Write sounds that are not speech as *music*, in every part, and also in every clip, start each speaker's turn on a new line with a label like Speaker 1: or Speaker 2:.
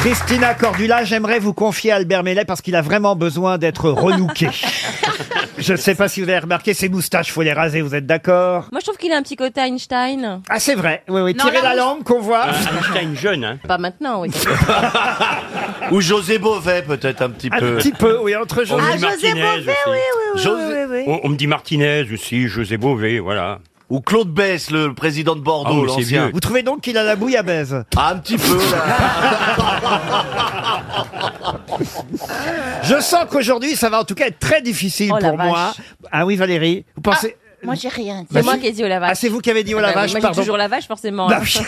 Speaker 1: Christina Cordula, j'aimerais vous confier à Albert Mellet parce qu'il a vraiment besoin d'être
Speaker 2: *laughs*
Speaker 1: renouqué. Je ne sais pas si vous avez remarqué, ses moustaches, faut les raser, vous êtes d'accord
Speaker 2: Moi, je trouve qu'il a un petit côté Einstein.
Speaker 1: Ah, c'est vrai, oui, oui,
Speaker 2: Non,
Speaker 1: tirez
Speaker 2: la
Speaker 1: la
Speaker 2: mous-
Speaker 1: langue qu'on voit.
Speaker 3: Einstein jeune, hein.
Speaker 2: Pas maintenant,
Speaker 1: *laughs*
Speaker 2: oui.
Speaker 4: Ou José Beauvais, peut-être un petit
Speaker 1: Un
Speaker 4: peu.
Speaker 1: petit peu, oui, entre
Speaker 3: On
Speaker 1: jambes.
Speaker 3: me
Speaker 2: Ah,
Speaker 3: dit
Speaker 2: José
Speaker 3: Martinez
Speaker 2: Bové,
Speaker 3: aussi.
Speaker 2: oui, oui, oui, oui,
Speaker 4: José-
Speaker 2: oui, oui.
Speaker 3: On, on me dit Martinez aussi, José Bové, voilà.
Speaker 4: Ou Claude Bess, le président de Bordeaux,
Speaker 3: Ah oui, c'est
Speaker 4: l'ancien.
Speaker 3: vieux.
Speaker 1: Vous trouvez donc qu'il a la bouillabaisse
Speaker 4: Ah, un petit peu, là.
Speaker 1: Je sens qu'aujourd'hui, ça va en tout cas être très difficile
Speaker 2: Oh, la
Speaker 1: pour moi.
Speaker 2: vache. Ah,
Speaker 1: Ah oui, Valérie, vous pensez...
Speaker 5: Moi, j'ai rien dit.
Speaker 1: Bah,
Speaker 2: C'est moi
Speaker 1: si.
Speaker 2: qui ai dit oh au
Speaker 1: Ah,
Speaker 2: lavage.
Speaker 1: c'est vous qui avez dit au
Speaker 2: Bah oui,
Speaker 1: lavage,
Speaker 2: moi, j'ai
Speaker 1: pardon.
Speaker 2: toujours lavage, forcément.
Speaker 1: Bah oui.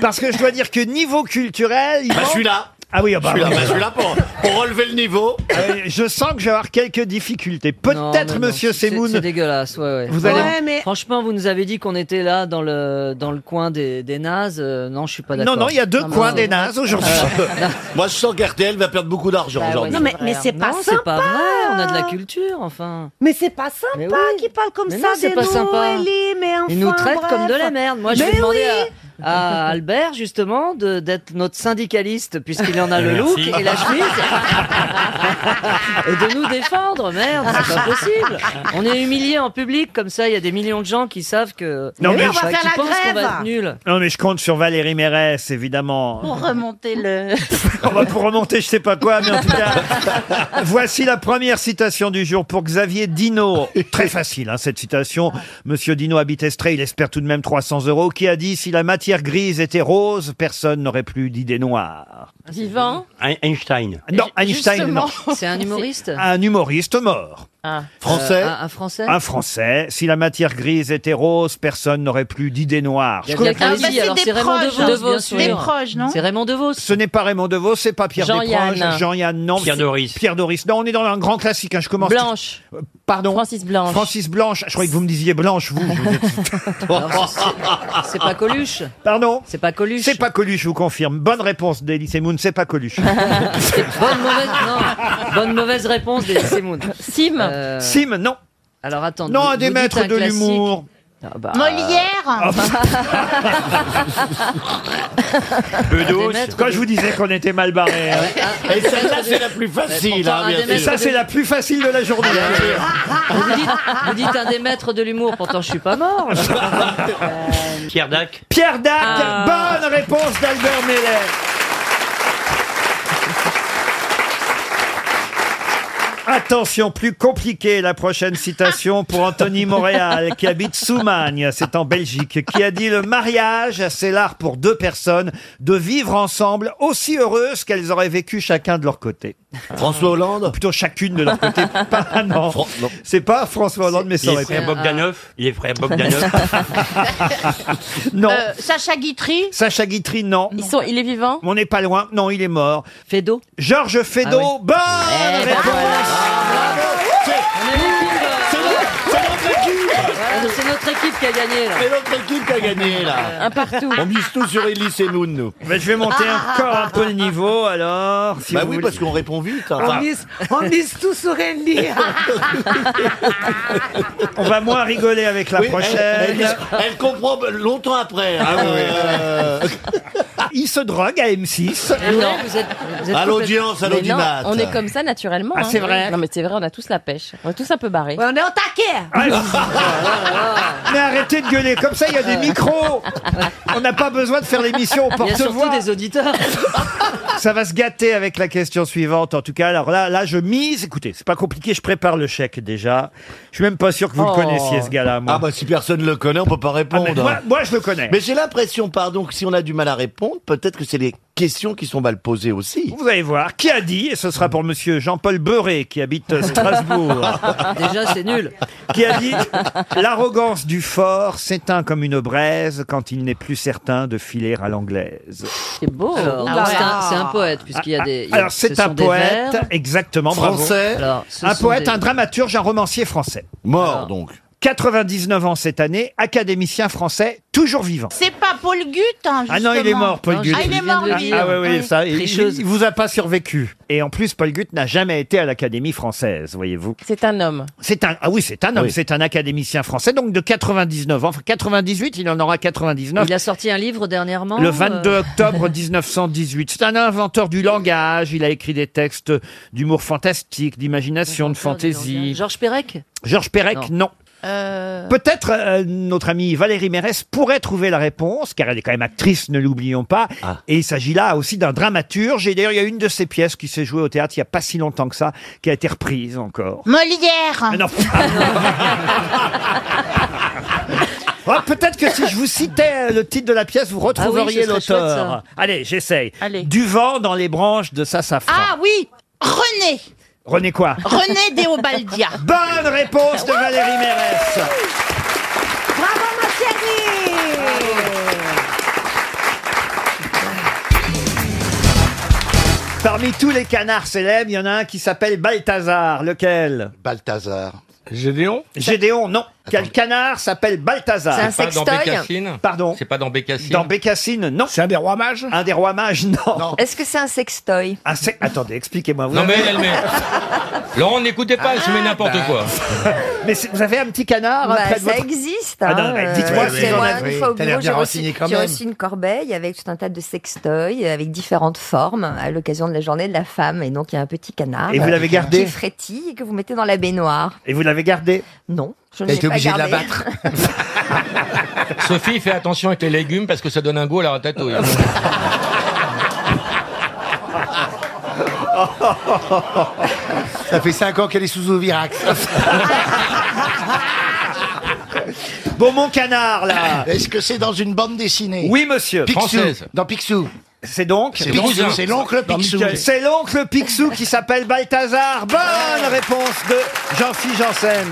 Speaker 1: Parce que je dois dire que niveau culturel, il
Speaker 4: Bah,
Speaker 1: manque-
Speaker 4: celui-là.
Speaker 1: Ah oui, ah bah,
Speaker 4: Celui-là,
Speaker 1: oui.
Speaker 4: bah, celui-là pour, pour relever le niveau.
Speaker 1: Euh, je sens que je vais avoir quelques difficultés.
Speaker 6: Non,
Speaker 1: Peut-être,
Speaker 6: non, non,
Speaker 1: monsieur
Speaker 6: c'est-
Speaker 1: Semoun,
Speaker 6: C'est dégueulasse, ouais, ouais.
Speaker 1: vous allez.
Speaker 2: mais...
Speaker 6: Franchement, vous nous avez dit qu'on était là dans le, dans le coin des, des nazes. euh, non, je suis pas d'accord.
Speaker 1: Non, non, il y a deux
Speaker 6: Non,
Speaker 1: coins
Speaker 6: non.
Speaker 1: des nazes aujourd'hui.
Speaker 4: *laughs* Moi, je sens qu'RTL va perdre beaucoup d'argent
Speaker 6: Bah ouais,
Speaker 4: aujourd'hui.
Speaker 5: Non, mais, mais c'est
Speaker 6: Non,
Speaker 5: pas
Speaker 6: c'est
Speaker 5: sympa.
Speaker 6: pas vrai. On a de la culture, enfin.
Speaker 5: Mais c'est pas sympa
Speaker 6: Mais oui.
Speaker 5: qu'il parle comme
Speaker 6: Mais
Speaker 5: ça
Speaker 6: non, c'est
Speaker 5: des
Speaker 6: pas
Speaker 5: nous,
Speaker 6: sympa.
Speaker 5: Ellie, mais enfin,
Speaker 6: Ils nous traitent
Speaker 5: bref.
Speaker 6: comme de la merde. Moi, je
Speaker 5: Mais
Speaker 6: vais demander
Speaker 5: oui.
Speaker 6: à, à Albert, justement, de- d'être notre syndicaliste, puisqu'il en a le look
Speaker 3: Merci.
Speaker 6: et la chemise. *laughs* et de nous défendre, merde, c'est pas possible. On est humilié en public, comme ça, il y a des millions de gens qui savent que.
Speaker 1: Non, mais
Speaker 6: Enfin,
Speaker 1: je-
Speaker 5: on va faire
Speaker 6: qui
Speaker 5: la
Speaker 6: pensent qu'on va
Speaker 5: grève.
Speaker 6: être nul.
Speaker 1: Non, mais je compte sur Valérie Mérès, évidemment.
Speaker 5: Pour remonter le.
Speaker 1: On va pour remonter, je sais pas quoi, mais en tout cas, voici la première citation du jour pour Xavier Dino. Très facile, hein, cette citation. Monsieur Dino habite Estrée, il espère tout de même 300 euros, qui a dit si la matière grise était rose, personne n'aurait plus d'idées noires.
Speaker 2: Vivant.
Speaker 3: Ein- Einstein.
Speaker 1: Non, Einstein,
Speaker 2: Justement.
Speaker 1: non.
Speaker 6: *laughs* C'est un humoriste
Speaker 1: Un humoriste mort.
Speaker 2: Ah.
Speaker 4: Français.
Speaker 6: Euh, un, un français
Speaker 1: Un Français. Si la matière grise était rose, personne n'aurait plus d'idées noires.
Speaker 6: Il y a
Speaker 1: Je
Speaker 6: de la
Speaker 1: connais-
Speaker 6: comédie,
Speaker 5: Ah, bah, c'est
Speaker 6: alors
Speaker 5: des
Speaker 6: c'est Raymond
Speaker 5: proches,
Speaker 6: DeVos,
Speaker 5: hein.
Speaker 6: bien
Speaker 5: Des Des
Speaker 6: sûr.
Speaker 5: proches, non
Speaker 6: C'est Raymond DeVos.
Speaker 1: Ce n'est pas Raymond Devaux, c'est pas Pierre
Speaker 2: Jean-Yann.
Speaker 1: Desproges, Jean-Yann, non.
Speaker 3: Pierre
Speaker 1: c'est-
Speaker 3: Doris.
Speaker 1: Pierre Doris. Non, on est dans un grand classique, hein, je commence.
Speaker 2: Blanche.
Speaker 1: Pardon.
Speaker 2: Francis Blanche.
Speaker 1: Francis Blanche. Je croyais que vous me disiez Blanche, vous. Je vous ai-
Speaker 6: *laughs* Alors, c'est- c'est- C'est pas Coluche.
Speaker 1: Pardon.
Speaker 6: C'est pas Coluche.
Speaker 1: C'est pas Coluche, je vous confirme. Bonne réponse d'Elysée Moon, c'est pas
Speaker 6: *laughs*
Speaker 1: Coluche.
Speaker 6: Bonne mauvaise, non. Bonne mauvaise réponse des Simon.
Speaker 2: Sim.
Speaker 6: Euh,
Speaker 1: Sim, non.
Speaker 6: Alors attends.
Speaker 1: Non,
Speaker 6: vous-
Speaker 1: un des
Speaker 6: vous dites
Speaker 1: maîtres
Speaker 6: un
Speaker 1: de
Speaker 6: classique.
Speaker 1: l'humour.
Speaker 6: Ah, bah,
Speaker 5: Molière
Speaker 7: Ah,
Speaker 3: Bedos.
Speaker 6: Des maîtres.
Speaker 1: Quand je vous disais qu'on était mal barré. hein.
Speaker 4: Et celle-là, c'est la plus facile,
Speaker 6: pourtant,
Speaker 4: hein,
Speaker 6: un
Speaker 4: bien
Speaker 6: des
Speaker 4: sûr.
Speaker 1: Et ça, c'est la plus facile de la journée. hein.
Speaker 6: Vous dites, vous dites un des maîtres de l'humour. Pourtant, je suis pas mort.
Speaker 3: Pierre Dac.
Speaker 1: *laughs* Pierre Dac,
Speaker 2: Ah.
Speaker 1: bonne réponse d'Albert Mellet. Attention, plus compliqué la prochaine citation pour Anthony Montréal, qui habite Soumagne, c'est en Belgique, qui a dit le mariage, c'est l'art pour deux personnes de vivre ensemble aussi heureuses qu'elles auraient vécu chacun de leur côté.
Speaker 4: François Hollande.
Speaker 1: Plutôt chacune de leur
Speaker 4: *laughs*
Speaker 1: côté. Pas, ah non.
Speaker 4: Fran- non.
Speaker 1: C'est pas François Hollande, mais ça
Speaker 3: Il est
Speaker 1: aurait pu.
Speaker 3: frère Bogdanov. Il est frère Bogdanov.
Speaker 1: *laughs* Non.
Speaker 5: Euh, Sacha Guitry
Speaker 1: Sacha Guitry, non.
Speaker 2: Ils sont, il est vivant.
Speaker 1: On n'est pas loin. Non, il est mort.
Speaker 6: Fédo.
Speaker 1: Georges Feydeau,
Speaker 6: Ah
Speaker 1: bonne
Speaker 6: Eh ben
Speaker 1: réponse
Speaker 6: On est l'équipe, euh,
Speaker 4: C'est notre- c'est notre équipe.
Speaker 6: voilà, C'est notre équipe qui a gagné là.
Speaker 4: C'est notre équipe qui a gagné, là.
Speaker 1: *laughs*
Speaker 2: Un partout.
Speaker 4: On mise tout sur Elise et Moon, nous.
Speaker 1: Mais Je vais monter encore un peu le niveau, alors. si
Speaker 4: bah
Speaker 1: vous
Speaker 4: oui,
Speaker 1: voulez.
Speaker 4: parce qu'on répond vite. hein.
Speaker 8: On mise, on mise tout
Speaker 1: *laughs*
Speaker 8: sur Ellie.
Speaker 1: On va moins rigoler avec la
Speaker 4: Oui, elle-
Speaker 1: prochaine. Ah
Speaker 4: Elle, elle comprend longtemps après. hein. Euh,
Speaker 1: *laughs* Il se drogue à M6.
Speaker 6: Eh Ah Non, vous êtes. vous êtes
Speaker 4: à l'audience, à
Speaker 2: Mais non,
Speaker 4: l'audimat.
Speaker 2: on est comme ça naturellement.
Speaker 1: Ah,
Speaker 2: hein.
Speaker 1: c'est vrai
Speaker 2: Non, mais c'est vrai, on a tous la pêche. On est tous un peu barrés.
Speaker 8: Ouais, on est au taquet.
Speaker 1: Ah, *laughs* je- Mais arrêtez de gueuler, comme ça il y a des micros. On n'a pas besoin de faire l'émission au
Speaker 6: complètement- Il y a
Speaker 1: porte-voix.
Speaker 6: surtout des auditeurs.
Speaker 1: Ça va se gâter avec la question suivante, en tout cas. Alors là, là, je mise. Écoutez, c'est pas compliqué, je prépare le chèque déjà. Je suis même pas sûr que vous
Speaker 2: Oh.
Speaker 1: le connaissiez, ce gars-là, moi.
Speaker 4: Ah bah si personne le connaît, on peut pas
Speaker 1: Ah, mais
Speaker 4: répondre.
Speaker 1: moi, moi, je le connais.
Speaker 4: Mais j'ai l'impression, pardon, que si on a du mal à répondre, peut-être que c'est les questions qui sont mal posées aussi.
Speaker 1: Vous allez voir qui a dit, et ce sera pour monsieur Jean-Paul Beurré qui habite *laughs*
Speaker 4: *laughs*
Speaker 1: euh, Strasbourg,
Speaker 6: Déjà, c'est nul.
Speaker 1: qui a dit L'arrogance du fort s'éteint comme une braise quand il n'est plus certain de filer à l'anglaise.
Speaker 2: C'est beau.
Speaker 6: Alors,
Speaker 8: Ah ouais.
Speaker 6: c'est un- c'est un, poète puisqu'il y a des. il y a-
Speaker 1: ah, Alors
Speaker 6: ce
Speaker 1: c'est
Speaker 6: sont
Speaker 1: un
Speaker 6: des
Speaker 1: poète,
Speaker 6: vers.
Speaker 1: exactement, bravo.
Speaker 4: Français,
Speaker 6: Alors, ce
Speaker 1: Un
Speaker 6: sont
Speaker 1: poète,
Speaker 6: des-
Speaker 1: un dramaturge, un romancier français.
Speaker 4: mort
Speaker 6: Alors.
Speaker 4: donc.
Speaker 1: 99 ans cette année, académicien français, toujours vivant.
Speaker 3: C'est pas Paul Gut, hein,
Speaker 1: Ah non, il est
Speaker 3: justement.
Speaker 1: mort, Paul
Speaker 9: Non,
Speaker 1: Gut.
Speaker 3: Ah, il est mort,
Speaker 1: Ah,
Speaker 3: lui.
Speaker 1: ah ouais, ouais,
Speaker 9: Oui.
Speaker 1: ça, il,
Speaker 9: Tricheuse.
Speaker 1: il vous a pas survécu. Et en plus, Paul Gut n'a jamais été à l'Académie française, voyez-vous.
Speaker 10: C'est un homme.
Speaker 1: C'est un, ah oui, c'est un homme,
Speaker 11: Oui.
Speaker 1: c'est un académicien français, donc de 99 ans, enfin 98, il en aura 99.
Speaker 9: Il a sorti un livre dernièrement.
Speaker 1: Le
Speaker 9: euh,
Speaker 1: 22 octobre 1918. C'est un inventeur du langage. Il a écrit des textes d'humour fantastique, d'imagination, de fantaisie.
Speaker 9: Georges Perec
Speaker 1: Georges Perec, non.
Speaker 3: Euh,
Speaker 1: Peut-être euh, notre amie Valérie Mérès pourrait trouver la réponse, car elle est quand même actrice, ne l'oublions pas. Et il s'agit là aussi d'un dramaturge. Et d'ailleurs, il y a une de ses pièces qui s'est jouée au théâtre il n'y a pas si longtemps que ça, qui a été reprise encore.
Speaker 3: Molière.
Speaker 1: Ah non. Ah, Peut-être que si je vous citais euh, le titre de la pièce, vous retrouveriez
Speaker 9: Ah oui, ce serait chouette,
Speaker 1: l'auteur.
Speaker 9: ça.
Speaker 1: Allez, j'essaye.
Speaker 3: Allez.
Speaker 1: Du vent dans les branches de sassafras.
Speaker 3: Ah oui, René.
Speaker 1: René quoi
Speaker 3: René Déobaldia.
Speaker 1: *laughs* Bonne réponse de Valérie Mérès.
Speaker 8: Bravo, ma chérie
Speaker 1: Parmi tous les canards célèbres, il y en a un qui s'appelle Balthazar. Lequel
Speaker 11: Balthazar.
Speaker 12: Gédéon
Speaker 1: Gédéon, non. Quel canard s'appelle
Speaker 10: C'est un
Speaker 1: Balthazar
Speaker 2: Pas dans
Speaker 10: sextoy.
Speaker 2: Bécassine
Speaker 1: Pardon.
Speaker 2: C'est pas dans Bécassine
Speaker 1: Dans Bécassine, non.
Speaker 12: C'est un des rois mages
Speaker 1: Un des rois mages, non.
Speaker 6: Est-ce que c'est un sextoy
Speaker 1: Ah, c'est- Attendez, expliquez-moi. Vous
Speaker 2: Non
Speaker 1: avez-
Speaker 2: mais elle, elle met... Laurent, n'écoutez pas, elle se
Speaker 11: Ah,
Speaker 2: met n'importe
Speaker 11: bah.
Speaker 2: quoi.
Speaker 1: Mais c'est- vous avez un petit canard
Speaker 6: Bah,
Speaker 1: hein, près de
Speaker 6: Ça
Speaker 1: votre-
Speaker 6: existe.
Speaker 1: Ah non,
Speaker 6: hein,
Speaker 1: mais dites-moi
Speaker 6: euh,
Speaker 1: si
Speaker 6: parce que
Speaker 1: vous en
Speaker 6: moi,
Speaker 1: avez-
Speaker 6: une fois au
Speaker 12: t'as l'air
Speaker 6: bureau, j'ai
Speaker 12: bien
Speaker 6: reçu,
Speaker 12: renseigné quand
Speaker 6: j'ai
Speaker 12: même.
Speaker 6: reçu une corbeille avec tout un tas de sextoys, euh, avec différentes formes, à l'occasion de la journée de la femme. Et donc, il y a un petit canard
Speaker 1: Et vous
Speaker 6: euh,
Speaker 1: l'avez
Speaker 6: qui
Speaker 1: gardé
Speaker 6: frétille et que vous mettez dans la baignoire.
Speaker 1: Et vous l'avez gardé
Speaker 6: Non, je ne
Speaker 12: T'as
Speaker 6: l'ai
Speaker 12: été
Speaker 6: pas
Speaker 12: obligé de
Speaker 6: gardé. *laughs*
Speaker 12: l'abattre.
Speaker 2: Sophie, fais attention avec les légumes parce que ça donne un goût à la ratatouille.
Speaker 12: Ça fait 5 ans qu'elle est sous Ovirax.
Speaker 1: Bon, mon canard, là
Speaker 11: Est-ce que c'est dans une bande dessinée
Speaker 1: Oui, monsieur
Speaker 11: Picsou.
Speaker 2: Française.
Speaker 11: Dans Picsou.
Speaker 1: C'est donc
Speaker 2: dans
Speaker 11: Picsou,
Speaker 2: un-
Speaker 11: c'est l'oncle Picsou.
Speaker 1: C'est l'oncle Picsou qui s'appelle Balthazar Bonne réponse de Jean-Philippe Janssen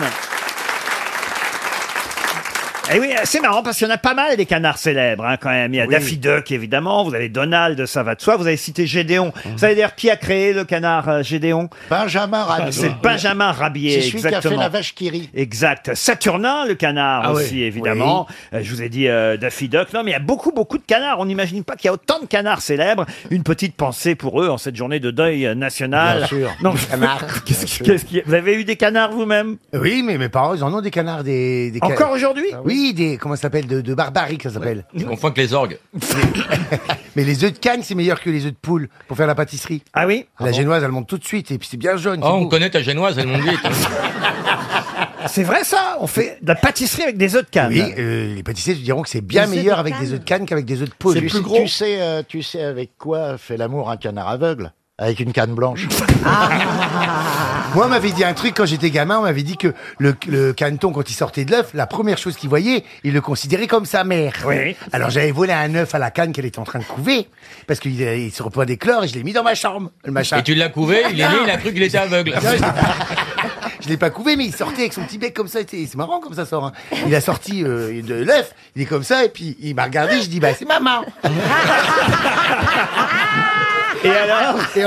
Speaker 1: et Eh oui, c'est marrant parce qu'il y en a pas mal des canards célèbres hein, quand même. Il y a Daffy Duck évidemment, vous avez Donald, ça va de soi, vous avez cité Gédéon. Vous savez dire qui a créé le canard euh, Gédéon
Speaker 11: Benjamin Rabier.
Speaker 1: C'est Benjamin Rabier,
Speaker 11: C'est celui qui a fait
Speaker 1: exactement.
Speaker 11: la vache qui rit.
Speaker 1: Exact. Saturnin, le canard
Speaker 12: Ah
Speaker 1: aussi,
Speaker 12: oui.
Speaker 1: évidemment. Euh, Je vous ai dit euh, Daffy Duck. Non, mais il y a beaucoup, beaucoup de canards. On n'imagine pas qu'il y a autant de canards célèbres. Une petite pensée pour eux en cette journée de deuil euh, national.
Speaker 12: Bien sûr.
Speaker 1: Non,
Speaker 12: Des canards.
Speaker 1: Qu'est-ce
Speaker 12: Bien
Speaker 1: qui-
Speaker 12: sûr.
Speaker 1: *laughs* qu'est-ce qui- Vous avez eu *laughs* des canards vous-même
Speaker 12: Oui, mais mes parents, ils en ont des canards, des. des ca-
Speaker 1: Encore aujourd'hui
Speaker 12: Oui, des. Comment ça s'appelle De, de barbarie, que ça s'appelle.
Speaker 2: Je confonds que les orgues.
Speaker 12: Mais les œufs de canne, c'est meilleur que les œufs de poule pour faire la pâtisserie.
Speaker 1: Ah oui
Speaker 12: la génoise, elle monte tout de suite, et puis c'est bien jaune.
Speaker 2: Oh,
Speaker 12: c'est
Speaker 2: on
Speaker 12: beau.
Speaker 2: connaît ta génoise, elle monte vite.
Speaker 1: Ah, C'est vrai ça On fait de la pâtisserie avec des œufs de canne.
Speaker 12: Oui, euh, les pâtissiers te diront que c'est bien
Speaker 8: Les œufs
Speaker 12: meilleur
Speaker 8: de
Speaker 12: avec des
Speaker 8: canne.
Speaker 12: œufs de canne qu'avec des œufs de poule.
Speaker 11: tu, sais- tu sais, euh, tu sais avec quoi fait l'amour un canard aveugle Avec une canne
Speaker 2: *laughs*
Speaker 11: blanche.
Speaker 12: Moi, on m'avait dit un truc quand j'étais gamin, on m'avait dit que le, le caneton, quand il sortait de l'œuf, la première chose qu'il voyait, il le considérait comme sa mère.
Speaker 1: Oui.
Speaker 12: Alors j'avais volé un œuf à la canne qu'elle était en train de couver, parce qu'il euh, il se repoint des chlores et je l'ai mis dans ma chambre, le machin.
Speaker 2: Et tu l'as couvé, il est né, il a cru qu'il était aveugle.
Speaker 11: Ah,
Speaker 12: Non, je l'ai pas- je l'ai pas couvé, mais il sortait avec son petit bec comme ça. C'est c'est marrant comme ça sort. hein. Il a sorti euh, de l'œuf, il est comme ça, et puis il m'a regardé, je dis, bah c'est maman.
Speaker 1: Et alors
Speaker 12: Et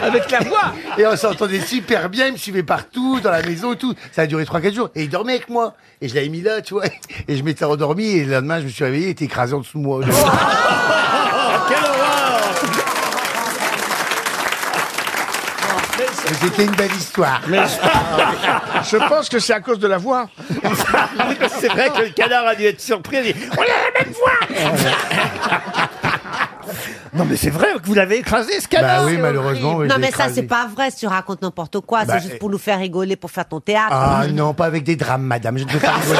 Speaker 12: Avec la voix Et on s'entendait super bien, il me suivait partout, dans la maison, tout. Ça a duré 3-4 jours. Et il dormait avec moi. Et je l'avais mis là, tu vois. Et je m'étais endormi, et le lendemain, je me suis réveillé, il était écrasé en dessous de moi.
Speaker 1: Quelle horreur
Speaker 12: Mais C'était une belle histoire.
Speaker 13: Je pense que c'est à cause de la voix.
Speaker 1: C'est vrai que le canard a dû être surpris. il dit, on a la même
Speaker 12: Eh
Speaker 1: voix *laughs* Non mais c'est vrai que vous l'avez écrasé ce canard
Speaker 12: Bah oui, malheureusement. oui, je
Speaker 8: Non,
Speaker 12: l'ai
Speaker 8: mais ça,
Speaker 12: écrasé.
Speaker 8: c'est pas vrai, tu racontes n'importe quoi,
Speaker 12: Bah,
Speaker 8: c'est
Speaker 12: eh.
Speaker 8: juste pour nous faire rigoler, pour faire ton théâtre.
Speaker 12: Ah non, pas avec des drames, madame. Je ne veux pas rigoler.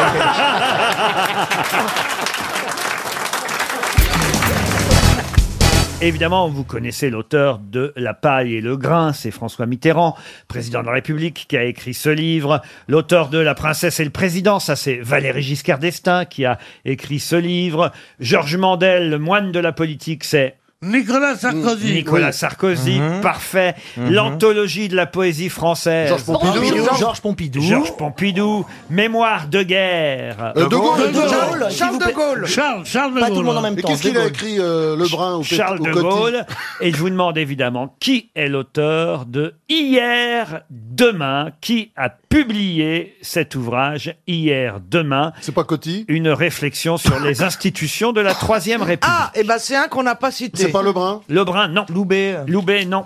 Speaker 1: Évidemment, vous connaissez l'auteur de La paille et le grain, c'est François Mitterrand, président de la République, qui a écrit ce livre. L'auteur de La princesse et le président, ça c'est Valéry Giscard d'Estaing qui a écrit ce livre. Georges Mandel, le moine de la politique, c'est Nicolas Sarkozy. Nicolas
Speaker 14: Oui.
Speaker 1: Sarkozy, parfait.
Speaker 14: Mhm.
Speaker 1: L'anthologie de la poésie française.
Speaker 14: Georges Pompidou. Pompidou. Georges Pompidou.
Speaker 1: Georges Pompidou. Mémoire de guerre.
Speaker 14: Euh, De Gaulle, De Gaulle, s'il vous plaît.
Speaker 1: Charles, Charles de Gaulle.
Speaker 14: Pas tout le monde en même temps. De Gaulle.
Speaker 1: euh, Lebrun
Speaker 14: ou
Speaker 1: Charles
Speaker 14: Petit-
Speaker 1: de
Speaker 14: ou Coty *laughs*
Speaker 1: Gaulle. Et je vous demande évidemment qui est l'auteur de Hier, demain, qui a publié cet ouvrage Hier, demain. C'est pas Coty Une réflexion sur les institutions de la Troisième République.
Speaker 15: Ah, et ben c'est un qu'on n'a pas cité.
Speaker 1: Lebrun Lebrun, non. Loubet Loubet, non.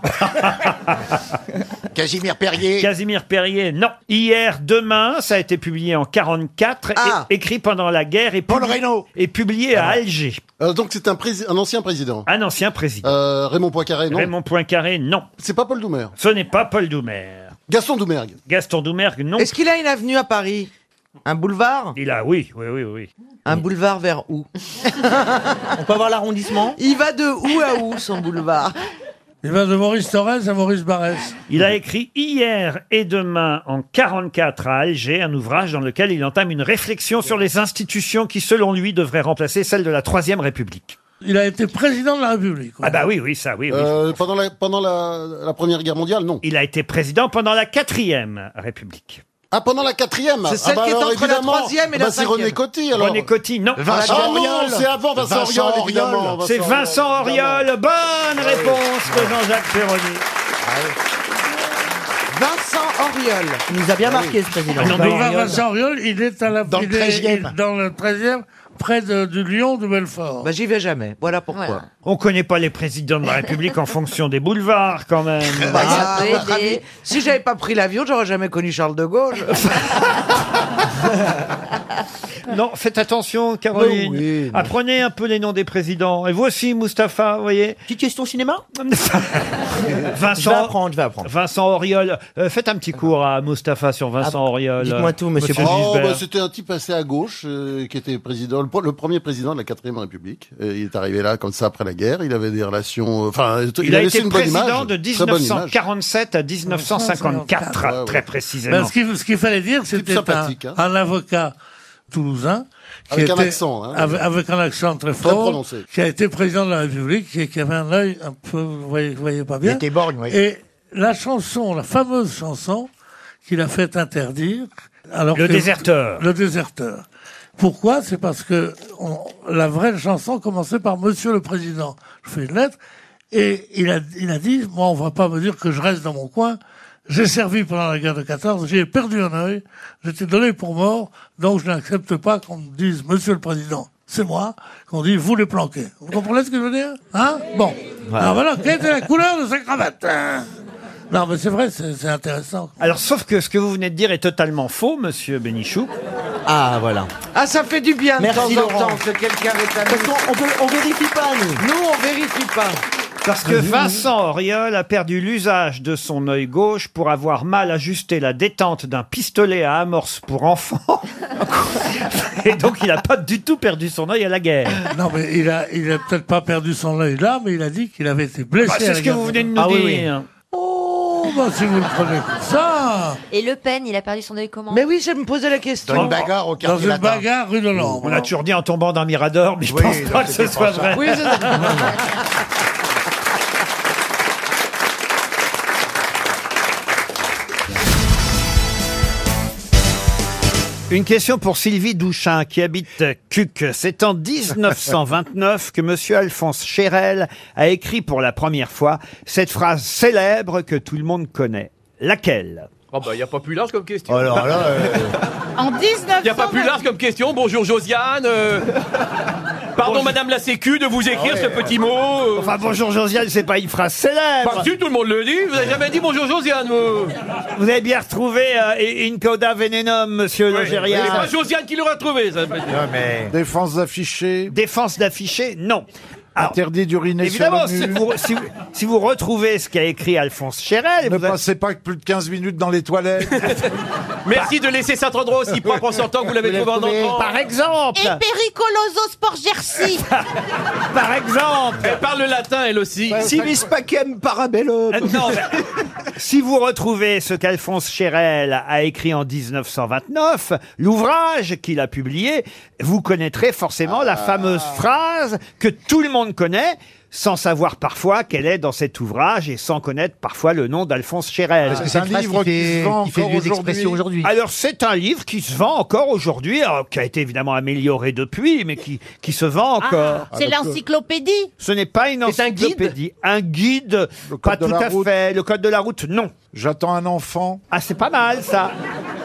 Speaker 1: Casimir Perrier Casimir Perrier, non. Hier, demain, ça a été publié en 44,
Speaker 14: Ah.
Speaker 1: é- écrit pendant la guerre et, Paul et publié à Alger.
Speaker 14: Euh, donc c'est un, prési- un ancien président. Euh,
Speaker 1: Un ancien président.
Speaker 14: Raymond Poincaré, non
Speaker 1: Raymond Poincaré, non.
Speaker 14: C'est pas Paul Doumer.
Speaker 1: Ce n'est pas Paul Doumer.
Speaker 14: Gaston Doumergue.
Speaker 1: Gaston Doumergue, non.
Speaker 15: Est-ce qu'il a une avenue à Paris Un boulevard
Speaker 1: Il a, oui, oui, oui, oui.
Speaker 15: Un boulevard vers où On peut avoir l'arrondissement Il va de où à où son boulevard
Speaker 1: Il va de Maurice Torres à Maurice Barès. Il a écrit Hier et demain en 44 à Alger un ouvrage dans lequel il entame une réflexion sur les institutions qui, selon lui, devraient remplacer celles de la Troisième République.
Speaker 14: Il a été président de la République.
Speaker 1: Ah bah oui, oui, ça, oui. oui.
Speaker 14: Euh, pendant la, pendant la, la Première Guerre mondiale, non.
Speaker 1: Il a été président pendant la Quatrième République.
Speaker 14: Ah, pendant la quatrième
Speaker 1: C'est celle qui est entre la troisième et la
Speaker 14: bah, c'est
Speaker 1: cinquième.
Speaker 14: René Coty, alors.
Speaker 1: Ah René Coty, non. Vincent
Speaker 14: ah, non,
Speaker 1: Auriol.
Speaker 14: c'est avant Vincent,
Speaker 1: Vincent
Speaker 14: Auriol,
Speaker 1: Auriol.
Speaker 14: évidemment.
Speaker 1: C'est Vincent Auriol. Bonne réponse de Jean-Jacques Ferroni.
Speaker 15: Ah Vincent Auriol. Il nous a bien marqué ce président.
Speaker 16: Ah Non, Vincent Auriol, il est à la
Speaker 15: Dans le
Speaker 16: il est-
Speaker 15: 13e.
Speaker 16: il- dans le 13e, près de, du Lyon de Belfort.
Speaker 15: Bah, j'y vais jamais. Voilà pourquoi.
Speaker 1: On connaît pas les présidents de la République en fonction des boulevards, quand même.
Speaker 15: Ah,
Speaker 2: Bah,
Speaker 15: à votre avis, si j'avais pas pris l'avion, j'aurais jamais connu Charles de Gaulle.
Speaker 1: *laughs* Non, faites attention, Caroline. Apprenez un peu les noms des présidents. Et vous aussi, Mustapha, vous voyez. Petite question cinéma Vincent,
Speaker 14: Je vais
Speaker 1: je vais apprendre. Vincent Auriol. Euh, faites un petit cours à Mustapha sur Vincent Auriol. euh,
Speaker 14: Oh,
Speaker 1: Gisbert.
Speaker 14: bah, C'était un type assez à gauche euh, qui était président, le, pre- le premier président de la quatrième République. Et il est arrivé là comme ça après la guerre. Il avait des relations. euh, Enfin, il,
Speaker 1: il a
Speaker 14: laissé
Speaker 1: été
Speaker 14: une bonne
Speaker 1: président
Speaker 14: image,
Speaker 1: de
Speaker 14: très bonne
Speaker 1: *laughs*
Speaker 14: image.
Speaker 1: 1947 à 1954,
Speaker 16: Ah, Ouais, ouais.
Speaker 1: très précisément.
Speaker 16: Bah, ce qu'il ce qu'il fallait dire, c'était un,
Speaker 14: sympathique, hein.
Speaker 16: un avocat toulousain.
Speaker 14: Avec un accent, hein.
Speaker 16: avec, avec un accent très
Speaker 14: Très
Speaker 16: fort,
Speaker 14: prononcé.
Speaker 16: qui a été président de la République et qui avait un œil un peu, vous voyez, vous voyez pas bien.
Speaker 14: était borgne, oui.
Speaker 16: Et la chanson, la fameuse chanson qu'il a fait interdire. Alors
Speaker 1: Le
Speaker 16: que-
Speaker 1: déserteur.
Speaker 16: Le déserteur. Pourquoi C'est parce que on- la vraie chanson commençait par Monsieur le Président. Je fais une lettre et il a, il a dit moi on va pas me dire que je reste dans mon coin. J'ai servi pendant la guerre de 14, j'ai perdu un œil, j'étais donné pour mort, donc je n'accepte pas qu'on me dise Monsieur le Président. C'est moi qu'on dit vous les planquez. Vous comprenez ce que je veux dire Hein Bon. Alors voilà, quelle était la couleur de sa cravate hein Non, mais c'est vrai, c'est c'est intéressant.
Speaker 1: Alors, sauf que ce que vous venez de dire est totalement faux, monsieur Bénichou. Ah, voilà.
Speaker 15: Ah, ça fait du bien de
Speaker 1: Merci,
Speaker 15: temps
Speaker 1: Laurent.
Speaker 15: en temps que quelqu'un est avec nous. On, vérifie pas, nous. Nous, on vérifie pas.
Speaker 1: Parce que Vincent Auriol a perdu l'usage de son œil gauche pour avoir mal ajusté la détente d'un pistolet à amorce pour *laughs* enfants. Et donc, il n'a pas du tout perdu son œil à la guerre.
Speaker 16: *laughs* Non, mais il a, il a peut-être pas perdu son œil là, mais il a dit qu'il avait été blessé.
Speaker 1: Bah, c'est
Speaker 16: à la
Speaker 1: ce que
Speaker 16: guerre.
Speaker 1: vous venez de nous
Speaker 16: Ah oui, oui.
Speaker 1: dire.
Speaker 16: Oh, bah, si vous le prenez comme ça.
Speaker 7: Et Le Pen, il a perdu son œil comment
Speaker 15: Mais oui, je me posais la question.
Speaker 1: Dans une bagarre au quartier Dans une latin. bagarre
Speaker 16: rue de
Speaker 1: On a toujours dit en tombant d'un mirador, mais *laughs* je pense pas que ce soit vrai.
Speaker 15: Oui, c'est-
Speaker 1: *laughs* Une question pour Sylvie Douchin qui habite Cuc. C'est en 1929 que monsieur Alphonse Chérel a écrit pour la première fois cette phrase célèbre que tout le monde connaît. Laquelle
Speaker 17: Oh bah, il n'y a pas plus large comme question.
Speaker 1: Oh, Alors là, euh,
Speaker 5: En 19...
Speaker 17: *laughs* Il n'y a pas plus large comme question. Bonjour Josiane. euh, Pardon Madame la Sécu de vous écrire ce petit mot. euh.
Speaker 1: Ah Enfin, bonjour Josiane, c'est pas une phrase célèbre.
Speaker 17: Pas du tout le monde le dit. Vous avez jamais dit bonjour Josiane. Vous,
Speaker 1: Vous avez bien retrouvé euh, Incoda Venenum, monsieur Logérien.
Speaker 17: C'est pas Josiane qui l'aurait trouvé. Ça. Non mais.
Speaker 1: Défense d'afficher Défense d'afficher, non.
Speaker 14: Interdit d'uriner sur
Speaker 1: Évidemment,
Speaker 14: le
Speaker 1: si
Speaker 14: mur.
Speaker 1: vous, si, vous- si vous retrouvez ce qu'a écrit Alphonse Chérel... Ne passez pas plus de 15 minutes dans les toilettes.
Speaker 17: *laughs* Merci de laisser cet endroit aussi propre en sortant que vous l'avez trouvé en entrant.
Speaker 1: Par exemple
Speaker 5: Et Pericoloso Sport
Speaker 1: *laughs*
Speaker 5: Jersey
Speaker 1: Ah, Par exemple
Speaker 17: Elle parle le latin elle aussi. Euh,
Speaker 1: Civis
Speaker 15: pacem parabellum
Speaker 1: Non, mais- si vous retrouvez ce qu'Alphonse Chérel a écrit en 1929, l'ouvrage qu'il a
Speaker 12: Ah.
Speaker 1: publié, vous connaîtrez forcément la fameuse phrase que tout le monde connaît. sans savoir parfois qu'elle est dans cet ouvrage et sans connaître parfois le nom d'Alphonse Chérel.
Speaker 12: Parce que c'est un livre qui se vend encore aujourd'hui.
Speaker 1: Alors c'est un livre qui se vend encore aujourd'hui, alors, qui a été évidemment amélioré depuis, mais qui, qui se vend
Speaker 3: Ah,
Speaker 1: encore.
Speaker 12: Ah,
Speaker 1: Ah,
Speaker 5: C'est
Speaker 12: euh,
Speaker 1: *laughs*
Speaker 5: l'encyclopédie.
Speaker 1: Ce n'est pas une encyclopédie, un guide, pas
Speaker 12: de
Speaker 1: tout
Speaker 12: la
Speaker 1: à
Speaker 12: route.
Speaker 1: fait. Le code de la route, non. J'attends un enfant. Ah, c'est pas mal ça.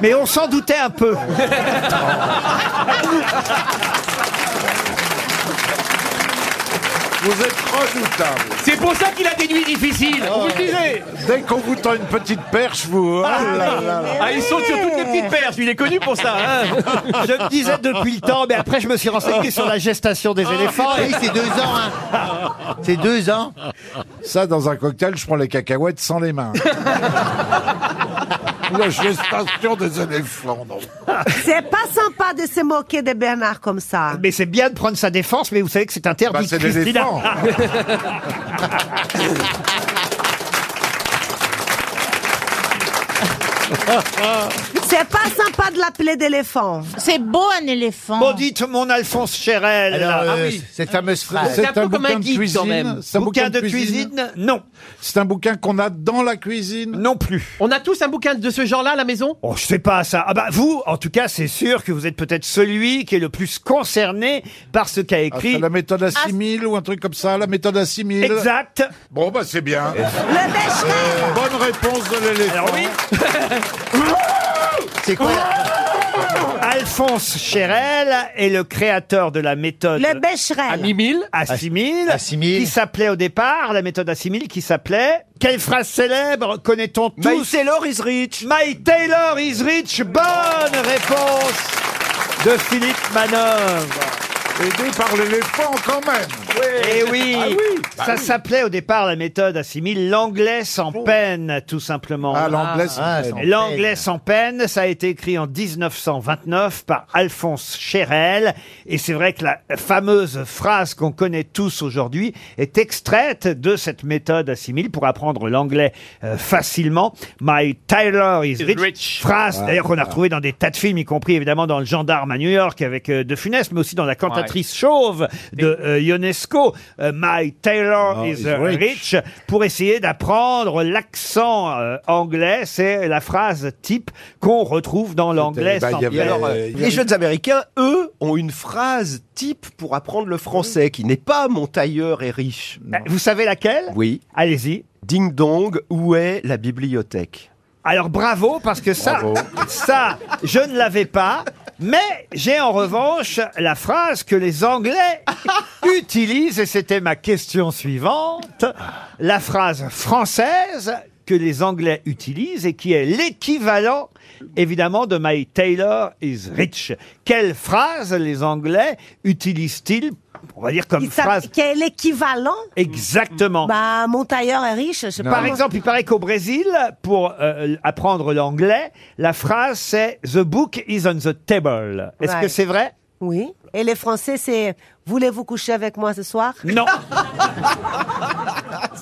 Speaker 1: Mais on s'en doutait un peu.
Speaker 18: Vous êtes redoutable.
Speaker 17: C'est pour ça qu'il a des nuits difficiles. On vous le disait.
Speaker 18: Dès qu'on vous tend une petite perche, vous. Ah, là, là, là.
Speaker 17: Ah, ils sont sur toutes les petites perches. Il est connu pour ça. hein.
Speaker 1: *laughs* Je me disais depuis le temps, mais après je me suis renseigné sur la gestation des éléphants.
Speaker 12: Oui, c'est deux ans,
Speaker 18: hein. C'est deux ans. Ça, dans un cocktail, je prends les cacahuètes sans les mains. La gestation des éléphants. non.
Speaker 8: *laughs* C'est pas sympa de se moquer de Bernard comme ça.
Speaker 1: Mais c'est bien de prendre sa défense, mais vous savez que c'est interdit.
Speaker 18: Bah, c'est des
Speaker 1: Christina.
Speaker 18: éléphants.
Speaker 1: *laughs*
Speaker 8: *laughs* C'est pas sympa de l'appeler d'éléphant.
Speaker 5: C'est beau un éléphant.
Speaker 1: Bon, dites mon Alphonse Chérel.
Speaker 17: Ah
Speaker 12: Alors, euh, cette fameuse phrase.
Speaker 18: C'est un, bouquin de cuisine. C'est un
Speaker 1: Bouquin de Non.
Speaker 18: C'est un bouquin qu'on a dans la cuisine
Speaker 1: Non plus.
Speaker 17: On a tous un bouquin de ce genre-là à la maison
Speaker 1: Oh, je sais pas ça. Ah bah vous, en tout cas, c'est sûr que vous êtes peut-être celui qui est le plus concerné par ce qu'a
Speaker 18: Ah,
Speaker 1: écrit.
Speaker 18: c'est la méthode à 6000 ou un truc comme ça, la méthode à 6000.
Speaker 1: Exact.
Speaker 18: Bon, bah c'est bien.
Speaker 8: Euh,
Speaker 18: bonne
Speaker 1: *laughs*
Speaker 18: réponse de l'éléphant.
Speaker 1: C'est quoi Alphonse Chérel est le créateur de la méthode.
Speaker 8: Le Becherel.
Speaker 1: À 6000. À 6000. Qui s'appelait au départ, la méthode à 6000, qui s'appelait. Quelle phrase célèbre connaît-on tous My Taylor is rich. My Taylor is rich. Bonne réponse de Philippe Manœuvre.
Speaker 18: Aidé par l'éléphant quand même.
Speaker 1: Eh oui,
Speaker 18: Ah oui. Bah
Speaker 1: ça
Speaker 18: oui.
Speaker 1: s'appelait au départ la méthode à 6000 l'anglais sans peine, tout simplement.
Speaker 18: Ah, l'anglais sans Ah, peine. sans
Speaker 1: L'anglais sans peine, ça a été écrit en 1929 par Alphonse Chérel. Et c'est vrai que la fameuse phrase qu'on connaît tous aujourd'hui est extraite de cette méthode à 6000 pour apprendre l'anglais euh, facilement. My Taylor is rich. Phrase
Speaker 12: Ah,
Speaker 1: d'ailleurs qu'on a
Speaker 12: ah.
Speaker 1: retrouvée dans des tas de films, y compris évidemment dans Le Gendarme à New York avec euh, De Funès, mais aussi dans La Cantatrice Chauve de euh, Ionesco. Euh, My Taylor
Speaker 19: Ah,
Speaker 12: Oh,
Speaker 1: is
Speaker 12: is
Speaker 1: euh, rich.
Speaker 12: rich.
Speaker 1: Pour essayer d'apprendre l'accent euh, anglais, c'est la phrase type qu'on retrouve dans l'anglais.
Speaker 19: Bah,
Speaker 1: sans
Speaker 19: il y avait-
Speaker 1: peine.
Speaker 19: alors, euh, les jeunes américains, eux, ont une phrase type pour apprendre le français qui n'est pas mon tailleur est riche. Euh,
Speaker 1: Vous savez laquelle
Speaker 19: Oui.
Speaker 1: Allez-y.
Speaker 19: Ding dong, où est la bibliothèque
Speaker 1: Alors bravo parce que ça, ça, je ne l'avais pas. Mais j'ai en revanche la phrase que
Speaker 19: *laughs*
Speaker 1: les Anglais utilisent et c'était ma question suivante. La phrase française que les Anglais utilisent et qui est l'équivalent évidemment de My Taylor is rich. Quelle phrase les Anglais utilisent-ils on va dire comme
Speaker 8: Il s'appelle-
Speaker 1: phrase
Speaker 8: Qui est l'équivalent
Speaker 1: exactement.
Speaker 8: Bah, mon tailleur est riche, je sais pas.
Speaker 1: Par
Speaker 8: moi.
Speaker 1: exemple, il paraît qu'au Brésil, pour euh, apprendre l'anglais, la phrase c'est The book is on the table. Est-ce
Speaker 8: Ouais.
Speaker 1: que c'est vrai
Speaker 8: Oui. Et les Français, c'est voulez-vous coucher avec moi ce soir
Speaker 1: Non.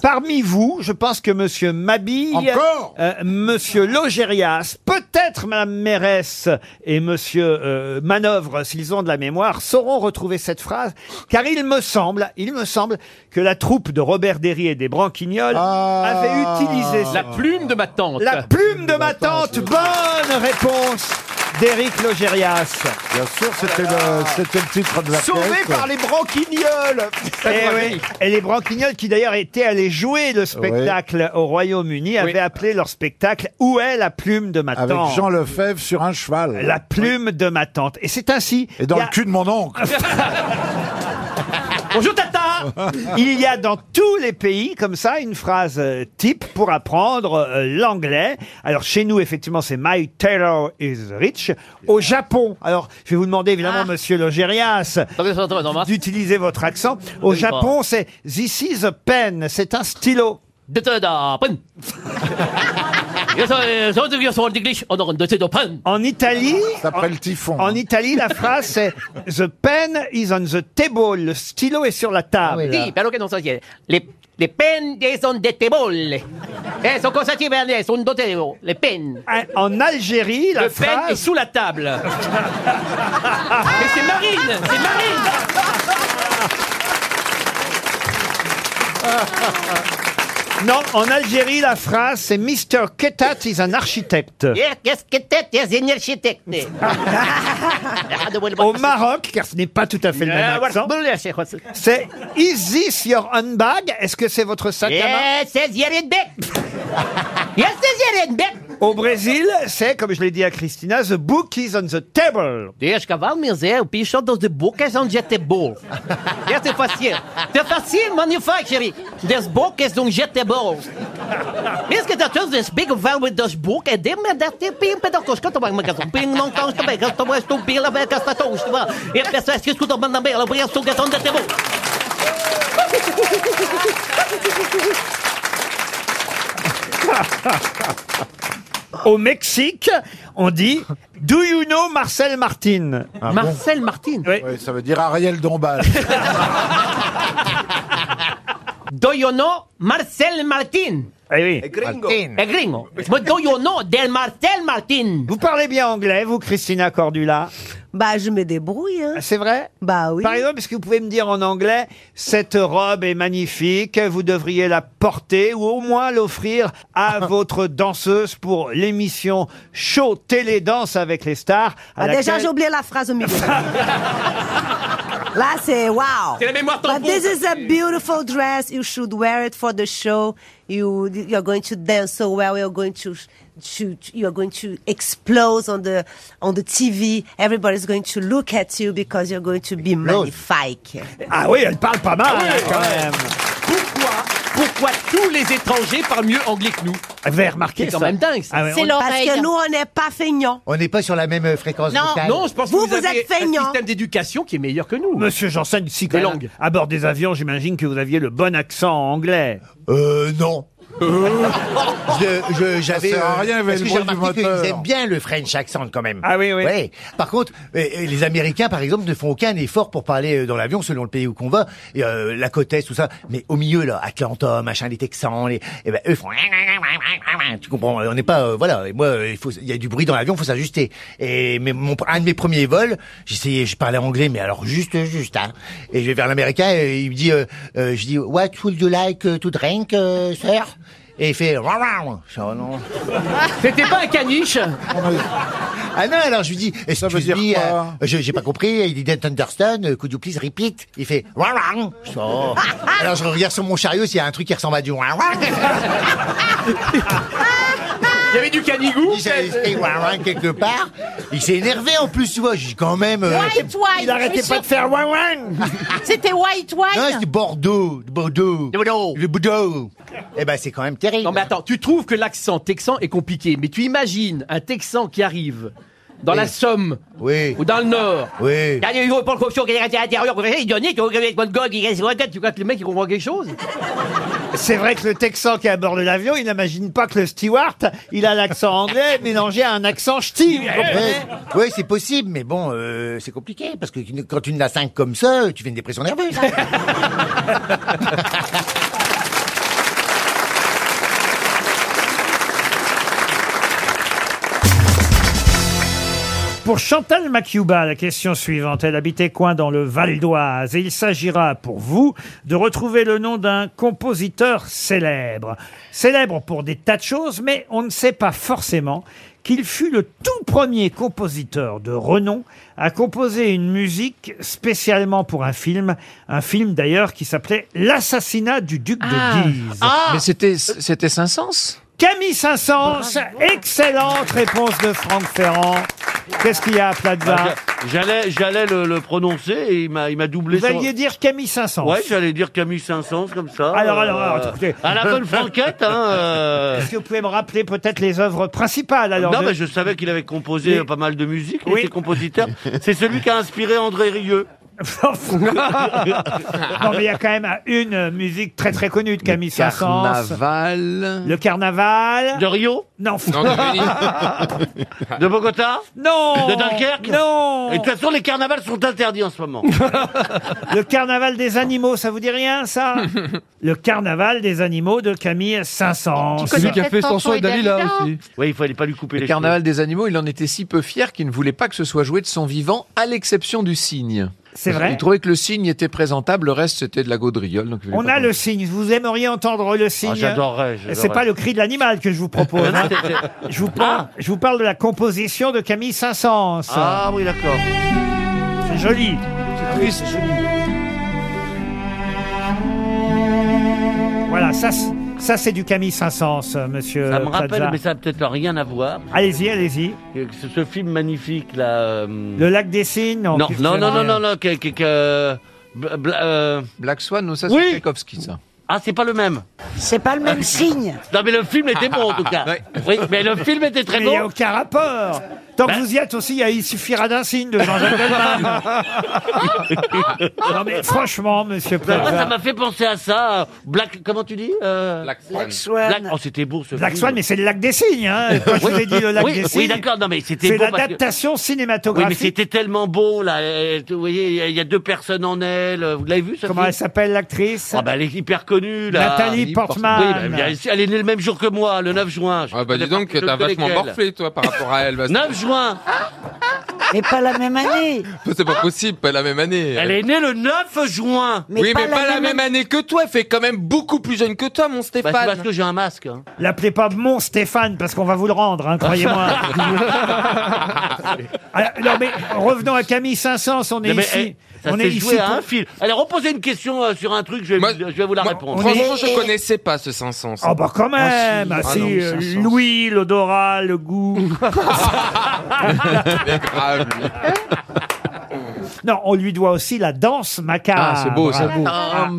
Speaker 1: Parmi vous, je pense que Monsieur Mabille,
Speaker 18: Encore
Speaker 1: euh, Monsieur Logérias, peut-être Madame Mérès et Monsieur euh, Manœuvre, s'ils ont de la mémoire, sauront retrouver cette phrase, car il me semble, il me semble que la troupe de Robert Derry et des Branquignols avait utilisé
Speaker 17: La
Speaker 1: cette
Speaker 17: plume de ma tante.
Speaker 1: La plume de ma tante, bonne réponse d'Éric Logérias.
Speaker 18: Bien sûr, c'était le, c'était le titre de la
Speaker 19: Sauvé
Speaker 18: pièce.
Speaker 19: par les branquignoles
Speaker 1: Eh oui. Et les Branquignols qui d'ailleurs étaient allés jouer le spectacle au Royaume-Uni avaient appelé leur spectacle Où est la plume de ma
Speaker 18: Ah, Avec
Speaker 1: tante
Speaker 18: Jean
Speaker 1: *laughs*
Speaker 18: Lefebvre sur un cheval.
Speaker 1: La plume de ma tante. Et c'est ainsi.
Speaker 18: Et dans
Speaker 1: il y a-
Speaker 18: le cul de mon oncle.
Speaker 1: Bonjour Tata Il y a dans tous les pays comme ça une phrase euh, type pour apprendre euh, l'anglais. Alors chez nous effectivement c'est My Taylor is rich. Au Japon, alors je vais vous demander évidemment monsieur Logérias d'utiliser votre accent. Au
Speaker 6: Oui,
Speaker 1: Japon c'est This is a pen, c'est un stylo. *laughs* En Italie, en, en Italie, la phrase c'est The pen is on the table. Le stylo est sur la table.
Speaker 20: Sì, però che non so chi è. Le, le penne sono dette bolle. Eh, sono cosa ci vede? Sono doteo, le penne.
Speaker 1: Ah, En Algérie, la
Speaker 20: Le pen
Speaker 1: phrase
Speaker 20: est
Speaker 1: sous la table.
Speaker 17: Mais c'est Marine C'est Marine
Speaker 1: Non, en Algérie, la phrase, c'est Mr. Ketat is an architect.
Speaker 20: Yeah, Eh, Qu'est-ce que t'es T'es un architecte.
Speaker 1: *laughs* Au Maroc, car ce n'est pas tout à fait le même accent,
Speaker 20: Eh,
Speaker 1: c'est Is this your handbag Est-ce que c'est votre sac à main
Speaker 20: Yes, Eh, c'est Yerenbeck.
Speaker 1: *laughs*
Speaker 20: Yes, c'est Yerenbeck.
Speaker 1: Au Brésil, c'est, comme je l'ai dit à Christina, The book is on the table.
Speaker 20: Deixa que vá ao museu, pichão dos de bocas onde é tebol. Yes, c'est facile. C'est facile, manufacturing. Des bocas onde é tebol. Mesmo que um t'as todos os big value dos bocas, de me dar te pim, pedal com os cantos, mas canção, pim, não canto bem, canto mais, tu pila, bem, canto, tu estiva. E pessoas que escutam, mandam bem, ela põe a sua canção de tebol.
Speaker 1: Au Mexique, on dit Do you know Marcel Martin Ah
Speaker 18: Marcel
Speaker 20: Martin
Speaker 1: oui.
Speaker 18: ça veut dire Ariel
Speaker 1: *laughs*
Speaker 18: Dombal.
Speaker 20: Do you know Marcel Martin?
Speaker 1: Eh oui.
Speaker 20: Et gringo. Et gringo. But do you know del Marcel Martin?
Speaker 1: Vous parlez bien anglais, vous, Christina Cordula
Speaker 8: Bah, je me débrouille. hein.
Speaker 1: C'est vrai
Speaker 8: Bah oui.
Speaker 1: Par exemple, parce que vous pouvez me dire en anglais, cette robe est magnifique, vous devriez la porter ou au moins l'offrir
Speaker 8: *laughs*
Speaker 1: à votre danseuse pour l'émission show télé danse avec les stars. à Ah,
Speaker 8: Bah, déjà,
Speaker 1: laquelle-
Speaker 8: j'ai oublié la phrase
Speaker 1: *laughs*
Speaker 8: au milieu. Là, c'est wow.
Speaker 17: C'est la mémoire
Speaker 8: But
Speaker 17: tampon.
Speaker 8: this is a beautiful dress. You should wear it for the show. You you're going to dance so well. You're going to to you're going to explode on the on the TV. Everybody's going to look at you because you're going to be magnifique.
Speaker 1: Ah oui, elle parle pas mal,
Speaker 17: Ah oui,
Speaker 1: hein, quand
Speaker 17: ouais.
Speaker 1: même.
Speaker 17: Pourquoi Pourquoi tous les étrangers parlent mieux anglais que nous
Speaker 1: Vous avez remarqué
Speaker 17: C'est quand
Speaker 1: ça
Speaker 17: même dingue. ça.
Speaker 1: Ah ouais, on-
Speaker 8: Parce que nous, on n'est pas *laughs* feignants.
Speaker 12: On n'est pas sur la même euh, fréquence
Speaker 8: Non.
Speaker 12: vocale.
Speaker 17: Non, je pense
Speaker 8: Vous,
Speaker 17: que vous,
Speaker 8: vous
Speaker 17: avez
Speaker 8: êtes feignant.
Speaker 17: un système d'éducation qui est meilleur que nous.
Speaker 1: Monsieur Janssen, si
Speaker 17: Des
Speaker 1: quand même,
Speaker 17: langues.
Speaker 1: à bord des avions, j'imagine que vous aviez le bon accent anglais. Euh.
Speaker 12: Euh, non. *laughs* Je- je- j'avais.
Speaker 18: sert à rien,
Speaker 12: euh,
Speaker 18: mais
Speaker 12: parce
Speaker 18: le
Speaker 12: que j'ai
Speaker 18: bruit du
Speaker 12: remarqué
Speaker 18: moteur.
Speaker 12: qu'ils aiment bien le French accent quand même.
Speaker 1: Ah oui, oui.
Speaker 12: Ouais. Par contre, euh, euh, les Américains, par exemple, ne font aucun effort pour parler euh, dans l'avion selon le pays où qu'on va, et, euh, la côte est, tout ça. Mais au milieu, là, Atlanta, machin, les Texans, les, eh ben, eux font. Ah, Tu comprends On n'est pas, euh, voilà. Et moi, euh, il faut, il y a du bruit dans l'avion, faut s'ajuster. Et mais mon, un de mes premiers vols, j'essayais, je parlais anglais, mais alors juste, juste. Hein. Et je vais vers l'Américain, et il me dit, euh, euh, je dis, What would you like euh, to drink, euh, sir Et il fait. Waouh Je dis, Oh non.
Speaker 20: C'était pas un caniche
Speaker 12: Ah non, alors je lui dis, est-ce que tu dis, euh, je- j'ai pas compris, il dit Dent Understand, euh, could you please repeat Il fait Wang Wang. Je dis, oh. Alors je regarde sur mon chariot s'il y a un truc qui ressemble à du Wang
Speaker 17: Il y avait du canigou
Speaker 12: J'avais écrit Wang Wang hein, quelque part. Il s'est énervé en plus, tu vois. Je dis quand même. euh,
Speaker 5: White wine.
Speaker 1: Il arrêtait pas de faire ouin ouin.
Speaker 5: C'était white
Speaker 12: non,
Speaker 5: wine.
Speaker 12: c'est du Bordeaux, du Bordeaux. Le Bordeaux. Eh ben, c'est quand même terrible.
Speaker 17: Non mais attends, tu trouves que l'accent texan est compliqué, mais tu imagines un texan qui arrive dans la Somme
Speaker 12: oui.
Speaker 17: ou dans le Nord.
Speaker 12: Oui.
Speaker 20: Dernier numéro pour le corruption qui est resté à l'intérieur, qu'on fait, il donnait, tu regardes les bonnes gogues, il reste sur la tête, tu crois que le mec il comprend quelque chose
Speaker 12: euh,
Speaker 1: C'est vrai que le Texan qui est à bord de l'avion, il n'imagine pas que le steward, il a l'accent anglais mélangé à un accent ch'ti. vous
Speaker 12: Eh,
Speaker 1: comprenez
Speaker 12: Oui, c'est possible, mais bon, euh, c'est compliqué parce que quand tu n'as cinq comme ça, tu fais une dépression nerveuse.
Speaker 1: Pour Chantal Macuba, la question suivante. Elle habitait coin dans le Val d'Oise et il s'agira pour vous de retrouver le nom d'un compositeur célèbre. Célèbre pour des tas de choses, mais on ne sait pas forcément qu'il fut le tout premier compositeur de renom à composer une musique spécialement pour un film, un film d'ailleurs qui s'appelait L'assassinat du duc de Guise.
Speaker 21: Mais c'était c'était Saint-Sens
Speaker 1: Camille Saint-Saëns, excellente réponse de Franck Ferrand. Qu'est-ce qu'il y a à plat de
Speaker 22: Ah, j'a- J'allais, j'allais le, le prononcer et il m'a, il m'a doublé.
Speaker 1: Vous
Speaker 22: sans-
Speaker 1: alliez dire Camille Saint-Saëns.
Speaker 22: Ouais, j'allais dire Camille Saint-Saëns comme ça.
Speaker 1: Alors, alors, alors,
Speaker 22: euh,
Speaker 1: écoutez.
Speaker 22: À la
Speaker 1: *laughs*
Speaker 22: bonne franquette, hein. euh.
Speaker 1: Est-ce que vous pouvez me rappeler peut-être les œuvres principales alors
Speaker 22: non,
Speaker 1: de-
Speaker 22: mais je savais qu'il avait composé
Speaker 1: Les-
Speaker 22: euh, pas mal de musique, il
Speaker 1: Oui.
Speaker 22: était compositeur. C'est celui qui a inspiré
Speaker 1: *laughs*
Speaker 22: André Rieu.
Speaker 1: *laughs* Non, mais il y a quand même une musique très très connue de Camille Saint-Saëns.
Speaker 21: Carnaval.
Speaker 1: Le carnaval.
Speaker 22: De Rio
Speaker 1: Non.
Speaker 22: Non,
Speaker 1: *laughs*
Speaker 22: de Venise. De Bogota
Speaker 1: Non
Speaker 22: De Dunkerque
Speaker 1: Non
Speaker 22: Et de toute façon, les carnavals sont interdits en ce moment.
Speaker 1: Le carnaval des animaux, ça vous dit
Speaker 21: *laughs*
Speaker 1: rien ça Le carnaval des animaux de Camille Saint-Saëns.
Speaker 21: Celui qui a fait Sanson et Dalila aussi.
Speaker 22: Oui, il fallait pas lui couper
Speaker 21: Le
Speaker 22: les
Speaker 21: carnaval des animaux, il en était si peu fier qu'il ne voulait pas que ce soit joué de son vivant, à l'exception du cygne.
Speaker 1: C'est vrai
Speaker 21: Il trouvait que le signe était présentable, le reste c'était de la gaudriole. Donc je l'ai
Speaker 1: On
Speaker 21: pas
Speaker 1: a le signe. Vous aimeriez entendre
Speaker 22: Ah,
Speaker 1: le signe
Speaker 21: j'adorerais,
Speaker 1: Et C'est
Speaker 21: j'adorerais.
Speaker 1: pas le cri de l'animal que je vous propose. hein. je, vous parle, je vous parle de la composition de Camille Saint-Saëns.
Speaker 22: Ah oui, d'accord.
Speaker 1: C'est joli.
Speaker 3: Ah
Speaker 22: C'est triste.
Speaker 1: Voilà, ça, c- ça c'est du Camille Saint-Saëns, euh, monsieur.
Speaker 22: Ça me
Speaker 1: Plaza.
Speaker 22: rappelle, mais ça n'a peut-être rien à voir.
Speaker 1: Allez-y, allez-y.
Speaker 22: Et que Ce, ce film magnifique, là. euh,
Speaker 1: Le lac des signes.
Speaker 22: Non,
Speaker 1: qu'est-ce
Speaker 22: non,
Speaker 1: que
Speaker 22: non,
Speaker 1: c'est
Speaker 22: non, non, non, que- que- que- bla- bla- euh,
Speaker 21: Black Swan, non, ça c'est
Speaker 22: Oui.
Speaker 21: Tchaikovsky, ça.
Speaker 22: Ah, c'est pas le même.
Speaker 21: C'est pas le même signe.
Speaker 22: Non, mais le film était bon, en tout cas.
Speaker 21: Oui.
Speaker 22: Oui, mais le film était très
Speaker 1: Mais
Speaker 22: bon. Ben.
Speaker 1: Il n'y a aucun rapport. Tant que vous y êtes aussi, il y a Il suffira d'un signe de
Speaker 22: *laughs*
Speaker 1: Jean-Jacques Goldman. non mais franchement, monsieur
Speaker 22: Ben, moi, ça
Speaker 1: Plaza.
Speaker 22: m'a fait penser à ça. euh, Black, comment tu dis euh, Black
Speaker 1: Swan. Black Swan.
Speaker 22: Black- oh, c'était beau ce
Speaker 1: Black
Speaker 22: film.
Speaker 1: Swan, mais c'est le lac des signes. Hein. Quand *laughs* je vous ai dit le lac
Speaker 22: oui,
Speaker 1: des
Speaker 22: oui,
Speaker 1: signes,
Speaker 22: d'accord, non, mais c'était
Speaker 1: c'est
Speaker 22: beau parce que-
Speaker 1: l'adaptation
Speaker 22: Oui, mais
Speaker 1: cinématographique.
Speaker 22: c'était tellement beau, là. euh, Vous voyez, il y a- il y, a deux personnes en elle. euh, Vous l'avez vu, ça
Speaker 1: Comment elle s'appelle l'actrice
Speaker 22: Ah, bah, elle est hyper connue, là.
Speaker 1: Nathalie Portman.
Speaker 22: Oui, bah, bien sûr, elle est née le même jour que moi, le 9 juin.
Speaker 21: Ah bah dis donc, t'as vachement morflé, toi, par rapport à elle. parce que
Speaker 22: 9 juin
Speaker 15: Mais pas la même année.
Speaker 21: C'est pas possible, pas la même année.
Speaker 22: Elle est née le 9 juin
Speaker 21: oui, mais pas la même année que toi. Elle fait quand même beaucoup plus jeune que toi, mon Stéphane.
Speaker 22: Bah, c'est parce que j'ai un masque. hein.
Speaker 1: L'appelez pas mon Stéphane parce qu'on va vous le rendre, hein, croyez-moi.
Speaker 22: *laughs*
Speaker 21: Ah,
Speaker 1: Alors, non mais revenons à Camille Saint-Saëns. *laughs* On est
Speaker 22: Non, mais,
Speaker 1: ici.
Speaker 22: eh, ça
Speaker 1: on
Speaker 22: s'est
Speaker 1: est
Speaker 22: joué
Speaker 1: ici.
Speaker 22: à
Speaker 1: pour-
Speaker 22: un fil. Allez, reposez une question euh, sur un truc, je vais, vous- je vais vous la répondre.
Speaker 21: Franchement, je connaissais pas ce Saint-Saëns.
Speaker 1: Oh bah quand même. Ah, si, euh, Louis, l'odorat, le *laughs* goût.
Speaker 21: Mais grave.
Speaker 1: Non, on lui doit aussi la danse macabre.
Speaker 21: Ah, c'est beau, c'est beau.
Speaker 1: Ah,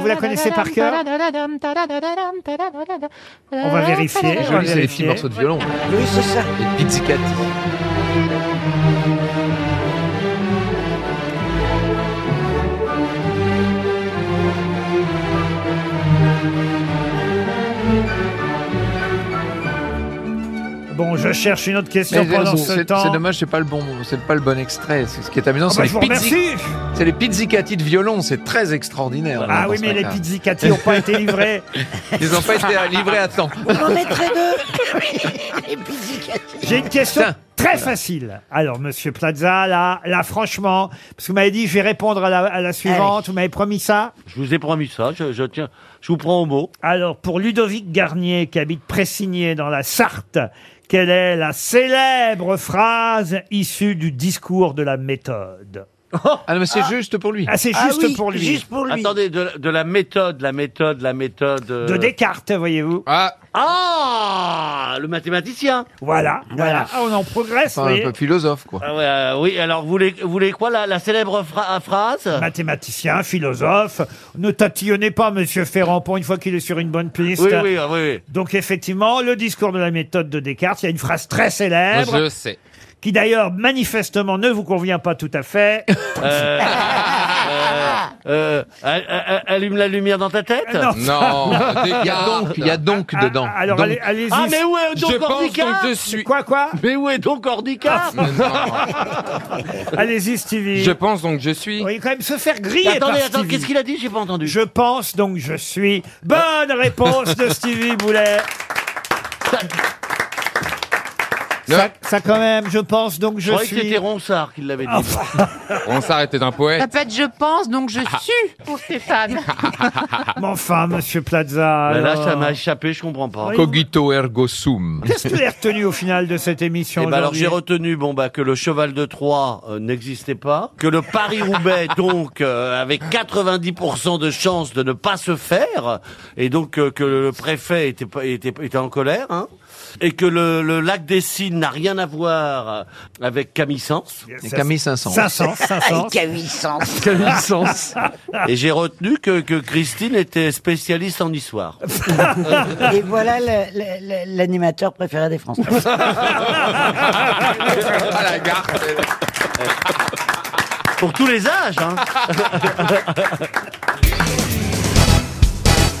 Speaker 1: vous la connaissez par cœur On va vérifier.
Speaker 21: C'est
Speaker 1: on va
Speaker 21: joli, c'est les petits
Speaker 1: vérifier.
Speaker 21: morceaux de violon. Oui, c'est ça. Les pizzicati.
Speaker 1: Bon, je cherche une autre question
Speaker 21: Mais j'ai
Speaker 1: pendant
Speaker 21: raison,
Speaker 1: ce
Speaker 21: c'est
Speaker 1: temps.
Speaker 21: c'est dommage, c'est pas le bon, c'est pas le bon extrait. C'est- Ce qui est amusant,
Speaker 1: Ah bah,
Speaker 21: c'est
Speaker 1: je vous
Speaker 21: les pizzi-
Speaker 1: remercie.
Speaker 21: c'est les pizzicati de violon. C'est très extraordinaire.
Speaker 1: Ah oui, mais les pizzicati n'ont pas été livrés.
Speaker 21: *laughs* Ils n'ont pas été livrés à temps.
Speaker 1: en
Speaker 15: mettrait deux.
Speaker 1: J'ai une question très facile. Alors, monsieur Plaza, là, là, franchement, parce que vous m'avez dit, je vais répondre à la, à la suivante. Vous m'avez promis ça.
Speaker 22: Je vous ai promis ça, je, je tiens, je vous prends au mot.
Speaker 1: Alors, pour Ludovic Garnier, qui habite Pressigné dans la Sarthe, quelle est la célèbre phrase issue du discours de la méthode
Speaker 21: Ah non, mais c'est juste pour lui.
Speaker 1: Ah, c'est juste pour lui.
Speaker 22: Attendez, de, la- de la méthode, la méthode, la méthode. euh,
Speaker 1: De Descartes, voyez-vous.
Speaker 21: Ah,
Speaker 22: Ah, le mathématicien.
Speaker 1: Voilà, voilà. Ah, on en progresse,
Speaker 21: Enfin,
Speaker 1: voyez.
Speaker 21: un peu philosophe, quoi.
Speaker 22: Ah ouais, euh, oui, alors vous voulez, vous voulez quoi, la, la célèbre phra- phrase
Speaker 1: Mathématicien, philosophe. Ne tatillonnez pas, monsieur Ferrand, pour une fois qu'il est sur une bonne piste.
Speaker 22: Oui, oui, ah, oui, oui.
Speaker 1: Donc effectivement, le discours de la méthode de Descartes, il y a une phrase très célèbre.
Speaker 21: Je sais.
Speaker 1: Qui d'ailleurs, manifestement, ne vous convient pas tout à
Speaker 22: *laughs*
Speaker 1: fait. *laughs*
Speaker 22: Euh, euh, euh, euh, allume la lumière dans ta tête
Speaker 1: Ah, Non. Ah,
Speaker 21: Non, il y a donc, il y a donc dedans.
Speaker 1: Alors
Speaker 21: Donc.
Speaker 1: allez- allez-y.
Speaker 22: Ah, mais où est
Speaker 21: Je
Speaker 22: donc
Speaker 21: pense
Speaker 22: Ornica
Speaker 21: donc je suis-
Speaker 1: Quoi, quoi Ah,
Speaker 22: Mais où est donc Ornica *laughs*
Speaker 1: Allez-y, Stevie.
Speaker 21: Je pense donc je suis.
Speaker 1: Vous voyez quand même se faire griller
Speaker 22: Attendez,
Speaker 1: par
Speaker 22: attendez,
Speaker 1: Stevie.
Speaker 22: qu'est-ce qu'il a dit J'ai pas entendu.
Speaker 1: Je pense, donc je suis. Bonne réponse de Stevie Boulet. Ça, ça quand même, je pense, donc
Speaker 22: Je
Speaker 1: je
Speaker 22: croyais que
Speaker 1: suis. Ah, bah.
Speaker 22: c'était Ronsard qui l'avait dit.
Speaker 21: On s'arrêtait d'un
Speaker 5: Ça
Speaker 21: poète.
Speaker 5: peut être je pense, donc je
Speaker 1: Ah.
Speaker 5: suis pour Stéphane.
Speaker 1: Mais enfin, Ah, monsieur Plaza.
Speaker 22: Mais là,
Speaker 1: alors.
Speaker 22: ça m'a *laughs* échappé, je comprends pas.
Speaker 1: Oui.
Speaker 21: Cogito ergo sum.
Speaker 1: Qu'est-ce que vous avez retenu au final de cette émission
Speaker 22: Eh ben alors
Speaker 1: aujourd'hui
Speaker 22: j'ai retenu bon bah que le cheval de Troie euh, n'existait pas, que le Paris Roubaix *laughs* donc euh, avait 90% de chances de ne pas se faire et donc euh, que le préfet était pas- était était en colère hein, et que le, le lac des Cygnes n'a rien à voir euh, avec Camille Sens.
Speaker 21: Et Camille Saint-Saëns.
Speaker 1: 500,
Speaker 4: *laughs* Ah,
Speaker 1: 500.
Speaker 15: Camille
Speaker 1: *laughs*
Speaker 15: Sens.
Speaker 1: Ah.
Speaker 21: Camille Saint-Saëns.
Speaker 22: Et j'ai retenu que, que Christine était spécialiste en histoire.
Speaker 15: Et voilà le- le- le- l'animateur préféré des Français.
Speaker 1: Ah.
Speaker 21: À la gare.
Speaker 22: Pour tous les âges hein.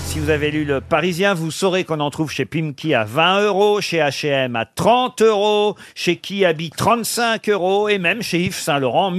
Speaker 1: Si vous avez lu Le Parisien, vous saurez qu'on en trouve chez Pimki à 20 euros, chez H&M à 30 euros, chez Kiabi 35 euros et même chez Yves Saint-Laurent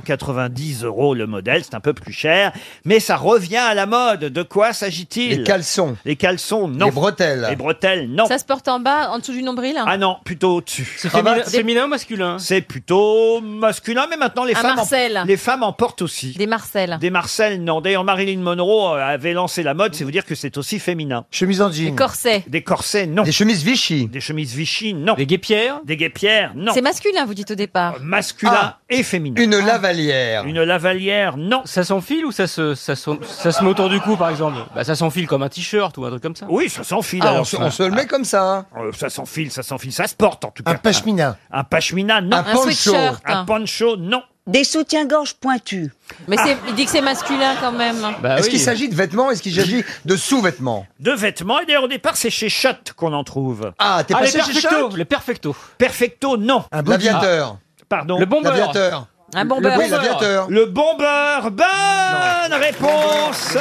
Speaker 1: 1290 euros le modèle. C'est un peu plus cher, mais ça revient à la mode. De quoi s'agit-il
Speaker 2: Les caleçons.
Speaker 1: Les caleçons, non. Les bretelles. Les bretelles, non.
Speaker 6: Ça se porte en bas, en dessous du nombril
Speaker 1: Ah non, plutôt au-dessus. Ah bah, C'est
Speaker 6: féminin- Cravate féminin
Speaker 1: ou masculin C'est plutôt masculin, mais maintenant les
Speaker 6: Un
Speaker 1: femmes,
Speaker 6: Ah, Marcel.
Speaker 1: en, les femmes en portent aussi.
Speaker 6: Des Marcel.
Speaker 1: Des Marcel, non. D'ailleurs, Marilyn Monroe euh, avait lancé la mode, c'est vous dire que c'est aussi féminin.
Speaker 2: Chemise en jean.
Speaker 6: Des corsets.
Speaker 1: Des corsets, non. Des
Speaker 2: chemises Vichy.
Speaker 1: Des chemises Vichy, non. Des guépières Des guépières, non.
Speaker 6: C'est masculin, vous dites au départ.
Speaker 1: Masculin
Speaker 2: Ah.
Speaker 1: et féminin.
Speaker 2: Une lavalière.
Speaker 1: Une lavalière, non.
Speaker 3: Ça s'enfile ou ça se, ça, se- ça se met autour du cou, par exemple Bah, ça s'enfile comme un t-shirt ou un truc comme ça.
Speaker 1: Oui, ça s'enfile.
Speaker 2: Ah, on, se, on se le met comme ça.
Speaker 1: ça s'enfile, ça s'enfile, ça se porte en tout cas.
Speaker 2: Un pashmina.
Speaker 1: Un pashmina, non.
Speaker 2: Un Un poncho. sweatshirt.
Speaker 1: Un poncho, non.
Speaker 7: Des soutiens-gorge pointus. Ah.
Speaker 6: Mais c'est- il dit que c'est masculin quand même.
Speaker 2: Est-ce qu'il s'agit de vêtements Est-ce qu'il s'agit de sous-vêtements
Speaker 1: De vêtements. Et d'ailleurs, au départ, c'est chez Schott qu'on en trouve.
Speaker 2: Ah, t'es
Speaker 3: Ah, les
Speaker 2: passé chez
Speaker 3: perfecto,
Speaker 2: Schott
Speaker 3: les perfecto.
Speaker 1: Perfecto, non.
Speaker 2: Un body- L'aviateur.
Speaker 1: Pardon.
Speaker 3: Le bombeur.
Speaker 2: L'aviateur.
Speaker 6: Un
Speaker 2: bombeur. Oui, l'aviateur.
Speaker 1: Le bombeur. Bonne réponse.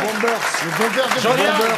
Speaker 2: J'en ai un.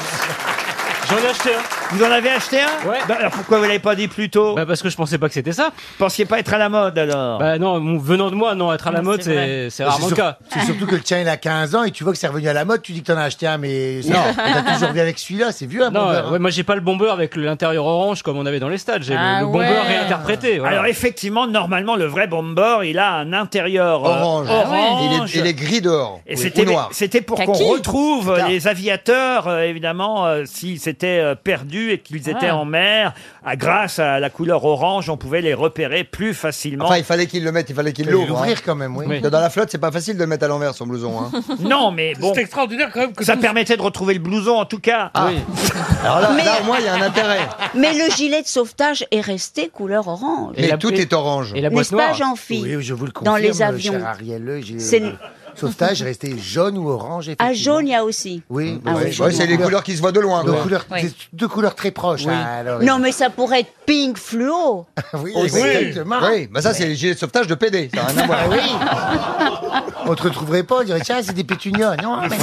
Speaker 3: J'en ai acheté un.
Speaker 1: Vous en avez acheté un
Speaker 3: Ouais.
Speaker 1: Bah, alors pourquoi vous l'avez pas dit plus tôt
Speaker 3: Bah, parce que je pensais pas que c'était ça.
Speaker 1: Pensiez pas être à la mode alors
Speaker 3: Bah non, mon- venant de moi, non, être à
Speaker 12: Ah,
Speaker 3: la
Speaker 1: Non,
Speaker 12: *laughs*
Speaker 3: mode,
Speaker 1: c'est vrai.
Speaker 3: c'est c'est
Speaker 1: Bah,
Speaker 3: rarement le
Speaker 1: c'est sûr.
Speaker 3: cas.
Speaker 12: C'est surtout que le tien il a 15 ans et tu vois que c'est revenu à la mode, tu dis que t'en as acheté un, mais
Speaker 3: Non.
Speaker 12: ça, t'as toujours bien avec celui-là, c'est vieux un
Speaker 3: Non,
Speaker 12: bombeur,
Speaker 3: euh,
Speaker 12: hein.
Speaker 3: ouais, moi j'ai pas le bomber avec l'intérieur orange comme on avait dans les stades. J'ai le-
Speaker 1: Ah
Speaker 3: le, bombeur
Speaker 1: ouais.
Speaker 3: réinterprété. voilà.
Speaker 1: Alors effectivement, normalement, le vrai bomber, il a un intérieur euh,
Speaker 2: Orange. Ah
Speaker 1: orange.
Speaker 2: Il, est, il est gris dehors.
Speaker 1: Et
Speaker 2: Ou-
Speaker 1: c'était,
Speaker 2: ou noir.
Speaker 1: c'était pour qu'on
Speaker 2: Kaki.
Speaker 1: retrouve euh,
Speaker 2: Putain.
Speaker 1: les aviateurs, euh, évidemment, euh, s'ils s'étaient euh, perdus et qu'ils étaient
Speaker 2: Ah.
Speaker 1: en mer. À, grâce à la couleur orange, on pouvait les repérer plus facilement. Euh,
Speaker 2: Enfin, il fallait qu'il le mette, il fallait qu'il
Speaker 1: Fallait
Speaker 2: l'ouvre.
Speaker 1: l'ouvrir
Speaker 2: hein.
Speaker 1: quand même, oui. Oui.
Speaker 2: Dans la flotte, c'est pas facile de le mettre à l'envers son blouson. hein.
Speaker 1: *laughs* Non, mais bon. C'est
Speaker 16: extraordinaire quand même que
Speaker 1: ça permettait de retrouver le blouson en tout cas.
Speaker 2: Ah. Alors là,
Speaker 7: Mais-
Speaker 2: là, au moins, il y a un intérêt.
Speaker 7: Mais le gilet de sauvetage est resté couleur orange.
Speaker 2: Mais tout est orange.
Speaker 3: Et la
Speaker 7: boîte N'est-ce pas, noire Jean-Phi
Speaker 12: Oui, je vous le confirme.
Speaker 7: Dans les avions.
Speaker 12: Cher Ariel, Le,
Speaker 7: *laughs*
Speaker 12: j'ai-
Speaker 7: C'est-
Speaker 12: le sauvetage est resté jaune ou orange.
Speaker 7: À
Speaker 12: effectivement.
Speaker 7: jaune, il y a aussi.
Speaker 12: Oui,
Speaker 7: Ah oui,
Speaker 2: Ouais, c'est les couleurs qui se voient de loin.
Speaker 12: Deux
Speaker 2: quoi.
Speaker 12: couleurs,
Speaker 7: Oui.
Speaker 12: c'est deux couleurs très proches. ah, alors,
Speaker 7: Non, mais ça pourrait être pink fluo.
Speaker 12: oui,
Speaker 2: Oui,
Speaker 12: exactement.
Speaker 2: Oui, bah ça, c'est les gilets de sauvetage de PD. Ça n'a rien à
Speaker 1: *laughs* Ah
Speaker 2: voir.
Speaker 12: On te retrouverait pas, on dirait tiens, c'est des pétunias.
Speaker 1: *laughs*
Speaker 12: Non, mais non.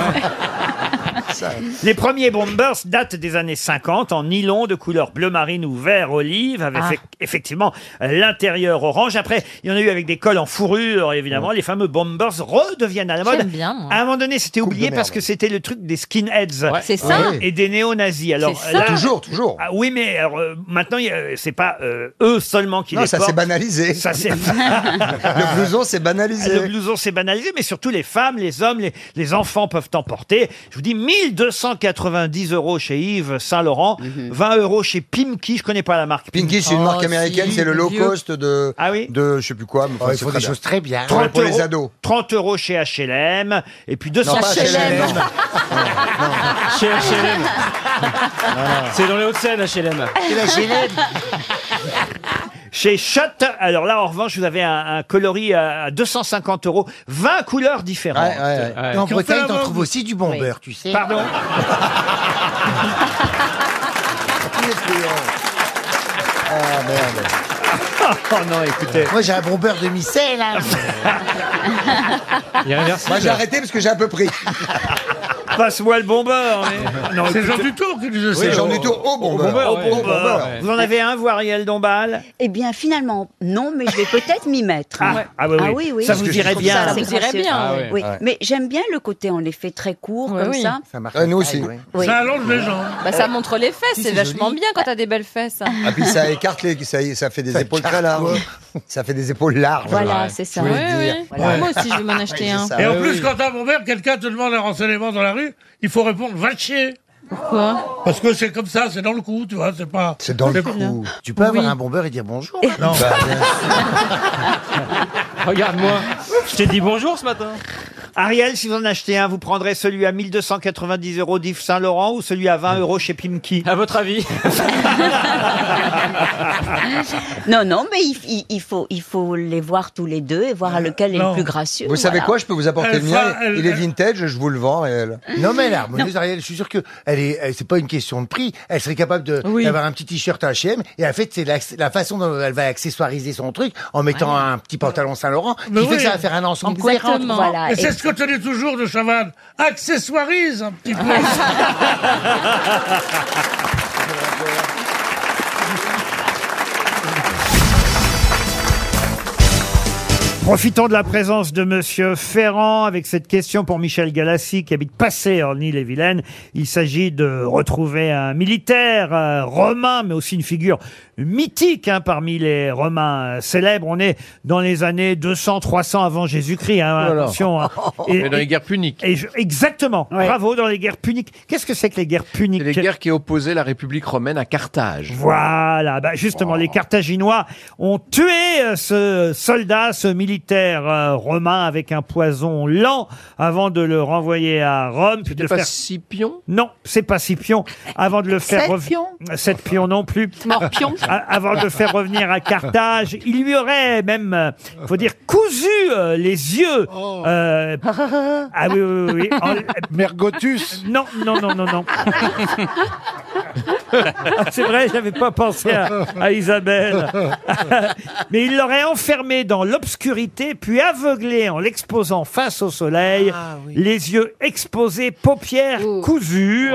Speaker 1: Les premiers bombers datent des années 50 en nylon de couleur bleu marine ou vert olive avec
Speaker 3: Ah.
Speaker 1: eff- effectivement l'intérieur orange. Après, il y en a eu avec des cols en fourrure évidemment. Les fameux bombers redeviennent à la mode.
Speaker 6: J'aime bien, moi.
Speaker 1: À un moment donné, c'était oublié
Speaker 2: merde.
Speaker 1: parce que c'était le truc des skinheads.
Speaker 6: C'est ça. Ouais.
Speaker 1: Et des néo-nazis. Alors
Speaker 6: C'est ça. Toujours,
Speaker 2: toujours.
Speaker 1: oui, mais alors, euh, maintenant, il y a- c'est pas euh, eux seulement qui
Speaker 2: Non,
Speaker 1: les
Speaker 2: ça s'est
Speaker 1: portent.
Speaker 2: banalisé.
Speaker 1: Ça
Speaker 2: *laughs*
Speaker 1: s'est *laughs*
Speaker 2: le blouson, c'est
Speaker 1: le
Speaker 2: banalisé.
Speaker 1: blouson s'est banalisé, mais surtout les femmes, les hommes, les, les enfants peuvent en porter. Je vous dis 1290 euros chez Yves Saint Laurent, 20 euros chez Pimki, je connais pas la marque.
Speaker 2: Pinky, Mhm. c'est une marque américaine, c'est le low cost de, de je sais plus quoi. Mais enfin,
Speaker 12: Oh, ils
Speaker 2: c'est
Speaker 12: font des
Speaker 2: bien.
Speaker 12: choses très bien.
Speaker 2: Ouais, pour les
Speaker 1: Ah euros-
Speaker 2: ados.
Speaker 1: 30 euros chez H&M et puis 200
Speaker 2: pas HLM.
Speaker 3: Chez HLM. C'est dans les Hauts-de-Seine, HLM.
Speaker 1: Chez Schott, alors là en revanche, vous avez un, un coloris à à 250 euros, 20 couleurs différentes.
Speaker 12: Et En Bretagne, t'en trouves aussi du bon beurre, tu sais. *laughs*
Speaker 1: Pardon
Speaker 12: Ah merde. *laughs*
Speaker 1: Oh non, écoutez.
Speaker 12: Moi j'ai un bon beurre demi-sel. *laughs* là.
Speaker 3: Il y a un verset,
Speaker 2: hein. Moi, j'ai
Speaker 3: là.
Speaker 2: arrêté parce que j'ai un peu pris.
Speaker 1: Passe-moi le bombeur. mais- Non,
Speaker 16: C'est Jean
Speaker 1: écoutez-
Speaker 16: Dutour qui disait
Speaker 2: Oui,
Speaker 16: ça.
Speaker 2: Jean Dutour, au bon beurre.
Speaker 1: Au
Speaker 2: Ouais.
Speaker 1: bombeur.
Speaker 2: Au bombeur, ouais.
Speaker 1: Vous en avez un, vous, Ariel Dombal
Speaker 7: Eh bien, finalement, non, mais je vais peut-être m'y mettre.
Speaker 1: Ah, ouais. Ah oui, oui. Ça vous
Speaker 7: Parce que
Speaker 1: irait
Speaker 7: je trouve
Speaker 1: bien.
Speaker 7: ça
Speaker 1: Ça vous
Speaker 7: gracieux.
Speaker 6: irait bien, Ah oui.
Speaker 7: Oui,
Speaker 1: ouais.
Speaker 7: Mais j'aime bien le côté, en effet, très court,
Speaker 6: Ouais,
Speaker 7: comme
Speaker 6: oui.
Speaker 7: ça.
Speaker 12: Ça marche.
Speaker 2: Euh, nous aussi.
Speaker 7: Oui.
Speaker 16: Ça allonge les gens.
Speaker 6: Bah, ça montre les fesses,
Speaker 7: Si,
Speaker 6: c'est
Speaker 7: c'est
Speaker 6: vachement bien quand t'as des belles fesses. hein.
Speaker 2: Ah puis ça écarte les, ça, y- ça fait des épaules très larges. Ça fait des épaules larges.
Speaker 7: Voilà, c'est ça.
Speaker 2: Je voulais
Speaker 6: Oui,
Speaker 2: dire.
Speaker 6: oui.
Speaker 2: Voilà.
Speaker 6: Moi aussi, je vais m'en acheter
Speaker 2: c'est
Speaker 6: un.
Speaker 2: ça.
Speaker 16: Et en
Speaker 2: Ouais,
Speaker 16: plus,
Speaker 2: oui.
Speaker 16: quand à mon père, quelqu'un te demande un renseignement dans la rue, il faut répondre va chier. Pourquoi Parce que c'est comme ça, c'est dans le coup, tu vois, c'est pas.
Speaker 2: C'est dans le
Speaker 16: pas-
Speaker 2: cou.
Speaker 12: Tu peux avoir un bon beurre et dire bonjour.
Speaker 16: Non.
Speaker 2: Bah, bien.
Speaker 3: Regarde-moi. Je t'ai dit bonjour ce matin.
Speaker 1: Ariel, si vous en achetez un, vous prendrez celui à 1290 euros d'Yves Saint-Laurent ou celui à 20 euros chez Pimki
Speaker 3: À votre
Speaker 1: *laughs*
Speaker 3: avis
Speaker 7: Non, non, mais il, il- il faut, il faut les voir tous les deux et voir à lequel est
Speaker 2: Non.
Speaker 7: le plus gracieux.
Speaker 2: Vous savez
Speaker 7: voilà.
Speaker 2: quoi Je peux vous
Speaker 7: Euh,
Speaker 2: apporter
Speaker 12: Elle
Speaker 2: le mien.
Speaker 12: fera- elle-
Speaker 2: il est
Speaker 12: elle-
Speaker 2: vintage, je vous le vends. Et elle.
Speaker 16: Mm.
Speaker 12: Non mais elle est harmonieuse, Ariel. Je suis sûr que elle est, elle- c'est pas une question de prix. Elle serait capable de d'avoir un petit t-shirt H&M et en fait c'est la, la façon dont elle va accessoiriser son truc en mettant un petit pantalon Saint Laurent qui
Speaker 16: Mais
Speaker 12: fait
Speaker 16: oui.
Speaker 12: que ça va faire un ensemble
Speaker 6: Exactement.
Speaker 12: cohérent.
Speaker 6: Voilà,
Speaker 16: Et c'est ce que quand on est toujours de Chavannes, accessoirise un petit *laughs* peu.
Speaker 1: *laughs* Profitons de la présence de Monsieur Ferrand avec cette question pour Michel Galassi qui habite Passé en Ille-et-Vilaine. Il s'agit de retrouver un militaire euh, romain, mais aussi une figure mythique hein, parmi les Romains euh, célèbres. On est dans les années 200-300 avant Jésus-Christ.
Speaker 21: Oh
Speaker 1: hein,
Speaker 21: là là.
Speaker 1: attention. hein.
Speaker 21: *laughs* Mais dans les guerres puniques.
Speaker 1: et je- exactement. Bravo dans les guerres puniques. Qu'est-ce que c'est que les guerres puniques
Speaker 21: Les guerres qui opposaient la République romaine à Carthage.
Speaker 1: Voilà, bah justement, les Carthaginois ont tué euh, ce soldat, ce militaire euh, romain avec un poison lent avant de le renvoyer à Rome. C'était
Speaker 21: pas
Speaker 1: Scipion Non, c'est pas Scipion. Avant de le faire
Speaker 21: Sept
Speaker 1: rev-
Speaker 21: pions
Speaker 1: Sept pions non plus.
Speaker 21: Morpion
Speaker 1: A- Avant de le faire revenir
Speaker 21: *laughs*
Speaker 1: à Carthage, il lui aurait même, euh, faut dire, cousu euh, les yeux. euh, ah oui, oui, oui. oui, en-
Speaker 18: Mergotus
Speaker 1: Non, non, non, non, non. *laughs* C'est vrai, j'avais pas pensé à, à Isabelle. Mais il l'aurait enfermé dans l'obscurité, puis aveuglé en l'exposant face au soleil, les yeux exposés, paupières cousues.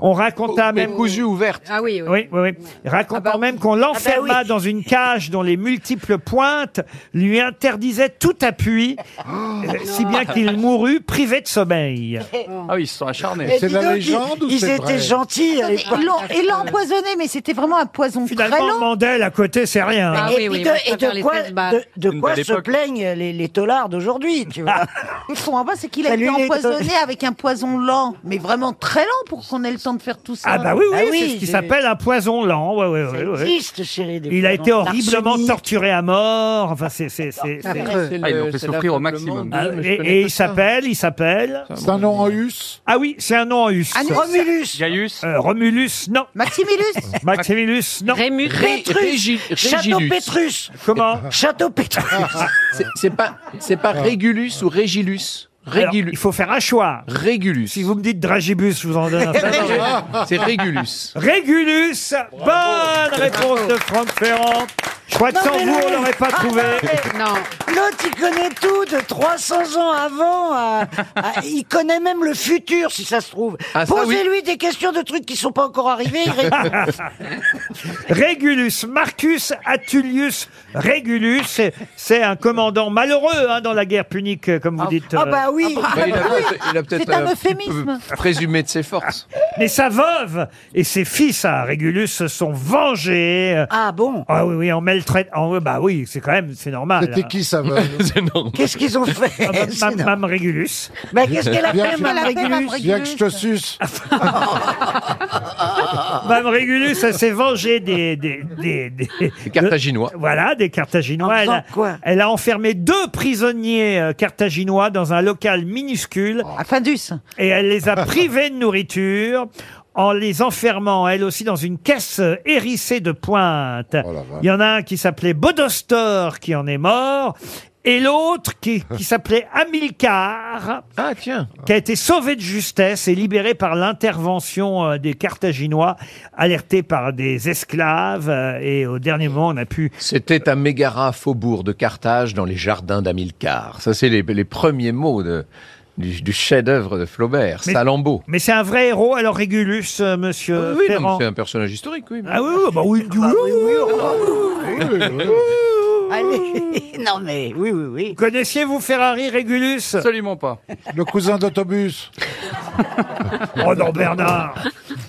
Speaker 1: On raconta même ah, bah. cousues ouvertes.
Speaker 2: Ah oui, oui.
Speaker 1: Oui, Ah bah oui, oui. Racontant même qu'on l'enferma dans une cage dont les multiples pointes lui interdisaient tout appui, euh, si bien qu'il mourut privé de *laughs* sommeil.
Speaker 21: Ah oui, ils se sont acharnés.
Speaker 1: *laughs* Mais C'est dis la donc, légende ils- ou ils c'est étaient vrai gentils à
Speaker 3: Attendez,
Speaker 1: l'époque.
Speaker 3: ils l'ont- euh, Ils l'ont empoisonné, mais c'était vraiment un poison très
Speaker 1: Finalement,
Speaker 3: long.
Speaker 1: Mandel à côté, c'est rien. hein.
Speaker 3: Ah
Speaker 4: et
Speaker 3: oui,
Speaker 4: puis
Speaker 3: oui,
Speaker 4: de,
Speaker 3: moi,
Speaker 4: et
Speaker 3: je préfère
Speaker 4: de
Speaker 3: les
Speaker 4: quoi,
Speaker 3: fesses basses.
Speaker 4: de, de
Speaker 3: Une
Speaker 4: quoi
Speaker 3: belle
Speaker 4: se
Speaker 3: époque.
Speaker 4: plaignent les, les taulards d'aujourd'hui, tu
Speaker 1: Ah.
Speaker 4: vois
Speaker 3: Ce qu'on voit pas, c'est qu'il a
Speaker 4: Salut,
Speaker 3: été
Speaker 4: les deux.
Speaker 3: empoisonné avec un poison lent, mais vraiment très lent pour qu'on ait le temps de faire tout ça.
Speaker 1: Ah bah oui, oui, c'est ce qui s'appelle un poison lent. Ouais, ouais, ouais, ouais.
Speaker 4: existe, chérie, des
Speaker 1: Il a
Speaker 4: poisons.
Speaker 1: été horriblement
Speaker 4: L'arsenic.
Speaker 1: torturé à mort. Enfin, c'est c'est c'est.
Speaker 4: Ah,
Speaker 1: c'est-
Speaker 4: affreux.
Speaker 21: Ah, ils l'ont fait souffrir au maximum.
Speaker 1: Ah, et et il s'appelle, il s'appelle. C'est un nom en us. Ah oui, c'est un nom en us.
Speaker 21: Anus.
Speaker 1: Romulus.
Speaker 21: Gaius.
Speaker 1: Romulus, non.
Speaker 3: Maximilus.
Speaker 1: *laughs* Maximilus, non.
Speaker 4: Rémus. Ré- Pétrus. Ré- Château Régilus. Pétrus.
Speaker 1: Comment
Speaker 4: Château Pétrus.
Speaker 1: *laughs*
Speaker 21: C'est pas, c'est pas
Speaker 1: Ah.
Speaker 21: Régulus ou Régilus. Régulus.
Speaker 1: il faut faire un choix.
Speaker 21: Régulus. Si
Speaker 1: vous me dites Dragibus, je vous en *laughs* donne un.
Speaker 21: *laughs* C'est Régulus.
Speaker 1: Régulus. Bonne réponse de Franck Ferrand. Je crois que
Speaker 4: Non,
Speaker 1: sans
Speaker 4: mais
Speaker 1: vous, on
Speaker 4: oui.
Speaker 1: l'aurait pas
Speaker 4: Ah,
Speaker 1: trouvé.
Speaker 4: non, mais- L'autre, il connaît tout de 300 ans avant. à- à- il connaît même le futur, si ça se trouve.
Speaker 1: Ah, ça,
Speaker 4: Posez-lui des questions de trucs qui sont pas encore arrivés. il
Speaker 1: *laughs*
Speaker 4: répond.
Speaker 1: Régulus, Marcus Atulius Régulus, c'est- c'est un commandant malheureux hein, dans la guerre punique, euh, comme vous dites.
Speaker 4: ah
Speaker 1: euh.
Speaker 4: bah oui. Ah bah
Speaker 21: il a peut-être- il a peut-être,
Speaker 1: C'est un
Speaker 21: euh,
Speaker 1: euphémisme.
Speaker 21: peu Présumé de ses forces.
Speaker 1: Mais sa veuve et ses fils à Régulus se sont vengés. euh,
Speaker 4: Ah bon
Speaker 1: Ah oui, oui, en maltraite. En, bah oui, c'est quand même, c'est normal.
Speaker 4: C'était qui, sa veuve
Speaker 21: *laughs*
Speaker 1: C'est normal.
Speaker 4: Qu'est-ce qu'ils ont fait
Speaker 1: Ah, ma-
Speaker 4: C'est
Speaker 1: ma-
Speaker 4: normal.
Speaker 1: Mme Régulus.
Speaker 4: Bah, qu'est-ce qu'elle a
Speaker 1: Viens
Speaker 4: fait,
Speaker 1: que-
Speaker 4: Mme Régulus
Speaker 18: Viens que je te suce.
Speaker 1: Mme Régulus, elle s'est vengée des... Des, des, des-
Speaker 21: Carthaginois.
Speaker 1: voilà, des Carthaginois. elle, a,
Speaker 4: quoi
Speaker 1: elle a enfermé deux prisonniers euh, carthaginois dans un local minuscule.
Speaker 3: À Findus.
Speaker 1: Et elle les a privés de nourriture en les enfermant, elle aussi, dans une caisse euh, hérissée de pointes.
Speaker 21: Oh,
Speaker 1: Il y en a un qui s'appelait Bodostor, qui en est mort, et l'autre qui, qui s'appelait Hamilcar.
Speaker 21: Ah, tiens.
Speaker 1: Qui a été sauvé de justesse et libéré par l'intervention euh, des Carthaginois, alertés par des esclaves. euh, Et au dernier moment, on a pu
Speaker 21: C'était à Mégara, faubourg de Carthage, dans les jardins d'Amilcar. Ça, c'est les, les premiers mots de- du, du chef-d'œuvre de Flaubert,
Speaker 1: Mais-
Speaker 21: Salammbô.
Speaker 1: Mais c'est un vrai héros, alors Régulus, euh, monsieur
Speaker 21: Oui, non, mais
Speaker 1: Ferrand.
Speaker 21: c'est un personnage historique, oui.
Speaker 1: Ah oui, oui, bah oui, oui,
Speaker 4: Allez, *laughs* non mais oui, oui, oui.
Speaker 1: Connaissiez-vous Ferrari Régulus
Speaker 21: Absolument pas.
Speaker 18: Le cousin d'autobus.
Speaker 1: Oh non, Bernard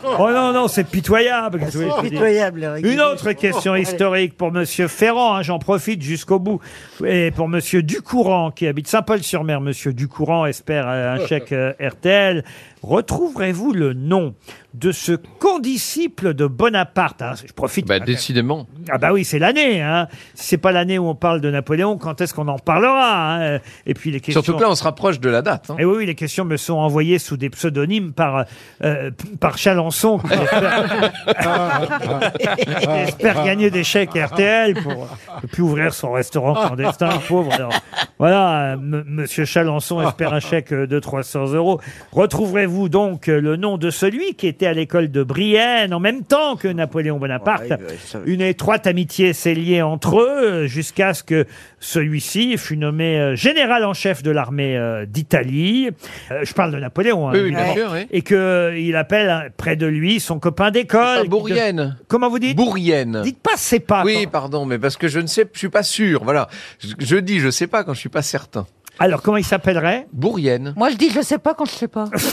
Speaker 1: Oh non, non, c'est pitoyable. qu'est-ce que vous voulez que je dise
Speaker 4: Pitoyable, la
Speaker 1: Une
Speaker 4: Régulus.
Speaker 1: autre question
Speaker 4: Oh, allez.
Speaker 1: historique pour Monsieur Ferrand, hein, j'en profite jusqu'au bout, et pour Monsieur Ducourant qui habite Saint-Paul-sur-Mer. Monsieur Ducourant espère euh, un chèque euh, RTL. Retrouverez-vous le nom de ce condisciple de Bonaparte hein, Je profite.
Speaker 21: Bah, décidément.
Speaker 1: Ah bah oui, c'est l'année. Hein. Si c'est pas l'année où on parle de Napoléon, quand est-ce qu'on en parlera hein Et puis les questions.
Speaker 21: Surtout que là, on se rapproche de la date. hein.
Speaker 1: Et oui, oui, les questions me sont envoyées sous des pseudonymes par, euh, p- par Chalençon,
Speaker 21: *laughs*
Speaker 1: qui espère, qui
Speaker 21: Ah.
Speaker 1: espère gagner des chèques RTL pour ne plus ouvrir son restaurant
Speaker 21: Ah.
Speaker 1: clandestin, le pauvre.
Speaker 21: Ah.
Speaker 1: Alors, voilà, euh, m- monsieur Chalençon espère un chèque euh, de 300 euros. Retrouverez-vous Connaissez-vous donc le nom de celui qui était à l'école de Brienne en même temps que Napoléon Bonaparte
Speaker 7: Ouais, ouais, je savais.
Speaker 1: Une étroite amitié s'est liée entre eux euh, jusqu'à ce que celui-ci fût nommé euh, général en chef de l'armée euh, d'Italie. Euh, je parle de Napoléon. hein,
Speaker 21: Oui, oui, bien sûr,
Speaker 1: évidemment.
Speaker 21: oui.
Speaker 1: Et qu'il appelle hein, près de lui son copain d'école.
Speaker 21: C'est pas Bourrienne.
Speaker 1: Comment vous dites
Speaker 21: Bourrienne.
Speaker 1: Dites pas c'est pas.
Speaker 21: Oui, pardon, mais parce que je ne sais, je suis pas sûr. Voilà, je, je dis je sais pas quand je suis pas certain.
Speaker 1: Alors comment il s'appellerait
Speaker 21: Bourrienne.
Speaker 5: Moi, je dis, je sais pas quand je sais pas.
Speaker 1: *laughs*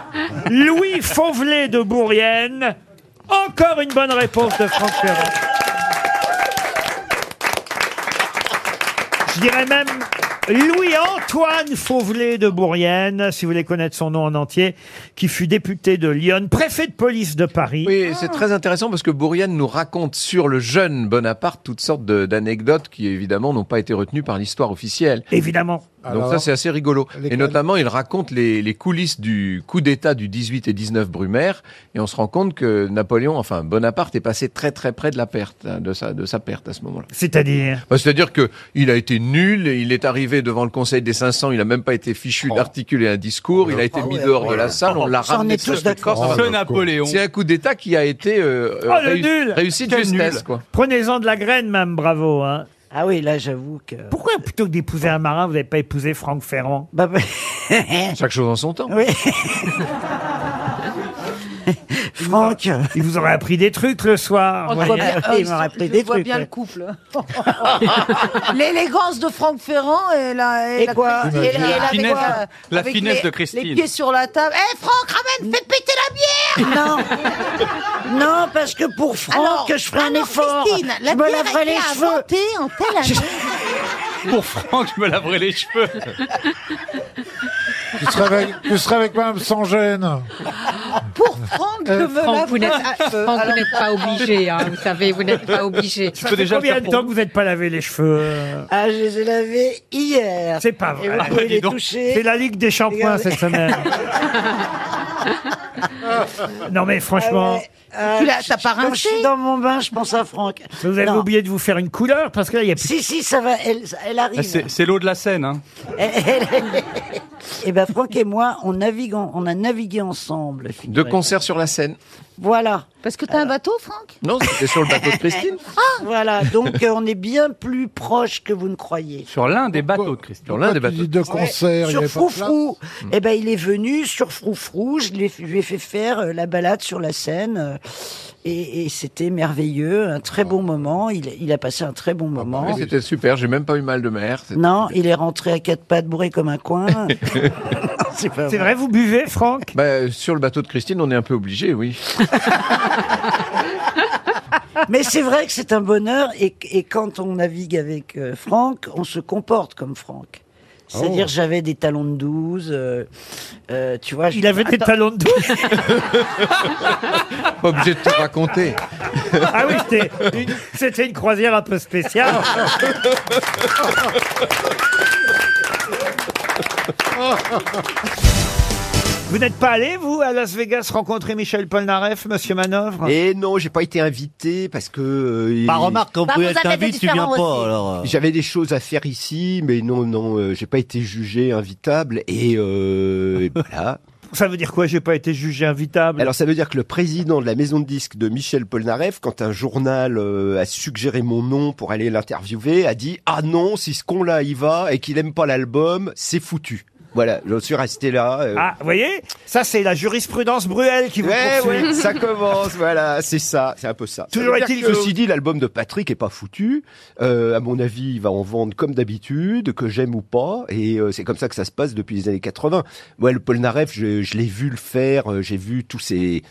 Speaker 1: Ah. Louis Fauvelet de Bourrienne. Encore une bonne réponse de Franck Ferrand. Je dirais même Louis-Antoine Fauvelet de Bourrienne, si vous voulez connaître son nom en entier, qui fut député de Lyon, préfet de police de Paris.
Speaker 21: Oui, c'est très intéressant parce que Bourrienne nous raconte sur le jeune Bonaparte toutes sortes de- d'anecdotes qui évidemment n'ont pas été retenues par l'histoire officielle.
Speaker 1: Évidemment.
Speaker 21: Donc ça c'est assez rigolo. Et notamment il raconte les, les coulisses du coup d'État du 18 et 19 Brumaire et on se rend compte que Napoléon, enfin Bonaparte est passé très très près de la perte, hein, de sa, de sa perte à ce moment-là.
Speaker 1: C'est-à-dire
Speaker 21: Bah, C'est-à-dire que il a été nul, et il est arrivé devant le Conseil des 500, il a même pas été
Speaker 1: Oh.
Speaker 21: fichu d'articuler un discours, il a été
Speaker 22: Ah
Speaker 21: mis
Speaker 22: ouais,
Speaker 21: dehors de
Speaker 22: ouais.
Speaker 21: la salle, on l'a
Speaker 22: Ça, on
Speaker 21: ramené
Speaker 22: est tous
Speaker 21: sur le
Speaker 22: d'accord.
Speaker 21: corps.
Speaker 22: Ce Napoléon.
Speaker 21: C'est un coup d'État qui a été euh, euh,
Speaker 1: Oh, le
Speaker 21: réu-
Speaker 1: nul
Speaker 21: réussi de
Speaker 1: Quel
Speaker 21: justesse.
Speaker 1: nul.
Speaker 21: Quoi.
Speaker 1: Prenez-en de la graine, même, bravo. Hein.
Speaker 4: Ah oui, là, j'avoue que.
Speaker 1: Pourquoi plutôt que d'épouser un marin, vous n'avez pas épousé Franck Ferrand
Speaker 4: *laughs*
Speaker 21: Chaque chose en son temps.
Speaker 4: Bah, Oui. Franck.
Speaker 1: *laughs* Il vous aurait appris des trucs le soir.
Speaker 4: On te voit
Speaker 3: euh,
Speaker 1: voyez.
Speaker 4: bien- Ah, il m'aurait appris des trucs, ouais.
Speaker 3: couple. *laughs* L'élégance de Franck Ferrand et la et,
Speaker 4: Et
Speaker 3: la-
Speaker 4: quoi
Speaker 3: et la- et la-
Speaker 4: La
Speaker 3: avec-
Speaker 4: finesse-
Speaker 3: euh,
Speaker 4: la
Speaker 3: avec
Speaker 4: finesse
Speaker 3: les-
Speaker 4: de Christine.
Speaker 3: Les pieds sur la table. Eh Franck, ramène, fais péter la bière.
Speaker 4: Non. *laughs* Non, parce que pour Franck,
Speaker 3: Alors,
Speaker 4: je ferai un
Speaker 3: alors,
Speaker 4: effort.
Speaker 3: Christine, la
Speaker 4: je me
Speaker 3: bière
Speaker 4: laverai
Speaker 3: était
Speaker 4: les cheveux.
Speaker 3: inventée en
Speaker 4: *laughs*
Speaker 3: telle année.
Speaker 22: Pour Franck, je me laverai les cheveux.
Speaker 18: Tu serais avec, tu serais avec Madame sans gêne.
Speaker 3: Pour Franck,
Speaker 18: Euh,
Speaker 3: je me
Speaker 18: Franck,
Speaker 3: laverai
Speaker 18: vous n'êtes-
Speaker 3: les cheveux.
Speaker 5: Franck, vous
Speaker 3: Alors-
Speaker 5: n'êtes pas obligé, hein, vous savez, vous n'êtes pas obligé.
Speaker 1: Ça fait combien de temps que vous n'êtes pas lavé les cheveux euh
Speaker 4: Ah, je les ai lavés
Speaker 3: *laughs*
Speaker 4: hier.
Speaker 1: C'est pas vrai.
Speaker 4: Et vous pouvez les toucher.
Speaker 1: C'est la ligue des shampoings
Speaker 4: Regardez. *laughs*
Speaker 1: cette semaine. non mais franchement,
Speaker 4: Ah,
Speaker 3: Tu l'as- t'as pas
Speaker 4: quand
Speaker 3: rincé
Speaker 4: Je suis dans mon bain, je pense à Franck.
Speaker 1: vous avez
Speaker 4: Non.
Speaker 1: oublié de vous faire une couleur parce que là il y a plus.
Speaker 4: Si, si, ça va, elle, elle
Speaker 1: Ah,
Speaker 4: arrive.
Speaker 22: Ah, C'est l'eau de la Seine.
Speaker 4: *laughs*
Speaker 22: Hein.
Speaker 4: Eh ben, Franck et moi, on, navigue en- on a navigué ensemble.
Speaker 21: Deux
Speaker 4: figurez-vous.
Speaker 21: concerts sur la scène.
Speaker 4: Voilà.
Speaker 3: Parce que t'as un bateau, Franck Ah
Speaker 21: Non, c'était sur le bateau
Speaker 3: *laughs*
Speaker 21: de Christine.
Speaker 4: Voilà, donc euh, on est bien plus proche que vous ne croyez.
Speaker 23: Sur l'un des bateaux de Christine.
Speaker 21: Sur l'un des bateaux. Hmm.
Speaker 18: De concert, il y
Speaker 4: sur
Speaker 18: avait pas de
Speaker 4: Froufrou. Eh ben, il est venu sur Froufrou. Je l'ai- je lui ai fait faire euh, la balade sur la Seine. euh, et et c'était merveilleux, un très bon moment. Il, il a passé un très bon moment.
Speaker 21: Oui, Ah. c'était super, j'ai même pas eu mal de mer. c'était- *laughs*
Speaker 4: non, il est rentré à quatre pattes bourré comme un coin. C'est pas
Speaker 1: *laughs* C'est vrai, vous buvez, Franck
Speaker 21: Bah, sur le bateau de Christine, on est un peu obligé, oui.
Speaker 4: Mais c'est vrai que c'est un bonheur et, et quand on navigue avec euh, Franck, on se comporte comme Franck. C'est-à-dire
Speaker 1: Oh.
Speaker 4: j'avais des talons de 12, euh, euh, tu vois.
Speaker 1: Il avait des talons de 12
Speaker 4: *laughs*
Speaker 21: Pas obligé de tout raconter.
Speaker 1: Ah oui, c'était une, c'était une croisière un peu spéciale.
Speaker 8: Ah.
Speaker 1: Vous n'êtes pas allé, vous, à Las Vegas rencontrer Michel Polnareff, monsieur Manœuvre
Speaker 19: Et Eh non, j'ai pas été invité parce que. euh,
Speaker 15: Bah,
Speaker 19: il-
Speaker 15: remarque, quand Bah, Bruel vous avez t'invite, des tu viens différents pas, aussi. alors, euh.
Speaker 19: J'avais des choses à faire ici, mais non, non, euh, j'ai pas été jugé invitable et, euh,
Speaker 1: *laughs*
Speaker 19: et voilà.
Speaker 1: Ça veut dire quoi J'ai pas été jugé invitable.
Speaker 19: Alors ça veut dire que le président de la maison de disques de Michel Polnareff, quand un journal euh, a suggéré mon nom pour aller l'interviewer, a dit ah non si ce con là y va et qu'il aime pas l'album, c'est foutu. Voilà, je suis resté là. euh.
Speaker 1: Ah, vous voyez Ça, c'est la jurisprudence Bruel qui vous
Speaker 19: Ouais,
Speaker 1: poursuit.
Speaker 19: ouais, ça commence, voilà, c'est ça, c'est un peu ça.
Speaker 1: Toujours
Speaker 19: Ça veut dire
Speaker 1: est-il
Speaker 19: que...
Speaker 1: que-
Speaker 19: Ceci dit, l'album de Patrick est pas foutu. Euh, à mon avis, il va en vendre comme d'habitude, que j'aime ou pas, et euh, c'est comme ça que ça se passe depuis les années 80. Moi, le Polnareff, je, je l'ai vu le faire, euh, j'ai vu tous ces...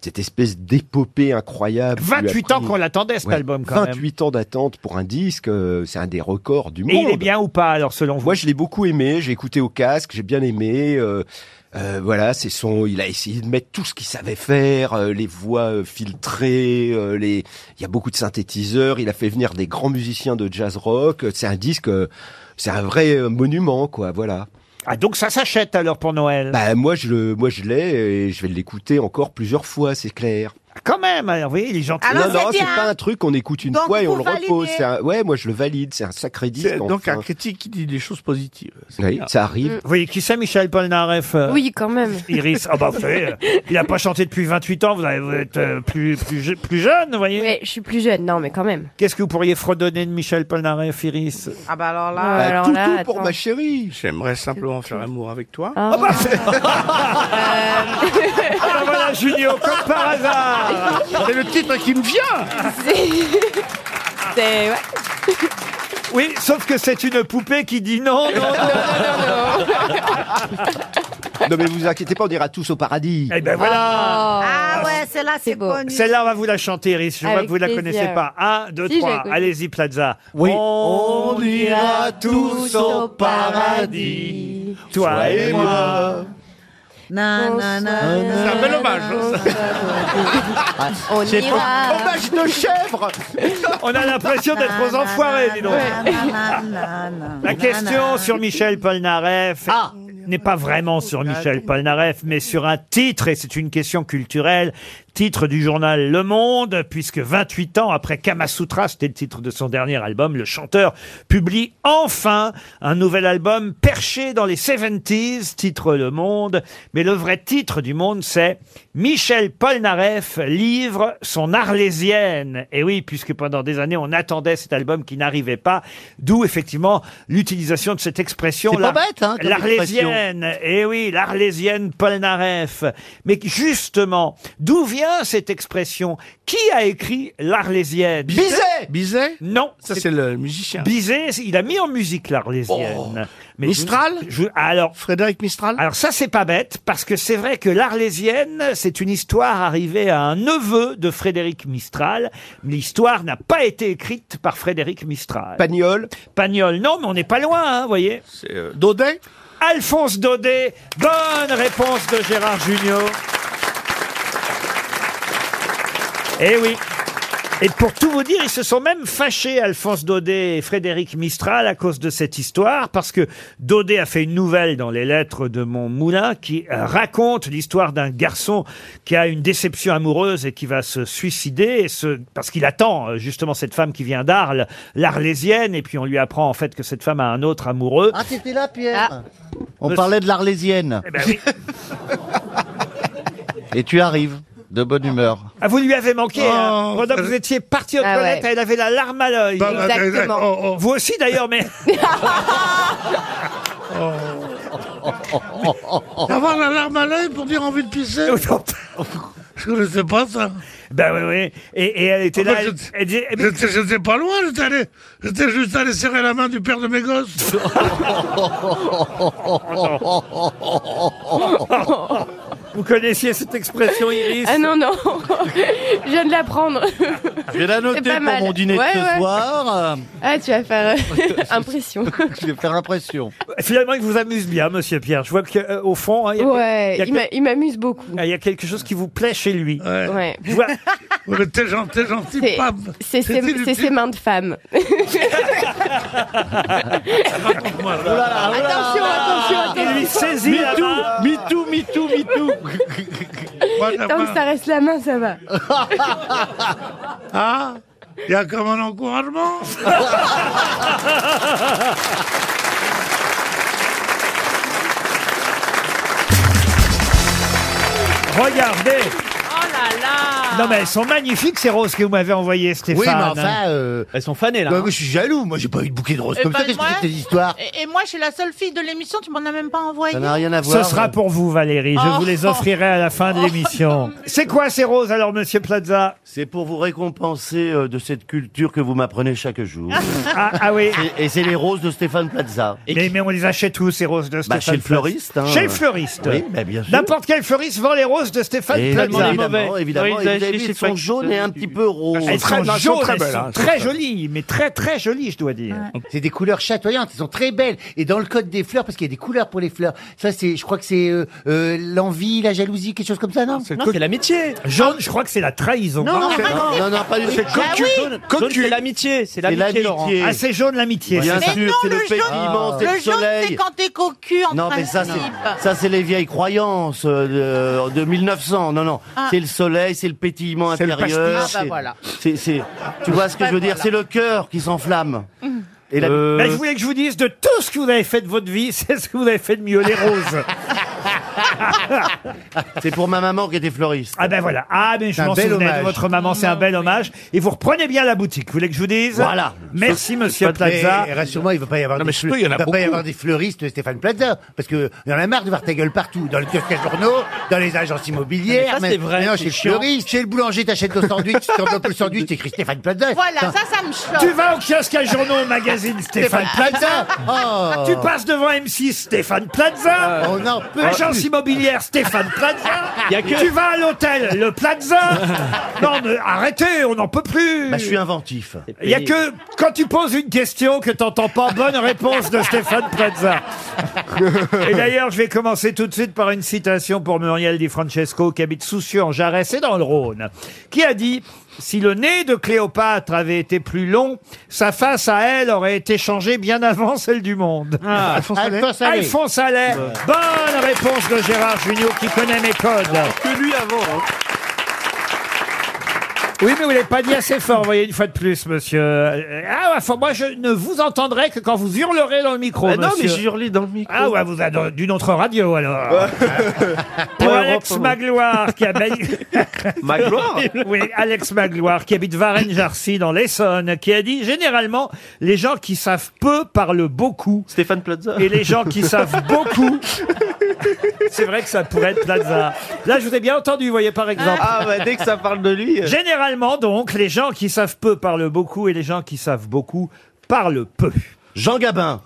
Speaker 19: Cette espèce d'épopée incroyable. qui lui a
Speaker 1: 28 ans
Speaker 19: pris-
Speaker 1: qu'on l'attendait, cet album, quand même.
Speaker 19: 28 ans d'attente pour un disque, euh, c'est un des records du
Speaker 1: Et
Speaker 19: monde.
Speaker 1: il est bien ou pas, alors, selon vous
Speaker 19: Moi, je l'ai beaucoup aimé. J'ai écouté au casque. J'ai bien aimé. euh, euh, voilà, c'est son. Il a essayé de mettre tout ce qu'il savait faire, euh, les voix euh, filtrées, euh, les. Il y a beaucoup de synthétiseurs. Il a fait venir des grands musiciens de jazz rock. C'est un disque. euh, c'est un vrai euh, monument, quoi. Voilà.
Speaker 1: Ah, donc ça s'achète, alors, pour Noël
Speaker 19: Bah moi je le, moi je l'ai et je vais l'écouter encore plusieurs fois, c'est clair.
Speaker 1: Ah, Quand même, alors, vous voyez, les gens...
Speaker 19: non, non, c'est pas un truc qu'on écoute une
Speaker 1: Donc,
Speaker 19: fois et
Speaker 1: vous
Speaker 19: on le repose.
Speaker 1: validez.
Speaker 19: C'est un- Ouais, moi je le valide, c'est un sacré disque.
Speaker 1: C'est donc un
Speaker 19: critique qui dit des choses positives. Oui, ça arrive.
Speaker 1: Vous voyez qui c'est, Michel Polnareff euh,
Speaker 7: Oui, quand même.
Speaker 1: Iris, ah bah vous savez, euh, il n'a pas chanté depuis 28 ans, vous, avez- vous êtes euh, plus, plus, je- plus jeune, vous voyez
Speaker 7: Mais je suis plus jeune, non, mais quand
Speaker 2: *laughs*
Speaker 7: même.
Speaker 1: Qu'est-ce que vous pourriez fredonner de Michel Polnareff, Iris
Speaker 7: Ah bah alors
Speaker 1: là- Bah,
Speaker 7: alors
Speaker 1: toutou
Speaker 7: là,
Speaker 1: pour Oh, bah,
Speaker 7: attends.
Speaker 1: ma
Speaker 19: chérie.
Speaker 17: J'aimerais simplement faire l'amour avec toi.
Speaker 7: Ah,
Speaker 1: Ah
Speaker 2: ben
Speaker 1: voilà, Junio, comme par
Speaker 2: *laughs*
Speaker 1: hasard
Speaker 17: C'est le titre qui me vient
Speaker 7: C'est... Ouais.
Speaker 1: Oui, sauf que c'est une poupée qui dit non, non, non,
Speaker 19: *laughs* Non mais vous inquiétez pas, on ira tous au paradis.
Speaker 1: Eh ben voilà
Speaker 8: Ah ouais, celle-là, c'est connu.
Speaker 1: Celle-là, on va vous la chanter, Iris. Je vois
Speaker 8: Avec
Speaker 1: que vous ne la
Speaker 8: plaisir.
Speaker 1: connaissez pas. Un, deux,
Speaker 8: Si, je la
Speaker 1: trois.
Speaker 8: connais.
Speaker 1: Allez-y, Plaza. Oui. On
Speaker 8: ira
Speaker 1: tous au paradis, toi et moi.
Speaker 3: Na, na, na, na,
Speaker 17: C'est un bel
Speaker 3: na,
Speaker 17: hommage.
Speaker 7: On
Speaker 17: *laughs* C'est
Speaker 7: ira.
Speaker 17: pas-
Speaker 19: Hommage de chèvre
Speaker 1: On a l'impression d'être aux enfoirés, dis donc. La question sur Michel Polnareff n'est pas vraiment sur Michel Polnareff, mais sur un titre, et c'est une question culturelle, titre du journal Le Monde, puisque 28 ans après Kamasutra, c'était le titre de son dernier album, le chanteur publie enfin un nouvel album perché dans les 70s, titre Le Monde, mais le vrai titre du Monde, c'est Michel Polnareff livre son Arlésienne. Et oui, puisque pendant des années, on attendait cet album qui n'arrivait pas, d'où effectivement l'utilisation de cette expression.
Speaker 15: C'est pas
Speaker 1: l'Ar-
Speaker 15: bête, hein, comme
Speaker 1: L'Arlésienne. Et Eh oui, l'Arlésienne Polnareff. Mais justement, d'où vient cette expression Qui a écrit l'Arlésienne Bizet Bizet Non. Ça, c'est le musicien. Bizet, il a mis en musique l'Arlésienne. Mais Mistral Alors. Frédéric Mistral Alors, ça, c'est pas bête, parce que c'est vrai que l'Arlésienne, c'est une histoire arrivée à un neveu de Frédéric Mistral. Mais L'histoire n'a pas été écrite par Frédéric Mistral. Pagnol Pagnol, non, mais on n'est pas loin, hein, vous voyez. Daudet Alphonse Daudet. Bonne réponse de Gérard Junior. Eh oui. Et pour tout vous dire, ils se sont même fâchés, Alphonse Daudet et Frédéric Mistral, à cause de cette histoire, parce que Daudet a fait une nouvelle dans les lettres de mon moulin qui euh, raconte l'histoire d'un garçon qui a une déception amoureuse et qui va se suicider, et ce- parce qu'il attend euh, justement cette femme qui vient d'Arles, l'Arlésienne, et puis on lui apprend en fait que cette femme a un autre amoureux.
Speaker 15: Ah, t'étais là, Pierre
Speaker 1: Monsieur-
Speaker 12: de l'Arlésienne.
Speaker 1: Eh ben oui.
Speaker 12: Et tu arrives, de bonne humeur.
Speaker 1: Ah, vous lui avez
Speaker 22: *laughs*
Speaker 1: manqué,
Speaker 12: Oh,
Speaker 1: hein. pendant que vous étiez parti aux
Speaker 12: Ah
Speaker 1: toilettes,
Speaker 12: ouais.
Speaker 1: elle avait la larme à l'œil.
Speaker 12: Bah, bah, Exactement. oh,
Speaker 1: Vous aussi d'ailleurs, mais...
Speaker 16: *laughs* Avoir la larme à l'œil pour dire envie de pisser Je ne sais pas ça. Ah,
Speaker 1: Ben oui, oui. Et, elle était là, elle-
Speaker 16: J'étais j'étais pas loin, j'étais allé- j'étais juste allé serrer la main du père de mes gosses.
Speaker 1: *laughs* Vous connaissiez cette expression, Iris
Speaker 7: Ah non, *laughs* non. je viens de l'apprendre.
Speaker 22: Ah, Je vais la noter
Speaker 7: C'est pas
Speaker 22: pour
Speaker 7: mal.
Speaker 22: mon dîner de
Speaker 7: Ouais,
Speaker 22: ce
Speaker 7: ouais.
Speaker 22: soir.
Speaker 7: Ah, tu vas faire euh, *laughs* impression.
Speaker 1: Je vais faire l'impression. Finalement, il vous amuse bien, monsieur Pierre. Je vois qu'au fond, hein, il y a-
Speaker 7: Ouais,
Speaker 1: il y a
Speaker 7: il m'a- il m'amuse beaucoup.
Speaker 1: Ah, il y a quelque chose qui vous plaît chez lui.
Speaker 7: Ouais.
Speaker 1: Je *laughs* vois-
Speaker 16: T'es gentil, gentil,
Speaker 7: C'est-
Speaker 16: pam.
Speaker 7: C'est ses-
Speaker 16: C'était du
Speaker 7: c'est ses mains de femme.
Speaker 16: Attention,
Speaker 7: attention,
Speaker 16: attention.
Speaker 1: lui saisit
Speaker 16: Me
Speaker 1: la
Speaker 16: too,
Speaker 1: main.
Speaker 16: me too, me too, me too.
Speaker 7: Tant que ça reste la main, ça
Speaker 22: *laughs*
Speaker 7: va.
Speaker 16: Ah, il y a comme un
Speaker 1: *laughs*
Speaker 16: encouragement.
Speaker 1: Oh Regardez
Speaker 6: Oh là là
Speaker 1: Ah. Non, mais elles sont magnifiques, ces roses que vous m'avez envoyées, Stéphane.
Speaker 12: Oui, mais enfin,
Speaker 1: Elles sont fanées,
Speaker 12: là, hein. je suis jaloux. Moi, j'ai pas eu de bouquet de roses
Speaker 14: Eh
Speaker 12: comme
Speaker 14: ben,
Speaker 12: ça. Qu'est-ce que
Speaker 14: moi-
Speaker 12: c'est que cette histoire
Speaker 14: Et, et moi, je suis la seule fille de l'émission, tu m'en as même pas envoyé.
Speaker 1: Ce sera pour vous, Valérie. Je
Speaker 14: Oh.
Speaker 1: vous les offrirai à la fin de
Speaker 14: *laughs*
Speaker 1: l'émission. C'est quoi ces roses, alors, monsieur Plaza
Speaker 22: C'est pour vous récompenser euh, de cette culture que vous m'apprenez chaque jour.
Speaker 1: *laughs* ah, ah oui.
Speaker 22: Et, et c'est les roses de Stéphane Plaza.
Speaker 1: Mais, mais on les achète tous ces roses de
Speaker 22: Bah,
Speaker 1: Stéphane
Speaker 22: chez le
Speaker 1: Plaza
Speaker 22: fleuriste, hein.
Speaker 1: Chez le fleuriste.
Speaker 22: Oui, bah, bien sûr.
Speaker 1: N'importe quel fleuriste vend les roses de Stéphane
Speaker 22: Et
Speaker 1: Plaza.
Speaker 22: évidemment, évidemment, évidemment, et vous avez vu, ils sont jaunes et un petit peu roses.
Speaker 1: Elles sont jaunes, elles sont très, jolies.
Speaker 12: mais très très jolies, je dois dire. C'est des couleurs chatoyantes, elles sont très belles. Et dans le code des fleurs, parce qu'il y a des couleurs pour les fleurs. Ça, c'est, je crois que c'est euh, euh, l'envie, la jalousie, quelque chose comme ça, non
Speaker 1: Non, c'est
Speaker 12: l'amitié.
Speaker 1: Jaune, je crois que c'est la trahison.
Speaker 12: Non, non,
Speaker 1: C'est-
Speaker 12: non, non, non, pas du tout.
Speaker 1: C'est
Speaker 12: Ah
Speaker 1: cocu.
Speaker 12: oui.
Speaker 1: Jaune,
Speaker 12: Cocu.
Speaker 1: Bah jaune, c'est
Speaker 12: l'amitié, c'est l'amitié, Laurent.
Speaker 1: Ah, c'est jaune l'amitié.
Speaker 22: Bien
Speaker 1: c'est ça.
Speaker 22: sûr, c'est le, pétiment, c'est Euh, le,
Speaker 14: Le jaune, c'est
Speaker 22: soleil.
Speaker 14: quand t'es cocu, en
Speaker 22: Ah. Non, mais ça,
Speaker 14: principe.
Speaker 22: c'est ça, c'est les vieilles croyances euh, de, de 1900. Non, non,
Speaker 14: Ah.
Speaker 22: c'est le soleil.
Speaker 15: soleil, c'est le pétillement
Speaker 22: C'est le
Speaker 15: intérieur.
Speaker 22: pastis. Ah, bah
Speaker 15: c'est-
Speaker 22: voilà. Bah
Speaker 15: c'est- c'est- tu vois ce que je veux dire
Speaker 22: Voilà.
Speaker 15: C'est le cœur qui s'enflamme. Et la-
Speaker 1: Ben, je voulais que je vous dise de tout ce que vous avez fait de votre vie, *laughs* c'est ce que vous avez fait de mieux, les roses.
Speaker 15: *laughs* C'est pour ma maman qui était fleuriste.
Speaker 1: Ah ben voilà. Ah mais je
Speaker 15: Un
Speaker 1: m'en
Speaker 15: bel
Speaker 1: souvenais de
Speaker 15: hommage.
Speaker 1: votre maman, c'est un bel hommage. Et vous reprenez bien la boutique, vous voulez que je vous dise
Speaker 15: Voilà.
Speaker 1: Merci
Speaker 15: Pas
Speaker 1: Monsieur
Speaker 15: de-
Speaker 1: Plaza.
Speaker 15: Et- et
Speaker 12: Rassure-moi, il va pas y avoir,
Speaker 1: Non,
Speaker 12: des,
Speaker 1: mais surtout, il y en a
Speaker 12: va pas y
Speaker 1: beaucoup.
Speaker 12: avoir des fleuristes Stéphane Plaza, parce que il y en a marre de voir ta gueule partout, dans les kiosques à journaux, dans les agences
Speaker 15: Mais
Speaker 12: immobilières,
Speaker 15: ça, c'est vrai,
Speaker 12: mais non,
Speaker 15: c'est
Speaker 12: chez le
Speaker 15: chiant.
Speaker 12: fleuriste, chez le boulanger, t'achètes ton *laughs* sandwich, quand on peut le sandwich, t'écris Stéphane Plaza.
Speaker 14: Voilà,
Speaker 12: Enfin,
Speaker 14: ça, ça me choque.
Speaker 1: Tu vas au kiosque à journaux au magazine Stéphane Plaza.
Speaker 12: Oh.
Speaker 1: Ah, Tu passes devant M6 Stéphane Plaza.
Speaker 12: On en peut
Speaker 1: Agence
Speaker 12: plus.
Speaker 1: immobilière Stéphane
Speaker 12: Il Ah. *laughs* y
Speaker 1: Plaza.
Speaker 12: a que-
Speaker 1: Tu vas à l'hôtel le
Speaker 12: *laughs*
Speaker 1: Plaza. Non mais arrêtez, on n'en peut plus.
Speaker 15: Bah, je suis inventif.
Speaker 1: Il y a que quand tu poses une question que t'entends pas
Speaker 12: *laughs*
Speaker 1: bonne réponse de Stéphane Plaza. Et d'ailleurs, je vais commencer tout de suite par une citation pour Muriel Di Francesco qui habite Soucieux en Jarès et dans le Rhône, qui a dit si le nez de Cléopâtre avait été plus long, sa face à elle aurait été changée bien avant celle du monde.
Speaker 15: Ah, Alphonse Allais.
Speaker 1: Alphonse Allais. Alphonse Allais.
Speaker 15: Ouais.
Speaker 1: Bonne réponse de Gérard Junior qui connaît mes codes.
Speaker 15: Que lui avant.
Speaker 1: Oui, mais vous l'avez pas dit assez fort, vous voyez, une fois de plus, monsieur. Euh, Ah, ouais, enfin, moi, je ne vous entendrai que quand vous hurlerez dans le micro,
Speaker 15: Bah non, mais
Speaker 1: monsieur.
Speaker 15: j'ai hurlé dans le micro.
Speaker 1: Ah, ouais, vous êtes d'une autre radio, alors. Pour
Speaker 15: Ouais,
Speaker 1: Alex
Speaker 15: Europe,
Speaker 1: Magloire, qui habite...
Speaker 15: *laughs* Magloire
Speaker 1: Oui, Alex Magloire, qui habite Varennes-Jarcy, dans l'Essonne, qui a dit, généralement, les gens qui savent peu parlent beaucoup.
Speaker 15: Stéphane Plaza.
Speaker 1: Et les gens qui savent beaucoup... C'est vrai que ça pourrait être Plaza. Là, je vous ai bien entendu, vous voyez, par exemple.
Speaker 15: Ah, bah, dès que ça parle de lui. euh.
Speaker 1: Généralement, donc, les gens qui savent peu parlent beaucoup et les gens qui savent beaucoup parlent peu. Oh,
Speaker 15: Jean Gabin.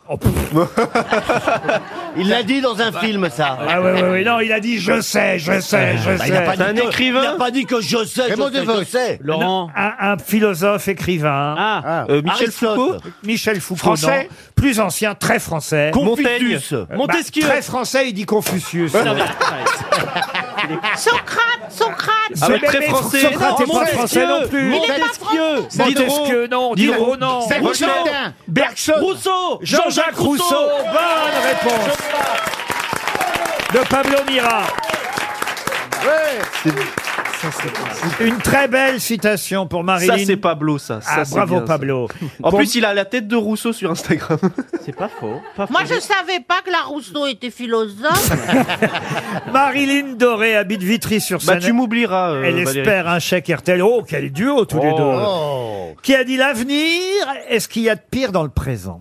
Speaker 15: Il l'a dit dans un film, ça.
Speaker 1: Ah ouais, ouais, ouais, non, il a dit je sais, je sais, je
Speaker 15: Bah,
Speaker 1: sais.
Speaker 15: il a pas dit que- Il n'a pas dit que je sais,
Speaker 1: Raymond
Speaker 15: je sais,
Speaker 1: Devos.
Speaker 15: je sais.
Speaker 1: Non, Un, un philosophe écrivain.
Speaker 15: Ah. Euh, Michel
Speaker 1: Aristote.
Speaker 15: Foucault
Speaker 1: Michel Foucault.
Speaker 15: Français
Speaker 1: non. Plus ancien, très français.
Speaker 15: Confucius.
Speaker 1: Montaigne. Bah,
Speaker 15: Montesquieu.
Speaker 1: très français, il dit Confucius.
Speaker 15: Ouais, non, mais-
Speaker 14: *laughs* Socrate, Socrate.
Speaker 1: Ce Ah, bébé Socrate est pas français non plus.
Speaker 14: Montesquieu,
Speaker 1: Montesquieu, non. Diderot, non.
Speaker 15: Rousseau,
Speaker 1: Bergson.
Speaker 15: Rousseau,
Speaker 1: Jean-Jacques Rousseau. Bonne réponse. De Pablo Mira. Une très belle citation pour Marilyn.
Speaker 20: Ça, c'est Pablo, ça. Ça,
Speaker 1: Ah,
Speaker 20: c'est
Speaker 1: bravo
Speaker 20: bien, ça.
Speaker 1: Pablo.
Speaker 20: En
Speaker 1: Pour-
Speaker 20: plus, il a la tête de Rousseau sur Instagram. C'est pas faux.
Speaker 14: Moi, je savais pas que la Rousseau était philosophe.
Speaker 1: *laughs* Marilyn Doré habite Vitry-sur-Seine.
Speaker 20: Bah, tu m'oublieras, euh,
Speaker 1: Elle
Speaker 20: Valérie.
Speaker 1: espère un chèque RTL. Oh, quel duo tous les
Speaker 20: Oh.
Speaker 1: deux. Qui a dit l'avenir Est-ce qu'il y a de pire dans le présent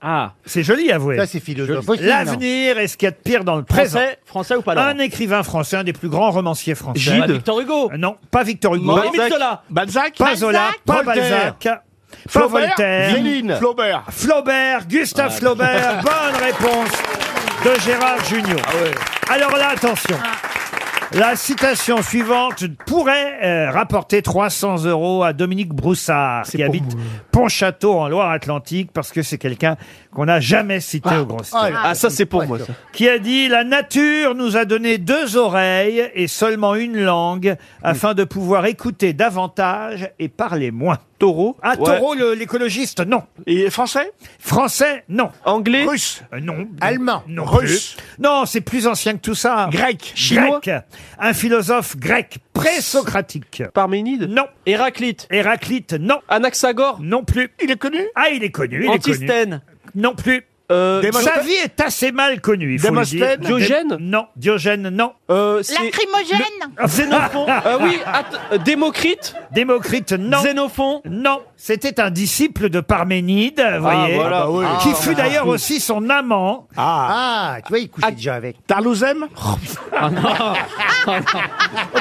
Speaker 1: Ah. C'est joli, avouez.
Speaker 12: Ça, c'est philosophe aussi,
Speaker 1: L'avenir, est-ce qu'il y a de pire dans le présent
Speaker 12: Français
Speaker 1: Français ou pas Un écrivain français, un des plus grands romanciers français.
Speaker 20: Gide. Bah, Victor
Speaker 1: Hugo Euh, Non, pas Victor Hugo.
Speaker 20: Balzac. Émile Zola. Balzac.
Speaker 1: Pas Zola, pas
Speaker 20: Voltaire.
Speaker 1: Balzac. Pas
Speaker 20: Flaubert.
Speaker 1: Voltaire.
Speaker 20: Zéline. Flaubert.
Speaker 1: Flaubert, Gustave
Speaker 20: Ouais.
Speaker 1: Flaubert. Bonne réponse de Gérard Junior. Alors là, attention. La citation suivante pourrait euh, rapporter 300 euros à Dominique Broussard, qui habite Pontchâteau en Loire-Atlantique, parce que c'est quelqu'un qu'on n'a jamais cité au gros
Speaker 20: Ah, ça, c'est pour moi, ça.
Speaker 1: qui a dit La nature nous a donné deux oreilles et seulement une langue afin de pouvoir écouter davantage et parler moins. Taureau Ah,
Speaker 20: Ouais.
Speaker 1: taureau, le- l'écologiste, non. Et français Français, non. Anglais Russe Euh, Non. Allemand Non. Russe Non, c'est plus ancien que tout ça. Grec
Speaker 20: Chinois
Speaker 1: Un philosophe grec pré-socratique. Parménide Non. Héraclite Héraclite, non. Anaxagore Non plus. Il est connu Ah, il est connu. il est connu.
Speaker 20: Antisthène.
Speaker 1: Non plus. Sa vie est assez mal connue, il faut le dire.
Speaker 20: Démosthène Diogène
Speaker 1: Dé- Non, Diogène, non.
Speaker 14: Lacrymogène.
Speaker 1: Le- Ah,
Speaker 20: Xénophon. Euh, oui, att- euh,
Speaker 1: Démocrite Démocrite, non. Xénophon Non. C'était un disciple de Parménide, vous voyez,
Speaker 12: voilà, Ah bah oui.
Speaker 1: qui
Speaker 12: Ah,
Speaker 1: fut
Speaker 12: on a
Speaker 1: d'ailleurs
Speaker 12: tout.
Speaker 1: aussi son amant.
Speaker 12: Ah, tu vois, il couchait déjà avec. Tarlouzem
Speaker 2: Oh,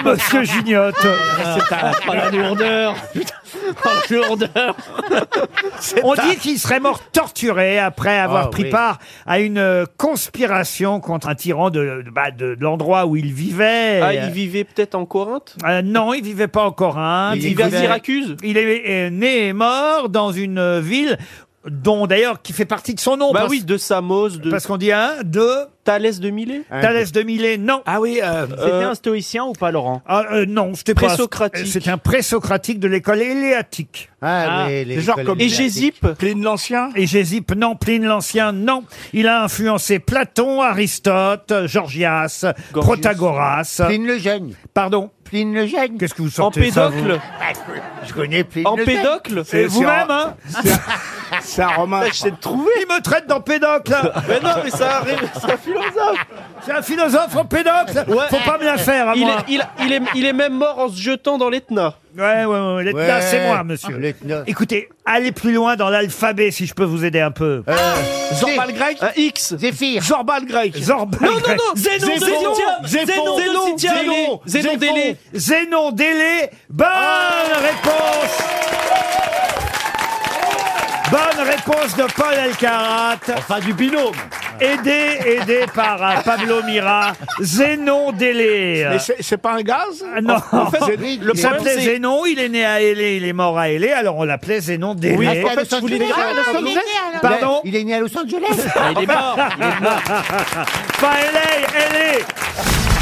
Speaker 1: Monsieur Oh, bah, Gignotte.
Speaker 20: C'est un- oh, la lourdeur.
Speaker 1: Oh, On dit qu'il serait mort torturé après avoir
Speaker 20: Ah,
Speaker 1: pris
Speaker 20: oui.
Speaker 1: part à une euh, conspiration contre un tyran de, de- bah, de- de l'endroit où il vivait.
Speaker 20: Ah, il vivait peut-être en Corinthe
Speaker 1: Euh, non, il vivait pas en Corinthe.
Speaker 20: Il vivait à Syracuse
Speaker 1: Il est euh, né et mort dans une euh, ville dont d'ailleurs qui fait partie de son nom.
Speaker 20: Bah
Speaker 1: parce-
Speaker 20: oui, de Samos, de...
Speaker 1: Parce qu'on dit un, deux...
Speaker 20: Thalès de Milet
Speaker 1: Thalès de Milet, non. Ah oui,
Speaker 20: euh,
Speaker 2: Euh,
Speaker 20: C'était un stoïcien ou pas, Laurent
Speaker 2: Ah,
Speaker 1: Ah, euh, non, c'était pas.
Speaker 20: Présocratique.
Speaker 1: C'était un présocratique de l'école éléatique.
Speaker 20: Ah, oui, les genre écoles comme- Et éléatiques.
Speaker 1: Pline l'Ancien Et Gésippe, non. Pline l'Ancien, non. Il a influencé Platon, Aristote, Gorgias, Protagoras. Pline le Jeune. Pardon
Speaker 2: Pline le Jeune.
Speaker 1: Qu'est-ce que vous
Speaker 2: sortez
Speaker 1: ça, vous
Speaker 2: Je connais Pline
Speaker 1: En
Speaker 2: le Jeune.
Speaker 1: pédocle C'est- Et c'est vous-même, un- hein
Speaker 2: C'est un roman.
Speaker 1: Tâchez de trouver. Il me traite dans pédocle.
Speaker 2: Mais non, mais ça arrive, c'est un
Speaker 1: philosophe. C'est un philosophe en pédocle. Faut pas me la faire à
Speaker 20: il
Speaker 1: moi.
Speaker 20: Est, il, il est, il est même mort en se jetant dans l'Etna.
Speaker 1: Ouais, ouais, ouais. L'Etna, c'est moi, monsieur. Écoutez, allez plus loin dans l'alphabet si je peux vous aider un peu.
Speaker 20: Ah, Zorbal grec X.
Speaker 2: Zéphyr.
Speaker 20: Zorbal grec.
Speaker 1: Zorbal
Speaker 20: Non, non, non.
Speaker 1: grec.
Speaker 20: Zénon de Citium.
Speaker 1: Zéphon.
Speaker 20: Zénon de
Speaker 1: Zéphon.
Speaker 20: Citium.
Speaker 1: Zénon.
Speaker 20: Zénon Ah.
Speaker 1: Zéphon.
Speaker 20: Délé.
Speaker 1: Zénon Délé. Bonne réponse. Bonne réponse de Paul Alcarat. Enfin, du binôme. Aidé, aidé par euh, Pablo Mira. Zénon Délé.
Speaker 2: Mais c'est-
Speaker 1: pas un gaz Ah, Non.
Speaker 2: En fait, le
Speaker 1: il
Speaker 2: problème,
Speaker 1: s'appelait
Speaker 2: c'est-
Speaker 1: Zénon, il est né à Hélé, il est mort à Hélé, alors on l'appelait Zénon Délé.
Speaker 2: Oui, en fait, je voulais dire- Ah, non, il est né à-
Speaker 1: Pardon Ah,
Speaker 2: Il est né à Los Angeles.
Speaker 1: Pas LA, LA. *laughs*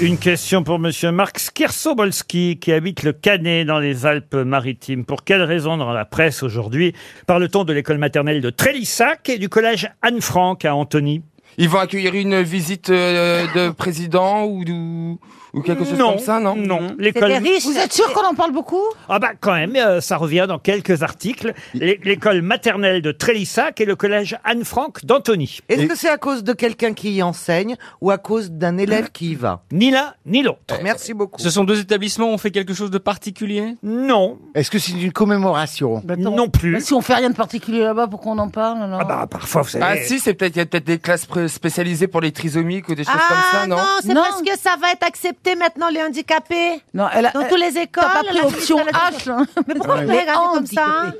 Speaker 1: Une question pour Monsieur Marc Skiersobolski, qui habite le Canet dans les Alpes-Maritimes. Pour quelle raison, dans la presse aujourd'hui, parle-t-on de l'école maternelle de Trélissac et du collège Anne-Franck à Antony
Speaker 24: Ils vont accueillir une visite euh, de président ou, ou, ou quelque chose
Speaker 1: Non,
Speaker 24: comme ça, non
Speaker 1: non. L'école- C'était riche.
Speaker 8: Vous êtes sûr qu'on en parle beaucoup
Speaker 1: Ah bah quand même, euh, ça revient dans quelques articles. L'é- L'école maternelle de Trélissac et le collège Anne-Franck d'Antony.
Speaker 2: Est-ce que c'est à cause de quelqu'un qui y enseigne ou à cause d'un élève qui y va Eh,
Speaker 1: Ni l'un ni l'autre.
Speaker 2: Merci beaucoup.
Speaker 25: Ce sont deux établissements où on fait quelque chose de particulier
Speaker 1: Non. Bah,
Speaker 2: Est-ce que c'est une commémoration
Speaker 24: Bah,
Speaker 1: Non plus.
Speaker 8: Bah, Si on fait rien de particulier là-bas, pour qu'on en parle alors Ah
Speaker 1: bah parfois, vous
Speaker 24: Ah si, c'est peut-être il y a peut-être des classes pré- spécialisées pour les trisomiques ou des choses comme
Speaker 2: Ah,
Speaker 24: ça, non
Speaker 8: Ah, non, c'est parce
Speaker 1: Ah,
Speaker 8: que ça va être accepté maintenant les handicapés. Non,
Speaker 24: elle a-
Speaker 8: dans
Speaker 24: elle-
Speaker 8: toutes les écoles.
Speaker 24: t'as pas pris
Speaker 8: la
Speaker 24: option hein.
Speaker 8: ministre, elle a dit- *laughs* Mais pourquoi
Speaker 24: Ouais.
Speaker 8: vous me regardez comme ça hein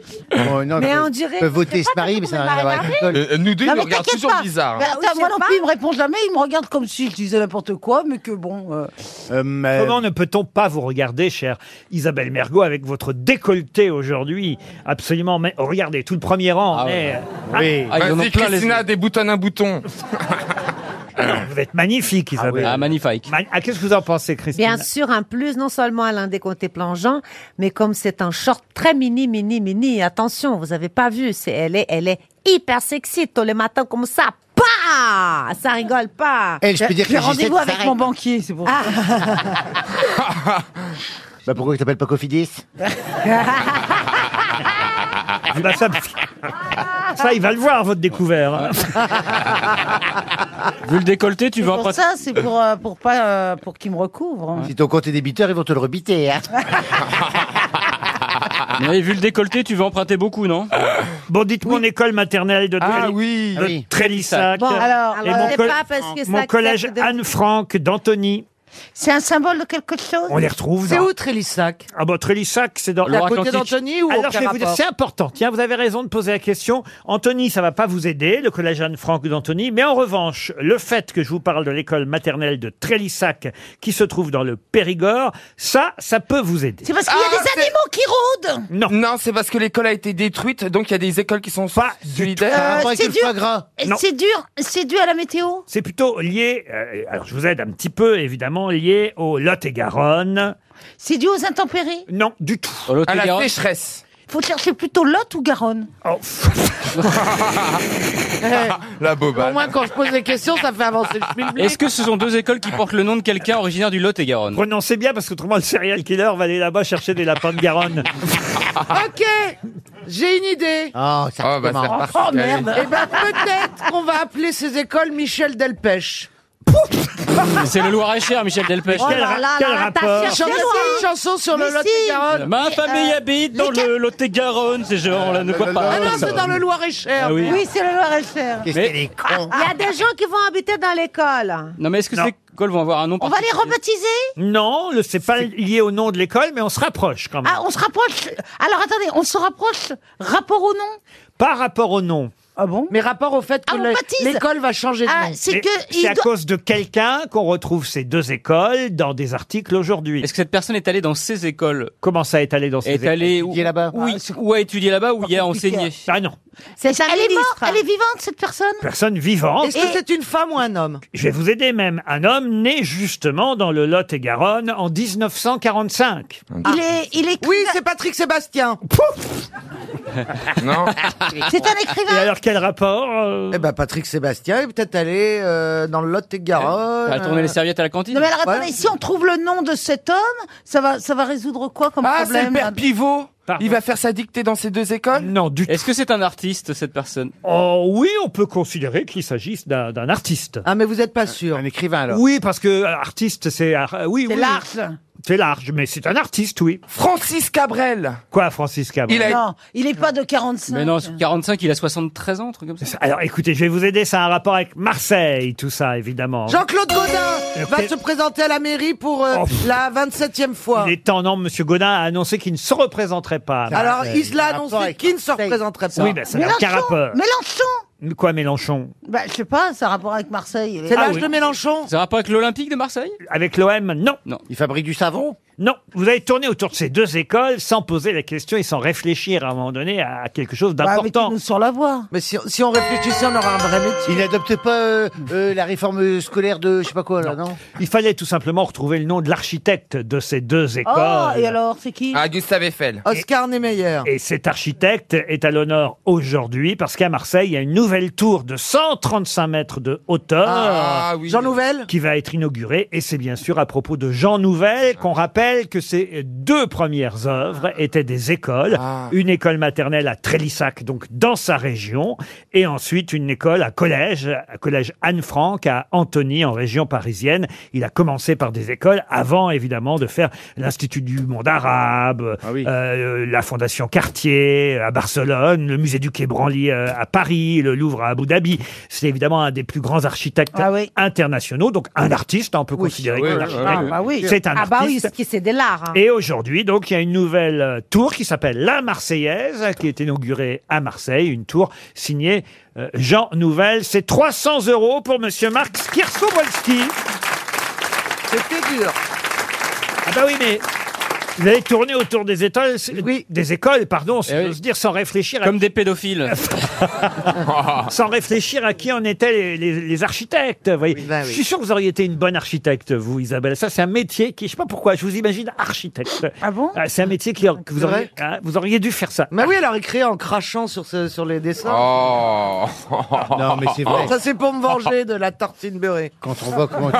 Speaker 8: Mais on dirait.
Speaker 12: Oh, peut voter ce mari, mais ça hein, n'a rien à voir avec l'école.
Speaker 24: Euh, nous deux,
Speaker 12: Non,
Speaker 24: ils nous
Speaker 12: mais
Speaker 24: regardent
Speaker 12: t'inquiète
Speaker 24: toujours
Speaker 12: pas.
Speaker 24: bizarre.
Speaker 12: Bah,
Speaker 8: attends, moi non
Speaker 3: plus, il me répond jamais. Il me regarde comme si je disais n'importe quoi, mais que bon. euh,
Speaker 12: Euh,
Speaker 1: Comment ne peut-on pas vous regarder, chère Isabelle Mergot, avec votre décolleté aujourd'hui Absolument, mais oh, regardez, tout le premier rang. on est- Ah,
Speaker 24: Vas-y, Christina, déboutonne un
Speaker 1: *laughs*
Speaker 24: bouton.
Speaker 1: Vous êtes magnifique, Isabelle.
Speaker 25: Ah, magnifique.
Speaker 1: Ah, qu'est-ce que vous en pensez, Christina
Speaker 8: Bien sûr, en plus, non seulement à l'un des côtés plongeants, mais comme c'est un short très mini, mini, mini, attention, vous avez pas vu, c'est, elle est, elle est hyper sexy, tous les matins comme ça, pas, ça rigole pas.
Speaker 3: Eh, je peux dire J'ai que Gisette rendez-vous avec *laughs* s'arrête. mon banquier, c'est pour ça.
Speaker 8: Ah.
Speaker 12: Bah pourquoi il t'appelle pas Cofidis
Speaker 1: Ah bah
Speaker 12: *laughs*
Speaker 1: ça, ça, il va le voir, votre découvert. hein. *laughs*
Speaker 24: Vu le décolleté, tu
Speaker 3: C'est pour ça, c'est pour, euh, pour, pas, euh, pour qu'il me recouvre. hein.
Speaker 12: Si ton compte est débiteur, ils vont te le rebiter. hein.
Speaker 24: Ah,
Speaker 25: *laughs* Mais vu le décolleté, tu vas emprunter beaucoup, non
Speaker 1: *coughs* Bon, dites mon école maternelle de,
Speaker 25: ah,
Speaker 1: Tréli-
Speaker 25: oui. euh,
Speaker 1: de Trélissac.
Speaker 8: Bon, alors,
Speaker 1: Et
Speaker 8: alors,
Speaker 1: mon,
Speaker 8: c'est
Speaker 1: coll-
Speaker 8: pas parce que ça
Speaker 1: mon collège
Speaker 8: accepte de-
Speaker 1: Anne-Franck d'Antony.
Speaker 8: C'est un symbole de quelque chose
Speaker 1: On les retrouve.
Speaker 2: C'est
Speaker 1: dans-
Speaker 2: où Trélissac
Speaker 1: Ah bon, Trélissac, c'est dans...
Speaker 2: C'est à côté Loire-Atlantique. d'Antony ou
Speaker 1: Alors,
Speaker 2: aucun
Speaker 1: je vais vous dire,
Speaker 2: rapport
Speaker 1: c'est important. Tiens, vous avez raison de poser la question. Anthony, ça va pas vous aider, le collège Anne-Franck d'Antony. Mais en revanche, le fait que je vous parle de l'école maternelle de Trélissac, qui se trouve dans le Périgord, ça, ça peut vous aider.
Speaker 24: parce qu'il y a des animaux qui rôdent
Speaker 1: Non.
Speaker 24: Ah, Non, c'est parce que l'école a été détruite, donc il y a des écoles qui sont
Speaker 2: Ah,
Speaker 24: solidaires. Ah,
Speaker 8: Euh, c'est dur. Et
Speaker 1: Non.
Speaker 8: C'est dur. C'est dû à la météo.
Speaker 1: C'est plutôt lié, euh, alors je vous aide un petit peu, évidemment, lié au Lot-et-Garonne.
Speaker 8: C'est dû aux intempéries.
Speaker 1: Non, du tout.
Speaker 24: À la sécheresse.
Speaker 8: Faut chercher plutôt Lot ou Garonne.
Speaker 24: Oh. *laughs* la boba.
Speaker 8: moins quand je pose des questions, ça fait avancer
Speaker 3: *laughs*
Speaker 8: le
Speaker 25: Est-ce que ce sont deux écoles qui portent le nom de quelqu'un originaire du Lot-et-Garonne
Speaker 1: Prononcez bien, parce qu'autrement, le serial killer va aller là-bas chercher des lapins de Garonne.
Speaker 2: Ok, j'ai une idée.
Speaker 1: Oh,
Speaker 24: ça Oh, Ah. bah, commence. c'est reparti, Oh, merde.
Speaker 2: Eh ben peut-être qu'on va appeler ces écoles Michel Delpech.
Speaker 25: C'est le Loir-et-Cher, Michel Delpech.
Speaker 2: Oh là là là,
Speaker 25: quel
Speaker 2: là, t'as
Speaker 25: rapport
Speaker 2: cherché Chanson- loin. une chanson sur le Mais Lot-et-Garonne. si.
Speaker 25: Ma
Speaker 2: Mais,
Speaker 25: famille
Speaker 2: euh,
Speaker 25: habite dans le Lot-et-Garonne, c'est genre là, ne quoi pas.
Speaker 2: Ah non, c'est dans le Loir-et-Cher.
Speaker 25: Ah oui. Oui,
Speaker 8: c'est le Loir-et-Cher.
Speaker 25: Qu'est-ce Mais- qu'elle est
Speaker 1: Ah.
Speaker 25: con.
Speaker 8: Il y a des gens qui vont habiter dans l'école.
Speaker 25: Non, mais est-ce que
Speaker 1: Non.
Speaker 25: ces écoles vont avoir un nom
Speaker 8: On va les rebaptiser
Speaker 1: Non, le- c'est pas lié au nom de l'école, mais on se rapproche quand même.
Speaker 8: Ah, on se rapproche. Alors attendez, on se rapproche rapport au nom
Speaker 1: Par rapport au nom.
Speaker 2: Ah bon Mais rapport au fait que
Speaker 8: Ah, on
Speaker 2: le-
Speaker 8: baptise.
Speaker 2: l'école va changer de nom.
Speaker 8: Ah, c'est
Speaker 1: Et
Speaker 8: que
Speaker 1: c'est
Speaker 8: il
Speaker 1: à
Speaker 8: doit-
Speaker 1: cause de quelqu'un qu'on retrouve ces deux écoles dans des articles aujourd'hui.
Speaker 25: Est-ce que cette personne est allée dans ces écoles
Speaker 1: Comment ça est allée dans ces
Speaker 25: Est
Speaker 1: écoles
Speaker 25: allée où,
Speaker 1: là-bas.
Speaker 25: où, où a étudié là-bas, où il a enseigné
Speaker 1: Ah non,
Speaker 8: c'est elle est morte, elle est vivante cette personne
Speaker 1: personne vivante.
Speaker 8: Est-ce que Et- c'est
Speaker 1: une femme ou un homme Je vais vous aider même. Un homme né justement dans le Lot-et-Garonne en 1945.
Speaker 8: Il est, il est.
Speaker 2: Oui, c'est Patrick Sébastien.
Speaker 8: *laughs*
Speaker 1: *laughs*
Speaker 20: Non.
Speaker 1: Ah,
Speaker 2: C'est un écrivain.
Speaker 1: Et alors quel rapport euh
Speaker 2: Eh ben Patrick Sébastien est peut-être allé euh, dans le Lot-et-Garonne.
Speaker 23: Elle a tourné les serviettes à la cantine
Speaker 2: Non, mais elle a-
Speaker 3: Alors attendez,
Speaker 2: Ouais.
Speaker 3: si on trouve le nom de cet homme, ça va, ça va résoudre quoi comme
Speaker 26: Ah, c'est
Speaker 3: problème
Speaker 26: le père pivot Il va faire sa dictée dans ces deux écoles
Speaker 1: Non, du
Speaker 23: Est-ce que c'est un artiste, cette personne
Speaker 1: Oh oui, on peut considérer qu'il s'agisse d'un d'un artiste.
Speaker 2: Ah, mais vous n'êtes pas sûr. Un
Speaker 1: écrivain alors. Oui, parce que euh, artiste, c'est ar- euh, oui,
Speaker 26: C'est
Speaker 1: oui.
Speaker 26: large.
Speaker 1: C'est large, mais c'est un artiste, oui.
Speaker 26: Francis Cabrel.
Speaker 1: Quoi, Francis Cabrel
Speaker 3: Non, il n'est pas de 45.
Speaker 23: Mais non, sur 45, il a 73 ans, un truc comme ça.
Speaker 1: Alors écoutez, je vais vous aider, ça a un rapport avec Marseille, tout ça, évidemment.
Speaker 2: Jean-Claude Godin
Speaker 1: Euh,
Speaker 2: va
Speaker 1: quel-
Speaker 2: se présenter à la mairie pour euh,
Speaker 1: Oh, pff.
Speaker 2: la 27e fois.
Speaker 1: Il est temps, non, Monsieur Godin a annoncé qu'il ne se représenterait pas. à
Speaker 2: Alors,
Speaker 1: Marseille.
Speaker 2: il l'a annoncé qu'il ne se représenterait pas.
Speaker 1: Oui, ben, ça n'a aucun rapport.
Speaker 3: Mélenchon
Speaker 1: Quoi, Mélenchon
Speaker 3: Bah, je sais pas, ça a rapport avec Marseille.
Speaker 1: C'est l'âge Ah oui. de
Speaker 2: Mélenchon
Speaker 23: Ça a rapport avec l'Olympique de Marseille
Speaker 1: Avec l'OM, non.
Speaker 23: Non.
Speaker 1: Il fabrique du savon Non. Vous avez tourné autour de ces deux écoles sans poser la question et sans réfléchir à un moment donné à quelque chose
Speaker 2: Bah
Speaker 1: d'important.
Speaker 3: nous sur la voie.
Speaker 2: Mais si, si on réfléchissait, on aura un vrai métier.
Speaker 12: Il n'adopte pas euh, euh, la réforme scolaire de je sais pas quoi, là, non
Speaker 1: Il fallait tout simplement retrouver le nom de l'architecte de ces deux écoles.
Speaker 3: Oh, et alors, c'est qui
Speaker 26: Ah, Gustave Eiffel.
Speaker 2: Oscar Niemeyer.
Speaker 1: Et cet architecte est à l'honneur aujourd'hui parce qu'à Marseille, il y a une nouvelle tour de 135 mètres de hauteur.
Speaker 26: Ah, oui. Jean
Speaker 2: Nouvel
Speaker 1: Qui va être inaugurée. Et c'est bien sûr à propos de Jean Nouvel qu'on rappelle que ses deux premières œuvres étaient des écoles.
Speaker 26: Ah.
Speaker 1: Une école maternelle à Trélissac, donc dans sa région. Et ensuite une école à collège, à collège Anne-Franck à Antony en région parisienne. Il a commencé par des écoles avant évidemment de faire l'Institut du monde arabe,
Speaker 26: Ah
Speaker 1: euh, la Fondation Cartier à Barcelone, le musée du Quai Branly euh, à Paris, le Louvre à Abu Dhabi. C'est évidemment un des plus grands architectes internationaux, donc un artiste, on peut considérer
Speaker 26: Oui,
Speaker 1: qu'un
Speaker 26: oui,
Speaker 1: architecte.
Speaker 26: ah, bah oui.
Speaker 1: C'est un
Speaker 14: ah bah oui,
Speaker 1: artiste.
Speaker 14: ce qui c'est de l'art. hein.
Speaker 1: Et aujourd'hui, donc, il y a une nouvelle euh, tour qui s'appelle La Marseillaise, qui est inaugurée à Marseille, une tour signée euh, Jean Nouvel. C'est 300 euros pour Monsieur Marc Skirskowalski.
Speaker 2: C'était dur.
Speaker 1: Ah bah oui, mais... Vous avez tourné autour des écoles, des écoles, pardon, si j'ose dire, sans réfléchir à
Speaker 23: Eh Comme des pédophiles.
Speaker 1: *laughs* sans réfléchir à qui en étaient les, les- les architectes. vous voyez.
Speaker 2: bah
Speaker 1: Je suis sûr que vous auriez été une bonne architecte, vous, Isabelle. Ça, c'est un métier qui, je sais pas pourquoi, je vous imagine architecte.
Speaker 2: Ah bon
Speaker 1: C'est un métier qui, que vous
Speaker 2: C'est vrai
Speaker 1: auriez, ah, vous auriez dû faire ça.
Speaker 2: Mais oui, elle a récréé en crachant sur, ce- sur les dessins.
Speaker 20: Oh Non, mais c'est
Speaker 2: Ça, c'est pour
Speaker 1: *laughs*
Speaker 2: me venger de la tartine beurrée.
Speaker 12: Quand on voit *laughs* comment tu...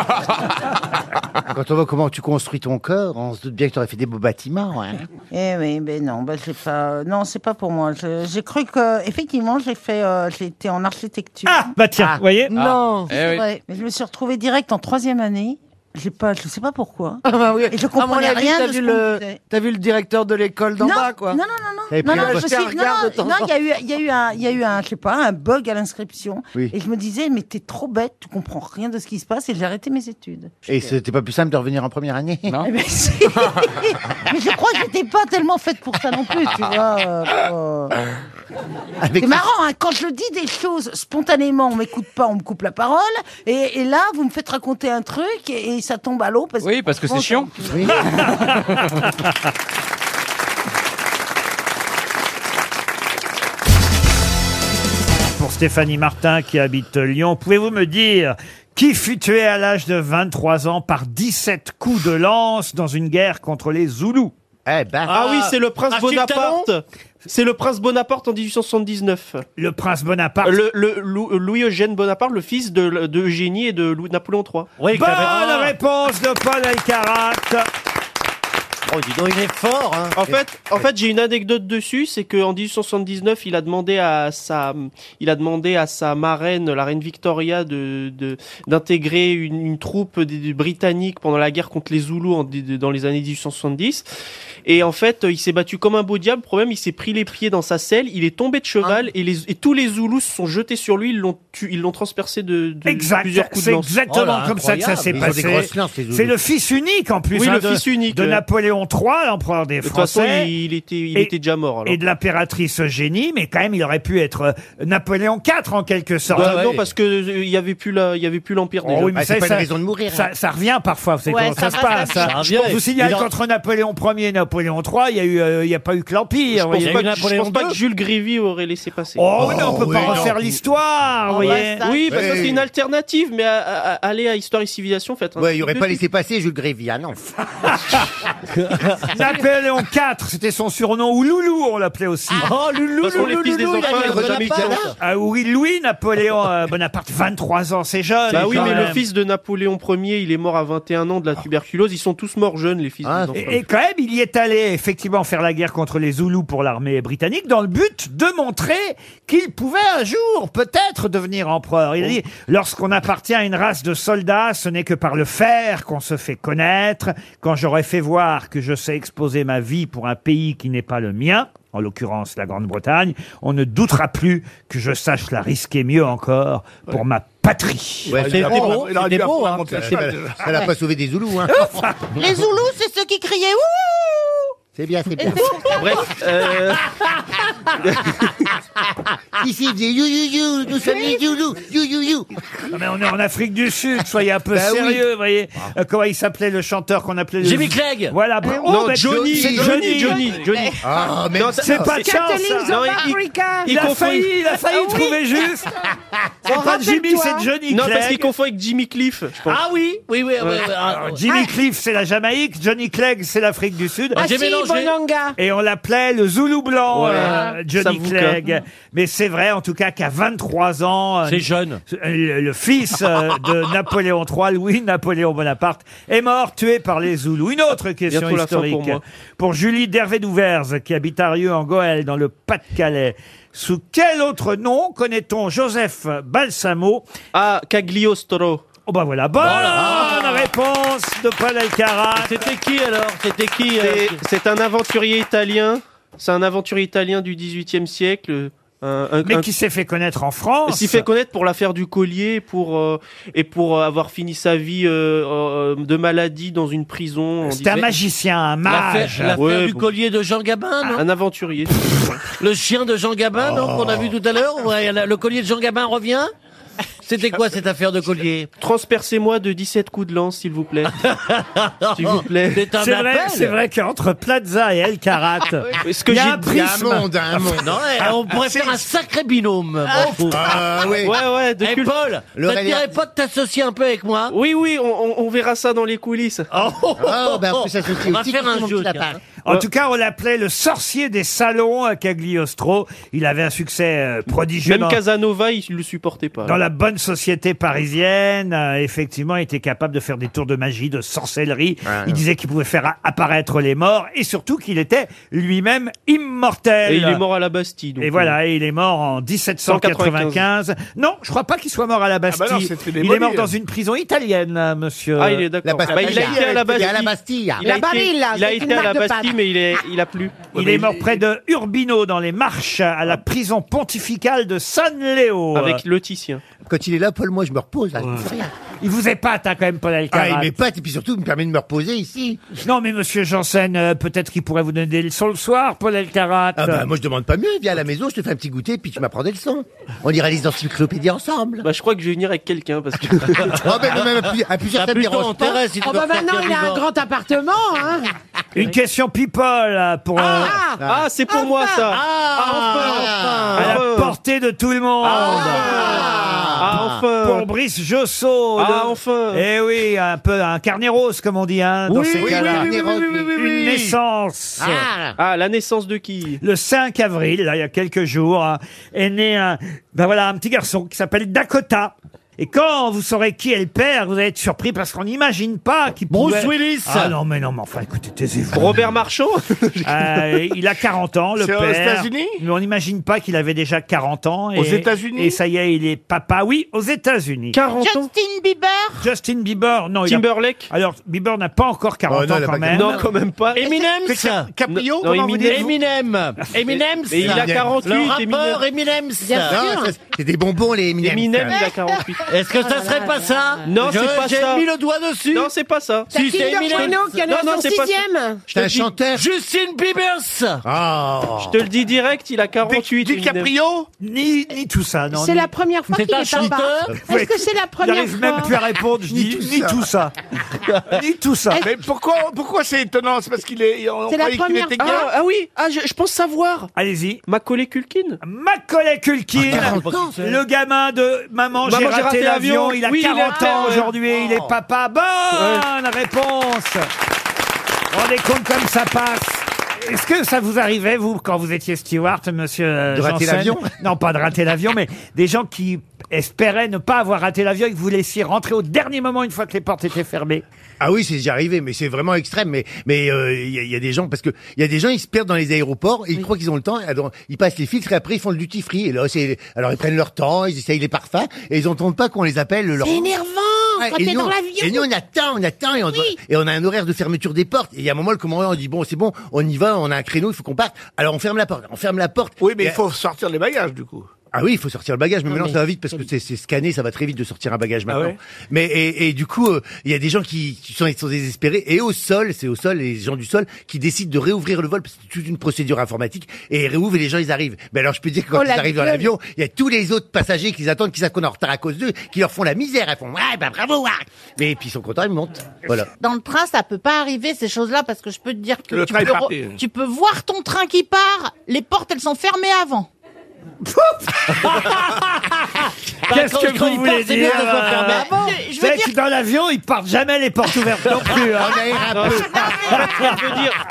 Speaker 12: Quand on voit comment tu construis ton corps, on se doute bien que tu aurais fait des beaux bâtiments. hein.
Speaker 3: Eh oui, ben non, ben c'est pas, non, c'est pas pour moi. Je- J'ai cru que, effectivement, j'ai fait, euh, j'ai été en architecture. Ah,
Speaker 1: bah tiens, vous voyez
Speaker 3: Non,
Speaker 1: Ah, eh
Speaker 3: c'est
Speaker 1: oui.
Speaker 3: vrai. Mais je me suis retrouvée direct en troisième année. J'ai pas, je sais pas pourquoi.
Speaker 2: Ah bah oui.
Speaker 3: Et je
Speaker 2: À mon
Speaker 3: comprenais
Speaker 2: avis,
Speaker 3: rien
Speaker 2: t'as
Speaker 3: de
Speaker 2: vu
Speaker 3: ce
Speaker 2: le-
Speaker 3: qu'on disait.
Speaker 2: T'as vu le directeur de l'école d'en
Speaker 3: Non,
Speaker 2: bas, quoi
Speaker 3: non, non,
Speaker 2: T'avais
Speaker 3: Non,
Speaker 2: pris
Speaker 3: non,
Speaker 2: un
Speaker 3: je me
Speaker 2: jeté un
Speaker 3: suis-
Speaker 2: regard de temps
Speaker 3: non, non,
Speaker 2: en
Speaker 3: il y a eu, il y a eu un, il y a eu un, je sais pas, un bug à l'inscription.
Speaker 12: Oui.
Speaker 3: Et je me disais, mais t'es trop bête, tu comprends rien de ce qui se passe, et j'ai arrêté mes études.
Speaker 12: Et c'était pas plus simple de revenir en première année
Speaker 3: Eh ben, si. mais je crois que j'étais pas tellement faite pour ça non plus, tu
Speaker 12: Ah,
Speaker 3: vois. euh,
Speaker 12: *laughs*
Speaker 3: euh. C'est marrant, hein, quand je dis des choses spontanément, on m'écoute pas, on me coupe la parole, et, et là, vous me faites raconter un truc, et, et ça tombe à l'eau. Parce
Speaker 23: Oui, parce que c'est chiant.
Speaker 1: *laughs* Pour Stéphanie Martin, qui habite Lyon, pouvez-vous me dire qui fut tué à l'âge de 23 ans par 17 coups de lance dans une guerre contre les Zoulous eh ben,
Speaker 20: Ah oui, c'est le prince Bonaparte. C'est le prince Bonaparte en 1879.
Speaker 1: Le prince Bonaparte.
Speaker 20: Euh, Le, le Lou- euh, Louis-Eugène Bonaparte, le fils de, de Eugénie et de Louis Napoléon III.
Speaker 1: Oui, Bonne réponse de Paul Alcarat.
Speaker 20: Oh, dis donc, il est fort. hein. En fait, en fait, j'ai une anecdote dessus, c'est qu'en 1879, il a demandé à sa, il a demandé à sa marraine, la reine Victoria, de de- d'intégrer une, une troupe des, des britanniques pendant la guerre contre les Zoulous en- de- dans les années 1870. Et en fait, il s'est battu comme un beau diable. Problème, il s'est pris les pieds dans sa selle, il est tombé de
Speaker 1: Ah.
Speaker 20: cheval et, les, et tous les Zoulous se sont jetés sur lui, ils l'ont tu- ils l'ont transpercé de, de
Speaker 1: Exact,
Speaker 20: plusieurs coups de
Speaker 1: c'est
Speaker 20: lance.
Speaker 1: exactement comme ça que ça s'est passé. C'est le fils unique en plus
Speaker 20: Oui,
Speaker 1: hein,
Speaker 20: le
Speaker 1: de,
Speaker 20: fils unique. euh.
Speaker 1: de Napoléon III, l'empereur des
Speaker 20: De toute
Speaker 1: Français.
Speaker 20: façon, il, il était, il
Speaker 1: Et-
Speaker 20: était déjà mort. alors.
Speaker 1: Et de l'impératrice Eugénie, mais quand même, il aurait pu être euh, Napoléon IV en quelque sorte.
Speaker 20: Bah, Non, parce que euh, il y avait plus la, il y avait plus l'empire. déjà.
Speaker 1: Oh oui,
Speaker 12: Ah,
Speaker 1: mais ça, ça-
Speaker 12: hein.
Speaker 1: Ça, ça revient parfois, vous savez
Speaker 20: Ouais,
Speaker 1: comment ça,
Speaker 20: ça
Speaker 1: se
Speaker 20: revient.
Speaker 1: passe.
Speaker 20: hein. Ça
Speaker 1: hein.
Speaker 20: revient.
Speaker 1: Je vous signale
Speaker 20: Il en-
Speaker 1: qu'entre Napoléon Ier et Napoléon III, il n'y a, eu, euh, il y a pas eu que
Speaker 20: Je
Speaker 1: l'Empire. vous
Speaker 20: pense,
Speaker 1: voyez.
Speaker 20: pas, que- je pense pas que Jules Grévy aurait laissé passer.
Speaker 1: Oh, mais non, on peut pas refaire l'histoire, vous voyez.
Speaker 20: Oui, parce que
Speaker 1: Oui.
Speaker 20: c'est une alternative, mais à- à- à- aller à Histoire et Civilisation, faites un.
Speaker 12: Ouais, il aurait
Speaker 20: truc
Speaker 12: pas
Speaker 20: de-
Speaker 12: laissé passer Jules Grévy, ah non.
Speaker 1: *laughs* Napoléon IV, c'était son surnom, ou Loulou, on l'appelait aussi.
Speaker 17: Ah, oh, Loulou, De toute façon, les Loulou, fils des Loulou, enfants, il a les amis qui Bonaparte. ont-
Speaker 1: Ah oui, Louis Napoléon euh, Bonaparte, 23 ans, c'est jeune.
Speaker 20: Bah oui,
Speaker 1: quand
Speaker 20: mais le
Speaker 1: même.
Speaker 20: fils de Napoléon Ier, il est mort à 21 ans de la tuberculose. Ils sont tous morts jeunes, les fils.
Speaker 12: Ah,
Speaker 20: des enfants.
Speaker 1: Ah, Et, et quand même, il y est allé effectivement faire la guerre contre les Zoulous pour l'armée britannique dans le but de montrer qu'il pouvait un jour peut-être devenir empereur. Il a dit lorsqu'on appartient à une race de soldats, ce n'est que par le faire qu'on se fait connaître. Quand j'aurai fait voir que je sais exposer ma vie pour un pays qui n'est pas le mien. En l'occurrence, la Grande-Bretagne, on ne doutera plus que je sache la risquer mieux encore pour ma patrie.
Speaker 12: Ouais, c'est beau, c'est beau, hein. Elle elle a pas sauvé des
Speaker 1: *laughs*
Speaker 12: Zoulous, hein.
Speaker 5: *laughs* Les Zoulous, c'est ceux qui criaient ouh
Speaker 12: *laughs* C'est bien, *laughs* c'est bien.
Speaker 5: Bref,
Speaker 12: euh. *laughs* Ici, il faisait you, you, you, nous sommes les Zoulous, you, you, you.
Speaker 1: Non, Ah, mais on est en Afrique du Sud, soyez un peu
Speaker 12: Bah oui.
Speaker 1: sérieux, vous voyez. Euh, comment il s'appelait le chanteur qu'on appelait le-
Speaker 17: Jimmy Clegg.
Speaker 1: Voilà,
Speaker 17: Eh
Speaker 1: bah-
Speaker 17: oui.
Speaker 1: oh,
Speaker 17: Non,
Speaker 1: bah,
Speaker 17: Johnny,
Speaker 1: c'est
Speaker 17: Johnny, Johnny, Johnny. Ah, mais
Speaker 1: Non,
Speaker 17: ça-
Speaker 1: c'est pas
Speaker 17: c'est
Speaker 1: de chance.
Speaker 17: Catholics
Speaker 1: ça.
Speaker 17: of
Speaker 1: il-
Speaker 17: Africa.
Speaker 1: Il,
Speaker 17: Il
Speaker 1: a
Speaker 17: confond-
Speaker 1: failli, il a failli
Speaker 17: Ah oui.
Speaker 1: trouver juste. C'est
Speaker 17: Oh,
Speaker 1: pas Jimmy,
Speaker 17: rappelle-toi.
Speaker 1: c'est Johnny
Speaker 20: Non, parce
Speaker 1: Clegg.
Speaker 20: qu'il confond avec Jimmy Cliff. je pense.
Speaker 1: Ah
Speaker 15: oui, oui, oui, ah,
Speaker 1: Ouais. Alors,
Speaker 22: Ah.
Speaker 1: Jimmy Cliff, c'est la Jamaïque. Johnny Clegg, c'est l'Afrique du Sud.
Speaker 15: Ah, J'ai si, mélangé. Bonanga.
Speaker 1: Et on l'appelait le Zoulou blanc,
Speaker 15: Voilà.
Speaker 1: euh, Johnny
Speaker 15: Savuka.
Speaker 1: Clegg. Mais c'est vrai, en tout cas, qu'à 23 ans. euh,
Speaker 15: C'est jeune.
Speaker 1: euh, Le, le
Speaker 20: *laughs*
Speaker 1: fils euh, de Napoléon III, Louis-Napoléon Bonaparte, est mort, tué par les Zoulous. Une autre question
Speaker 20: Bientôt la fin pour
Speaker 1: historique.
Speaker 20: moi.
Speaker 1: Pour Julie d'Hervé d'Ouverze, qui habite à Rieux, en Goële, dans le Pas-de-Calais. Sous quel autre nom connaît-on Joseph Balsamo Ah, Cagliostro. Oh bah voilà, bonne réponse de Paul Alcarat.
Speaker 20: C'était qui alors C'était qui
Speaker 15: euh,
Speaker 20: C'est un aventurier italien. C'est un aventurier italien du 18e siècle.
Speaker 1: Mais qui s'est fait connaître en France.
Speaker 20: s'est fait connaître pour l'affaire du collier pour, euh, et pour euh, avoir fini sa vie euh, euh, de maladie dans une prison.
Speaker 1: C'était un magicien, un mage.
Speaker 20: L'affaire
Speaker 1: Ouais,
Speaker 20: du
Speaker 1: bon.
Speaker 20: collier de Jean Gabin,
Speaker 15: non
Speaker 20: Un aventurier. Oh.
Speaker 15: Le chien de Jean Gabin, non, qu'on a vu tout à l'heure, ouais, la- le collier de Jean Gabin revient. C'était quoi cette affaire de collier
Speaker 20: Transpercez-moi de 17 coups de lance, s'il
Speaker 15: *laughs*
Speaker 20: vous plaît. s'il vous plaît.
Speaker 15: C'est un
Speaker 1: C'est vrai,
Speaker 15: appel.
Speaker 1: c'est vrai qu'entre Plaza et El Karat,
Speaker 20: Est-ce que
Speaker 1: il y a
Speaker 20: j'ai-
Speaker 1: Oh. un
Speaker 20: il y a un
Speaker 1: prisme.
Speaker 20: monde, un monde.
Speaker 1: *laughs*
Speaker 15: Non, ouais, on pourrait faire un sacré binôme.
Speaker 1: Ah,
Speaker 15: moi, je trouve.
Speaker 1: ah, oui.
Speaker 20: Ouais, ouais, de
Speaker 15: Eh,
Speaker 20: culte.
Speaker 15: Paul,
Speaker 20: Le
Speaker 15: ça te
Speaker 20: Rélia-
Speaker 15: dirait pas de t'associer un peu avec moi
Speaker 20: Oui, oui, on, on- on verra ça dans les coulisses.
Speaker 1: Ah,
Speaker 15: oh, ben, on peut s'associer On va aussi, faire un mon jeu, petit lapin. tiens.
Speaker 1: En tout cas, on l'appelait le sorcier des salons à Cagliostro. Il avait un succès euh, prodigieux.
Speaker 20: Même
Speaker 1: dans-
Speaker 20: Casanova, il le supportait pas.
Speaker 1: Dans la bonne société parisienne, euh, effectivement, il était capable de faire des tours de magie, de sorcellerie. il disait qu'il pouvait faire a- apparaître les morts et surtout qu'il était lui-même immortel.
Speaker 20: Et il est mort à la Bastille. donc, euh.
Speaker 1: Et voilà, et il est mort en 1795. Non, je crois pas qu'il soit mort à la Bastille.
Speaker 20: Ah bah non, c'était
Speaker 1: il est
Speaker 20: démoli,
Speaker 1: mort
Speaker 20: hein.
Speaker 1: dans une prison italienne, hein, monsieur.
Speaker 20: Ah, il est d'accord. Bah, il a été à la Bastille. Il a été- Il a été à la Bastille, mais il, est, il a plu.
Speaker 1: Il est mort près de Urbino dans les Marches à la prison pontificale de San Léo.
Speaker 20: Avec l'Oticien.
Speaker 12: Quand il est là, Paul, moi, je me repose, là, je ne fais rien.
Speaker 1: Il vous épate hein, quand même, Paul Alcarat.
Speaker 12: Ah, il m'épate, et puis surtout, il me permet de me reposer ici.
Speaker 1: Non, mais monsieur Janssen, euh, peut-être qu'il pourrait vous donner des leçons le soir, Paul Alcarat.
Speaker 12: Ah bah, moi, je demande pas mieux, viens à la maison, je te fais un petit goûter, puis tu m'apprends des leçons. On ira les encyclopédies ensemble.
Speaker 20: Bah, je crois que je vais venir avec quelqu'un parce que.
Speaker 12: *laughs* Ah, ben, non, même *laughs* à plus- à plusieurs, ça me dérange pas.
Speaker 5: Oh bah maintenant, il a un grand appartement, hein
Speaker 1: Une question people euh, pour. euh,
Speaker 20: Ah, c'est pour moi ça.
Speaker 12: ah,
Speaker 15: Ah.
Speaker 1: à la portée de tout le monde.
Speaker 20: Ah, enfin.
Speaker 1: Pour Brice Jossot.
Speaker 20: Ah, enfin.
Speaker 1: Eh oui, un peu un carnet rose, comme on dit, hein, dans
Speaker 20: Oui,
Speaker 1: ces
Speaker 20: oui,
Speaker 1: cas-là.
Speaker 20: oui, oui, oui, oui, oui, oui, oui.
Speaker 1: Une naissance.
Speaker 20: Ah. la naissance de qui
Speaker 1: Le 5 avril, là, il y a quelques jours, hein, est né un, ben voilà, un petit garçon qui s'appelle Dakota. Et quand vous saurez qui est le père, vous allez être surpris parce qu'on n'imagine pas qui
Speaker 20: Bruce Willis.
Speaker 1: Ah non, mais non, mais enfin, écoutez, taisez-vous.
Speaker 26: *laughs*
Speaker 20: Robert Marchand
Speaker 1: Euh, il a 40 ans, le
Speaker 20: C'est
Speaker 1: père.
Speaker 20: aux États-Unis
Speaker 1: Mais on n'imagine pas qu'il avait déjà 40 ans.
Speaker 20: Aux États-Unis
Speaker 1: Et ça y est, il est papa. Oui, aux États-Unis.
Speaker 20: 40
Speaker 1: ans.
Speaker 5: Justin Bieber
Speaker 1: Justin Bieber, non. il a-
Speaker 20: Timberlake
Speaker 1: Alors, Bieber n'a pas encore 40
Speaker 20: Oh, non,
Speaker 1: ans
Speaker 20: il a
Speaker 1: quand
Speaker 20: pas
Speaker 1: même.
Speaker 20: 40 ans. Non, quand même pas. Eminem,
Speaker 1: C'est
Speaker 20: ça.
Speaker 1: Caprio,
Speaker 20: Non, non,
Speaker 1: comment vous
Speaker 20: Eminem.
Speaker 1: dites
Speaker 15: Eminem Eminem
Speaker 1: Mais il a 48,
Speaker 15: Le
Speaker 1: Eminem.
Speaker 15: rappeur Eminem
Speaker 12: Bien sûr. Non, ça, c'est des bonbons, les Eminem.
Speaker 15: Eminem,
Speaker 12: ça.
Speaker 15: il a 48. Est-ce que
Speaker 12: Ah
Speaker 15: ça serait pas ça
Speaker 20: Non,
Speaker 15: Je-
Speaker 20: c'est pas ça.
Speaker 15: j'ai mis le doigt dessus.
Speaker 20: Non, c'est pas ça.
Speaker 15: Si, c'est Eminem. Non, non, c'est pas ça.
Speaker 20: Je te le dis-
Speaker 15: Justin Bieber.
Speaker 20: Je te le dis direct, il a 48. Eminem.
Speaker 1: Ni, ni tout ça, non.
Speaker 5: C'est
Speaker 1: ni-
Speaker 5: la première fois
Speaker 1: C'est
Speaker 5: qu'il
Speaker 1: un
Speaker 5: est en bas.
Speaker 1: cheater.
Speaker 5: Est-ce que c'est la première fois
Speaker 1: J'arrive même plus à répondre, je dis ni tout
Speaker 2: *laughs*
Speaker 1: ça. Ni tout ça.
Speaker 26: Mais pourquoi, pourquoi c'est étonnant C'est parce qu'il est. on
Speaker 20: C'est
Speaker 26: croyait
Speaker 20: la
Speaker 26: qu'il
Speaker 20: première
Speaker 26: était
Speaker 20: fois.
Speaker 26: gay.
Speaker 20: Ah, ah oui, ah, je, je pense savoir.
Speaker 1: Allez-y.
Speaker 20: Macaulay Culkin.
Speaker 1: Macaulay Culkin,
Speaker 12: Ah,
Speaker 1: le gamin de Maman, j'ai raté, l'avion, il a
Speaker 20: Oui,
Speaker 1: 40
Speaker 20: a-
Speaker 1: ans
Speaker 12: Oh.
Speaker 20: ouais.
Speaker 1: aujourd'hui, il est papa. Bonne réponse Vous rendez compte Oh, comme ça passe est-ce que ça vous arrivait, vous, quand vous étiez steward, monsieur euh,
Speaker 12: De rater
Speaker 1: Janssen
Speaker 12: l'avion
Speaker 1: Non, pas de rater l'avion, mais des gens qui espéraient ne pas avoir raté l'avion et que vous laissiez rentrer au dernier moment une fois que les portes étaient fermées.
Speaker 12: Ah oui, c'est déjà arrivé, mais c'est vraiment extrême. Mais mais euh, il y, a- il y a des gens parce que il y a des gens ils se perdent dans les aéroports et ils croient qu'ils ont le temps. et alors, Ils passent les filtres et après ils font le duty free. Et là, c'est alors ils prennent leur temps, ils essayent les parfums et ils entendent pas qu'on les appelle. Leur...
Speaker 3: C'est énervant quand
Speaker 12: Ah, et
Speaker 3: t'es
Speaker 12: nous,
Speaker 3: dans l'avion.
Speaker 12: Et nous, on attend, on attend, et on, et on a un horaire de fermeture des portes. Et il y a un moment, le commandant dit, bon, c'est bon, on y va, on a un créneau, il faut qu'on parte. Alors, on ferme la porte, on ferme la porte. Oui, mais il faut sortir les bagages, du coup. Ah oui, il faut sortir le bagage, mais
Speaker 22: Non,
Speaker 12: maintenant
Speaker 22: mais-
Speaker 12: ça va vite parce que c'est c'est scanné, ça va très vite de sortir un
Speaker 3: Ah
Speaker 12: bagage maintenant. Mais et, et du coup, euh, il y a des gens qui, qui sont, ils sont désespérés et au sol, c'est au sol, les gens du sol qui décident de réouvrir le vol parce que c'est toute une procédure informatique et ils réouvrent et les gens ils arrivent. Mais alors je peux dire que quand
Speaker 22: Oh,
Speaker 12: ils
Speaker 22: la
Speaker 12: arrivent dans
Speaker 22: gueule.
Speaker 12: l'avion, il y a tous les autres passagers qui attendent, qui savent qu'on est en retard à cause d'eux, qui leur font la misère, ils font ouais bah bravo, ouais. mais puis ils sont contents, ils montent. Voilà.
Speaker 3: Dans le train, ça peut pas arriver ces choses-là parce que je peux te dire que
Speaker 12: Le
Speaker 3: tu
Speaker 12: train
Speaker 3: peux,
Speaker 12: est parti.
Speaker 3: re- tu peux voir ton train qui part. Les portes, elles sont fermées avant.
Speaker 1: Qu'est-ce que vous voulez dire euh,
Speaker 3: Je
Speaker 1: c'est
Speaker 3: veux
Speaker 1: vrai que
Speaker 3: dire
Speaker 1: dans l'avion, ils partent jamais les portes ouvertes
Speaker 3: *laughs*
Speaker 1: non plus. hein. *laughs*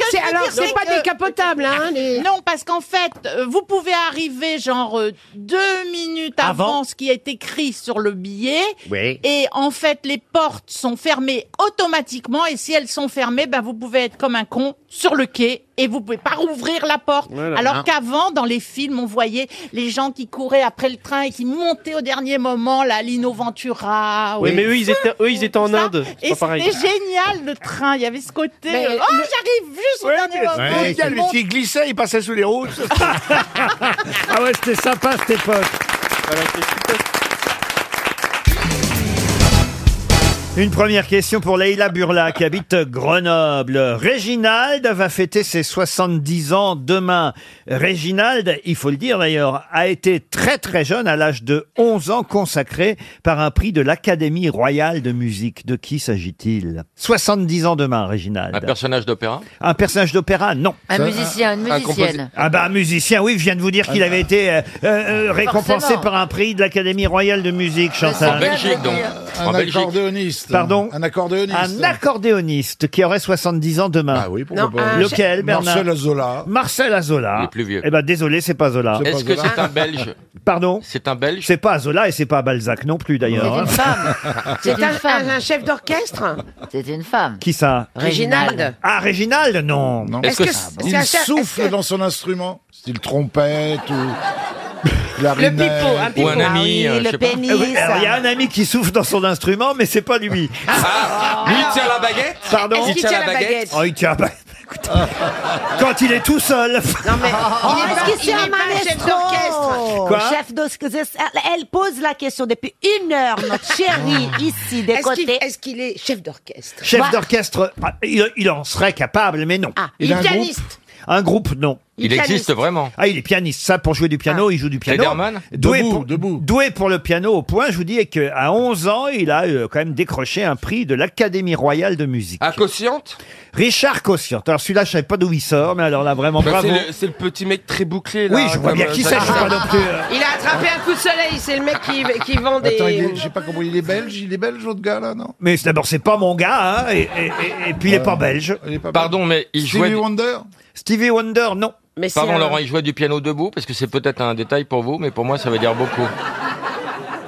Speaker 3: C'est alors c'est pas décapotable hein Non parce qu'en fait euh, vous pouvez arriver genre euh, deux minutes avant,
Speaker 12: Avant.
Speaker 3: ce qui est écrit sur le billet
Speaker 12: Oui.
Speaker 3: et en fait les portes sont fermées automatiquement et si elles sont fermées ben vous pouvez être comme un con sur le quai et vous pouvez pas rouvrir la porte
Speaker 17: Voilà.
Speaker 3: alors
Speaker 17: Ah.
Speaker 3: qu'avant dans les films on voyait les gens qui couraient après le train et qui montaient au dernier moment la Lino Ventura
Speaker 20: Oui,
Speaker 3: ou-
Speaker 20: mais eux, ils étaient, eux, ils étaient en Inde. C'est pas
Speaker 3: et c'était
Speaker 20: pareil.
Speaker 3: génial le train, il y avait ce côté.
Speaker 17: Mais
Speaker 3: euh, oh,
Speaker 17: le-
Speaker 3: j'arrive juste au dernier moment.
Speaker 17: Ouais,
Speaker 3: tout le monde-
Speaker 17: S'il glissait, il passait sous les routes.
Speaker 1: *laughs*
Speaker 2: *laughs*
Speaker 1: Ah ouais, c'était sympa à cette époque. Une première question pour Leïla Burla qui habite Grenoble. Réginald va fêter ses 70 ans demain. Réginald, il faut le dire d'ailleurs, a été très très jeune à l'âge de 11 ans consacré par un prix de l'Académie royale de musique. De qui s'agit-il 70 ans demain, Réginald.
Speaker 2: Un personnage d'opéra
Speaker 1: Un personnage d'opéra, non.
Speaker 2: Un Ça, musicien, une un- un musicienne. composi-
Speaker 1: Ah bah un musicien, oui, je viens de vous dire qu'il avait été euh, euh, euh, récompensé
Speaker 2: Forcément.
Speaker 1: par un prix de l'Académie royale de musique, Chantal.
Speaker 2: En Belgique, donc.
Speaker 1: En
Speaker 17: Un
Speaker 1: Belgique.
Speaker 17: accordéoniste.
Speaker 1: Pardon
Speaker 17: Un accordéoniste.
Speaker 1: Un accordéoniste qui aurait 70 ans demain. Ah oui,
Speaker 17: pourquoi Non, pas. un-
Speaker 1: Lequel, Bernard
Speaker 17: Marcel
Speaker 1: Azola. Marcel Azola.
Speaker 2: Il est plus vieux.
Speaker 1: Eh ben désolé, c'est pas Azola.
Speaker 2: Ah. Est-ce que c'est un Belge
Speaker 1: Pardon
Speaker 2: C'est un Belge
Speaker 1: C'est pas Azola et c'est pas Balzac non plus d'ailleurs. hein. *laughs*
Speaker 8: C'est un, un- un chef d'orchestre C'est une femme.
Speaker 1: Qui ça
Speaker 8: Réginald.
Speaker 1: Ah, Réginald, non.
Speaker 17: Est-ce que c'est- Ah il souffle dans son instrument Style trompette ou. clarinette.
Speaker 2: Ou un ami, euh, je sais pas.
Speaker 1: Ah oui, alors, Il y a un ami qui souffle dans son instrument, mais c'est pas lui.
Speaker 2: Ah, Lui, il tient la baguette
Speaker 1: Pardon
Speaker 2: Il tient la baguette
Speaker 1: Oh, il tient la baguette. Écoute, quand il est tout seul. Non, mais.
Speaker 8: Ah, Est-ce que
Speaker 3: il
Speaker 8: c'est
Speaker 3: est
Speaker 8: un
Speaker 3: pas chef
Speaker 8: maestro
Speaker 3: d'orchestre.
Speaker 1: Quoi
Speaker 8: Chef d'orchestre. Elle pose la question depuis une heure, notre chérie, ici, des côtés. Bah, Est-ce qu'il est chef d'orchestre
Speaker 1: Ah. Chef d'orchestre, ah, il, il en serait capable, mais non.
Speaker 8: il il a est un pianiste.
Speaker 1: Groupe un groupe, non.
Speaker 2: Il Il existe pianiste. vraiment.
Speaker 1: Ah, il est pianiste. Ça, pour jouer du piano, il joue du piano.
Speaker 2: Lederman
Speaker 1: doué
Speaker 2: Debout,
Speaker 1: pour, Doué pour le piano au point, je vous dis et que à 11 ans, il a euh, quand même décroché un prix de l'Académie royale de musique.
Speaker 2: À Cociente
Speaker 1: Richard Cossiante. Alors celui-là, je savais pas d'où il sort, mais alors là, vraiment,
Speaker 6: Bah,
Speaker 1: bravo.
Speaker 6: c'est le- C'est le, petit mec très bouclé là.
Speaker 1: Oui, je vois
Speaker 6: comme,
Speaker 1: bien
Speaker 6: euh,
Speaker 1: qui c'est, je sais pas non plus. euh.
Speaker 8: Il a attrapé un coup de soleil, c'est le mec qui, qui vend des...
Speaker 17: Attends, il est- j'ai pas compris, il est belge, il est belge l'autre gars là, non
Speaker 1: Mais c'est- d'abord, c'est pas mon gars, hein, et, et- et- et puis Euh, il est pas belge.
Speaker 2: Pardon, mais il jouait. du-
Speaker 1: Stevie Wonder, non. Mais
Speaker 2: Pardon, Laurent, il jouait du piano debout parce que c'est peut-être un détail pour vous, mais pour moi, ça veut dire beaucoup.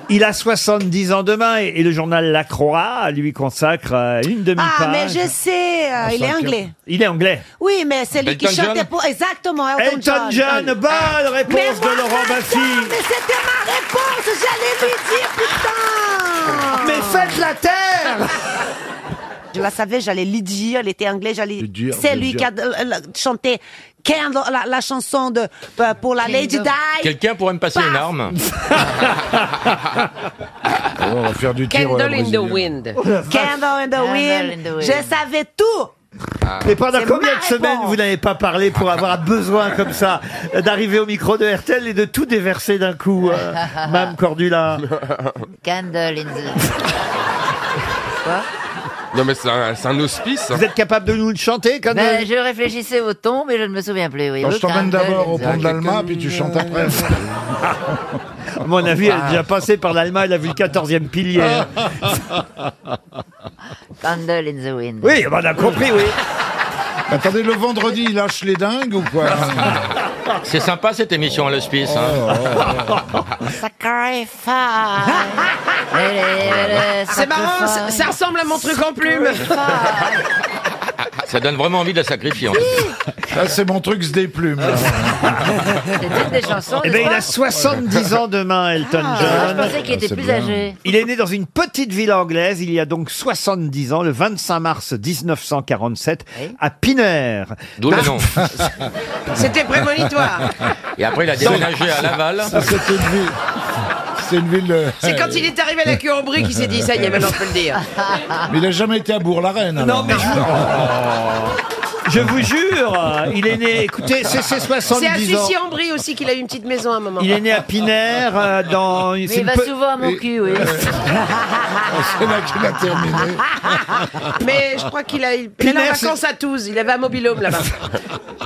Speaker 1: Il a 70 ans demain et, et le journal La Croix lui consacre euh, une demi-page.
Speaker 8: Ah, mais je sais, euh, il est anglais.
Speaker 1: Il est anglais.
Speaker 8: Oui, mais c'est lui
Speaker 1: Elton
Speaker 8: qui chantait
Speaker 1: John
Speaker 8: pour... Exactement, Elton,
Speaker 1: Elton John, bonne
Speaker 8: Mais
Speaker 1: réponse de
Speaker 8: voilà,
Speaker 1: Laurent
Speaker 8: attends,
Speaker 1: Baffy.
Speaker 8: Mais c'était ma réponse, j'allais lui dire, putain
Speaker 1: Mais faites la terre
Speaker 8: *laughs* Je la savais, j'allais lui dire, elle était anglaise, j'allais...
Speaker 17: Lui dire,
Speaker 8: C'est
Speaker 17: lui
Speaker 8: lui
Speaker 17: dire.
Speaker 8: qui a euh, la- chanté Candle, la, la chanson de euh, pour la Lady Di.
Speaker 2: Quelqu'un pourrait me passer une
Speaker 17: *laughs*
Speaker 2: arme
Speaker 17: on va faire du
Speaker 2: euh,
Speaker 17: tir. euh,
Speaker 8: Candle in the
Speaker 1: Oh,
Speaker 8: wind. Candle in the wind. Je savais tout
Speaker 17: Ah.
Speaker 1: Mais pendant
Speaker 8: C'est
Speaker 1: combien
Speaker 8: ma
Speaker 1: de semaines vous n'avez pas parlé pour avoir besoin comme ça euh, d'arriver au micro de RTL et de tout déverser d'un coup,
Speaker 8: *laughs*
Speaker 1: euh, Mme
Speaker 17: *laughs*
Speaker 1: Cordula
Speaker 8: Candle in the...
Speaker 6: Non, mais c'est un, c'est un hospice.
Speaker 1: Vous êtes capable de nous le chanter quand
Speaker 8: Ben,
Speaker 1: même
Speaker 8: je réfléchissais au ton, mais je ne me souviens plus. Oui.
Speaker 17: Attends, je
Speaker 8: Aucun
Speaker 17: t'emmène
Speaker 8: de-
Speaker 17: d'abord au pont de l'Alma, puis tu chantes après.
Speaker 1: *laughs* À mon avis, elle est déjà passée par l'Allemagne, elle a vu le 14e pilier.
Speaker 17: *laughs*
Speaker 8: Candle in the wind.
Speaker 6: *laughs*
Speaker 1: Oui, ben, on a compris, oui.
Speaker 2: Attendez, le vendredi, il lâche les dingues ou quoi
Speaker 16: C'est sympa cette émission à l'hospice. hein.
Speaker 1: Oh,
Speaker 3: C'est marrant, ça, ça ressemble à mon truc en plume.
Speaker 16: *laughs* Ça donne vraiment envie de la sacrifier. en fait. Ah,
Speaker 2: Là, Ah, c'est mon truc se déplume.
Speaker 1: des
Speaker 3: chansons,
Speaker 1: Eh
Speaker 3: n'est-ce
Speaker 1: ben, il
Speaker 3: pas
Speaker 1: a 70 ans demain, Elton
Speaker 3: Ah,
Speaker 1: John.
Speaker 3: je pensais qu'il était Ah, c'est plus bien. âgé.
Speaker 1: Il est né dans une petite ville anglaise, il y a donc 70 ans, le 25 mars 1947, à Pinner. Ah.
Speaker 16: D'où le
Speaker 1: *laughs*
Speaker 16: nom.
Speaker 3: C'était prémonitoire.
Speaker 16: Et après, il a déménagé à Laval.
Speaker 2: Ça, c'est une ville. C'est une ville. euh,
Speaker 3: C'est quand il est arrivé à la cure au brique qu'il s'est dit ça y est, maintenant je peux le
Speaker 8: *laughs*
Speaker 3: dire.
Speaker 2: Mais il n'a jamais été à Bourg-la-Reine. Oh. Non, mais.
Speaker 1: Je vous jure, il est né, écoutez, c'est ses
Speaker 3: C'est à
Speaker 1: 70 ans.
Speaker 3: Sucy-en-Brie aussi qu'il a eu une petite maison à un moment.
Speaker 1: Il est né à Pinner, euh, dans... une- c'est
Speaker 3: il
Speaker 1: une
Speaker 3: va
Speaker 1: pe- Euh,
Speaker 3: souvent à mon
Speaker 1: Et-
Speaker 3: cul, oui.
Speaker 2: C'est là qu'il a
Speaker 1: *laughs*
Speaker 2: terminé.
Speaker 3: Ah, Mais je crois qu'il a. Il il est
Speaker 1: Pinner,
Speaker 3: en
Speaker 1: c'est-
Speaker 3: vacances à Toulouse. Il avait un mobilhome
Speaker 16: *laughs*
Speaker 1: *laughs*
Speaker 3: là-bas.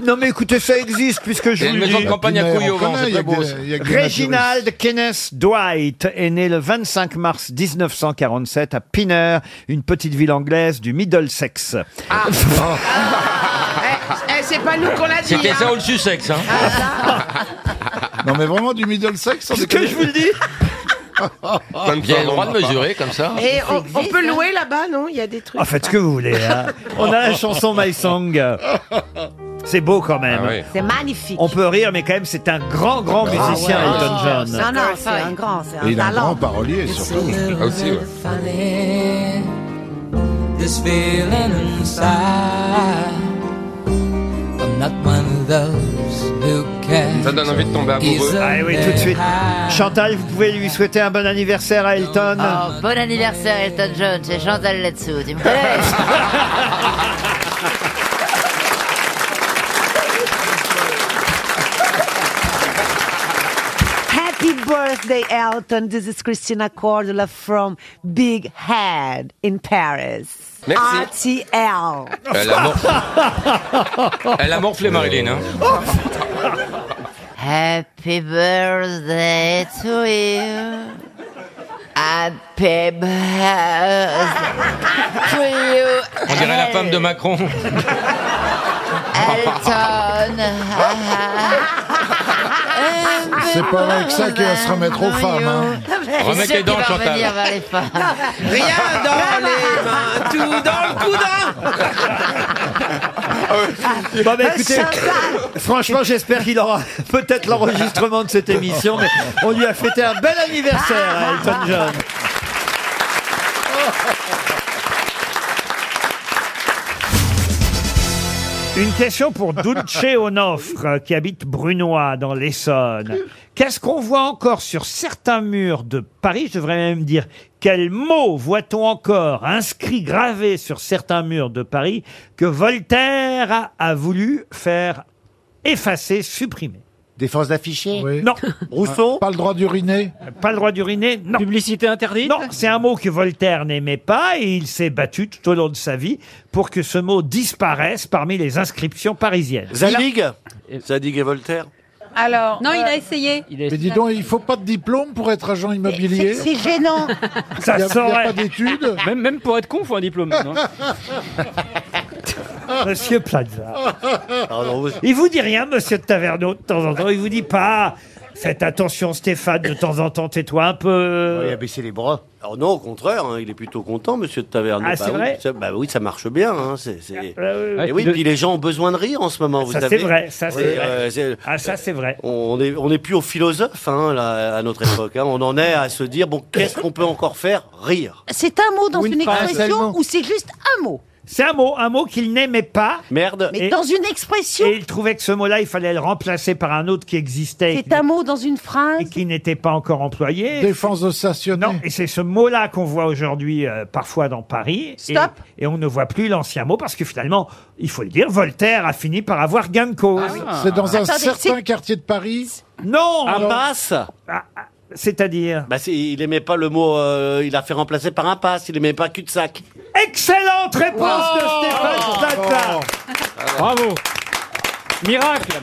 Speaker 1: Non mais écoutez, ça existe puisque
Speaker 16: Il
Speaker 1: je
Speaker 16: y a
Speaker 1: vous
Speaker 16: une
Speaker 1: le
Speaker 16: maison
Speaker 1: dis.
Speaker 16: de campagne à
Speaker 1: Pinner,
Speaker 16: couilles au
Speaker 1: on
Speaker 16: vent,
Speaker 1: connaît,
Speaker 16: c'est
Speaker 1: il y a
Speaker 16: très beau,
Speaker 1: que-
Speaker 16: ça.
Speaker 1: il y a que des Reginald Kenneth Dwight est né le 25 mars 1947 à Pinner, une petite ville anglaise du Middlesex. *laughs*
Speaker 3: Ah. Eh, eh, c'est pas nous qu'on l'a dit.
Speaker 16: C'était
Speaker 3: hein. Ah,
Speaker 16: ça ou le Sussex. Hein.
Speaker 2: Non, mais vraiment du Middlesex, sans déconner.
Speaker 1: je vous le
Speaker 16: *laughs*
Speaker 1: dis
Speaker 16: Vous avez le droit de mesurer comme ça.
Speaker 3: Et on, on peut louer là-bas, non Il y a des trucs.
Speaker 1: Ah, faites ce que vous voulez. hein. On a la chanson My Song. C'est beau quand même.
Speaker 16: Ah
Speaker 8: C'est magnifique.
Speaker 1: On peut rire, mais quand même, c'est un grand, grand
Speaker 8: Ah
Speaker 1: musicien,
Speaker 8: ouais.
Speaker 1: Elton John.
Speaker 8: Non, non, c'est un grand, c'est
Speaker 2: Et
Speaker 8: un
Speaker 2: il a un
Speaker 8: talent.
Speaker 2: grand parolier, surtout.
Speaker 8: Ah, aussi, ouais.
Speaker 19: funny this feeling inside I'm not one of those who can
Speaker 3: Ça donne envie de tomber
Speaker 19: amoureux.
Speaker 1: Ah oui, tout de suite. Chantal, vous pouvez lui souhaiter un bon anniversaire à Elton.
Speaker 3: Ah,
Speaker 1: Ah,
Speaker 27: Oh, bon anniversaire Elton John, c'est Chantal là-dessous, tu me connais
Speaker 1: *laughs*
Speaker 8: Happy birthday, Elton. This is Christina Cordula from Big Head in Paris.
Speaker 16: Merci.
Speaker 8: RTL.
Speaker 16: Elle a morflé, *laughs* Elle a morflé Marilyn. hein.
Speaker 27: Happy birthday to you. Happy birthday to you.
Speaker 16: On dirait la femme de Macron.
Speaker 27: Elton.
Speaker 2: C'est pas avec ça qu'il va se remettre aux femmes. hein.
Speaker 16: Remets tes dents, Chantal.
Speaker 17: Ah,
Speaker 3: Ah, Rien
Speaker 19: Ah,
Speaker 3: dans les
Speaker 19: bah.
Speaker 3: mains, tout dans le coudin.
Speaker 1: Bon, bah, écoutez, franchement, j'espère qu'il aura *laughs* peut-être l'enregistrement de cette émission, mais on lui a fêté un bel anniversaire à Elton John. Une question pour Dulce Onofre, euh, qui habite Brunois, dans l'Essonne. Qu'est-ce qu'on voit encore sur certains murs de Paris Je devrais même dire, quels mots voit-on encore inscrits, gravés sur certains murs de Paris que Voltaire a, a voulu faire effacer, supprimer
Speaker 28: Défense d'afficher
Speaker 1: Non. Pas le droit d'uriner Pas le droit d'uriner, non. Publicité interdite Non, c'est un mot que Voltaire n'aimait pas et il s'est battu tout au long de sa vie pour que ce mot disparaisse parmi les inscriptions parisiennes.
Speaker 22: Zadig Zadig et Voltaire
Speaker 7: Alors. euh, Non, il a essayé.
Speaker 2: Mais dis donc, il faut pas de diplôme pour être agent immobilier.
Speaker 7: C'est gênant.
Speaker 2: Ça Il y a- il y a saurait. pas
Speaker 1: d'études
Speaker 29: même, même pour être con, faut un diplôme.
Speaker 2: *laughs*
Speaker 29: maintenant.
Speaker 23: Ah
Speaker 1: Monsieur Plaza. Il vous dit rien, monsieur de Taverneau, de temps en temps. Il vous dit pas. Faites attention, Stéphane, de temps en temps, tais-toi un peu.
Speaker 28: Il a baissé les bras.
Speaker 22: Euh, Alors non, au contraire, hein, il est plutôt content, monsieur de Taverne.
Speaker 1: Ah, c'est vrai Ah, bah
Speaker 22: oui, ça, bah oui, ça marche bien. hein, c'est- c'est-
Speaker 1: oui,
Speaker 22: Et
Speaker 1: oui.
Speaker 22: oui, puis les gens ont besoin de rire en ce moment, vous
Speaker 1: Ça,
Speaker 22: savez.
Speaker 1: c'est vrai, ça, c'est
Speaker 22: Oui,
Speaker 1: vrai.
Speaker 22: euh, c'est-
Speaker 1: Ah, ça, c'est vrai.
Speaker 22: On n'est on est plus aux philosophes hein, là, à notre époque. hein. On en est à se dire, bon, qu'est-ce qu'on peut encore faire Rire.
Speaker 30: C'est un mot dans
Speaker 22: Oui,
Speaker 30: une
Speaker 22: pas un
Speaker 2: Ah,
Speaker 22: seul
Speaker 30: expression
Speaker 22: mot.
Speaker 30: ou c'est juste un mot
Speaker 1: C'est un mot, un mot qu'il n'aimait pas.
Speaker 22: Merde.
Speaker 30: Mais dans une expression
Speaker 1: Et il trouvait que ce mot-là, il fallait le remplacer par un autre qui existait.
Speaker 30: C'est un mot dans une phrase
Speaker 1: et qui n'était pas encore employé. Défense ossationnée. Non, et c'est ce mot-là qu'on voit aujourd'hui euh, parfois dans Paris.
Speaker 30: Stop.
Speaker 1: Et, et on ne voit plus l'ancien mot parce que finalement, il faut le dire, Voltaire a fini par avoir gain de cause.
Speaker 2: Ah, C'est dans un certain quartier de Paris. Ah,
Speaker 1: Non
Speaker 22: Impasse
Speaker 1: Ah, C'est-à-dire
Speaker 22: bah, c'est- Il aimait pas le mot, euh, il a fait remplacer par impasse, il aimait pas cul-de-sac.
Speaker 1: Excellente réponse de Stéphane Plaza.
Speaker 29: Bravo. Miracle.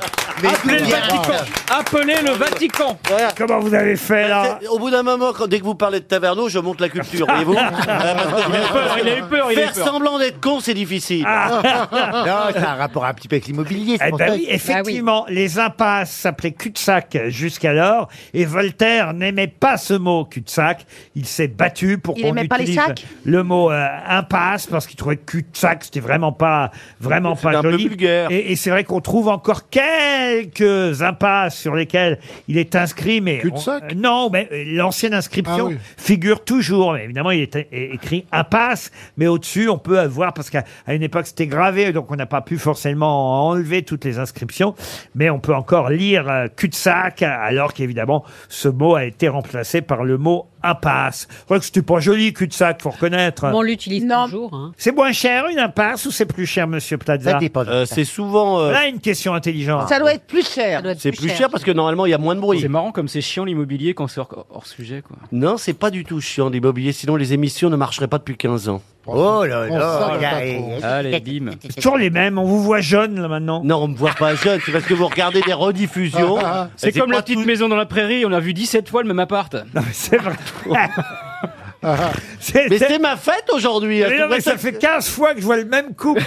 Speaker 15: Appelez le Vatican.
Speaker 22: Appelez le Vatican.
Speaker 1: Comment vous avez fait, là
Speaker 22: Au bout d'un moment, quand, dès que vous parlez de Taverneau, je monte la culture, voyez-vous
Speaker 15: Il a eu peur, il a eu peur, il a eu
Speaker 22: Faire
Speaker 15: peur.
Speaker 22: semblant d'être con, c'est difficile.
Speaker 12: Ah.
Speaker 31: Non, ça a un rapport un petit peu avec l'immobilier.
Speaker 1: Eh ben oui, effectivement, les impasses s'appelaient cul-de-sac jusqu'alors, et Voltaire n'aimait pas ce mot cul-de-sac. Il s'est battu pour
Speaker 14: Il
Speaker 1: qu'on
Speaker 14: aimait pas les
Speaker 1: utilise
Speaker 14: sacs
Speaker 1: le mot euh, impasse parce qu'il trouvait que cul-de-sac c'était vraiment pas vraiment pas joli. Et, et c'est vrai qu'on trouve encore quelques impasses sur lesquelles il est inscrit, mais
Speaker 18: Cul-de-sac
Speaker 1: on- euh, non, mais euh, l'ancienne inscription
Speaker 18: Ah oui.
Speaker 1: figure toujours. Mais évidemment, il est é- é- écrit impasse, mais au-dessus, on peut avoir, parce qu'à à une époque, c'était gravé, donc on n'a pas pu forcément enlever toutes les inscriptions, mais on peut encore lire euh, cul-de-sac, alors qu'évidemment, ce mot a été remplacé par le mot impasse. Je crois que c'était pas joli, cul-de-sac, faut reconnaître.
Speaker 7: on l'utilise toujours.
Speaker 1: C'est moins cher une impasse ou c'est plus cher, monsieur Plaza
Speaker 22: Ça dépend. Euh, c'est souvent, euh,
Speaker 1: Là, une question intelligente.
Speaker 3: Ça doit être plus cher.
Speaker 22: C'est plus cher parce que normalement, il y a moins de bruit.
Speaker 23: C'est marrant comme c'est chiant l'immobilier quand c'est hors, hors sujet quoi.
Speaker 22: Non, c'est pas du tout chiant l'immobilier, sinon les émissions ne marcheraient pas depuis 15 ans.
Speaker 12: Oh là
Speaker 23: On
Speaker 12: là,
Speaker 23: sort
Speaker 12: il a-
Speaker 23: pas
Speaker 12: il-
Speaker 23: Allez, bim.
Speaker 1: C'est toujours les mêmes, on vous voit jeune là maintenant.
Speaker 22: Non, on me voit pas jeune, c'est parce que vous regardez des
Speaker 2: Ah,
Speaker 22: rediffusions.
Speaker 23: C'est comme
Speaker 22: Bah, pas
Speaker 23: la petite maison dans la prairie, on a vu 17 fois le même appart.
Speaker 1: c'est vrai.
Speaker 22: *laughs* Mais c'est ma fête aujourd'hui. hein,
Speaker 1: Mais
Speaker 22: c'est
Speaker 1: non,
Speaker 22: vrai
Speaker 1: mais ça
Speaker 22: que-
Speaker 1: fait 15 fois que je vois le même
Speaker 22: *laughs*
Speaker 1: couple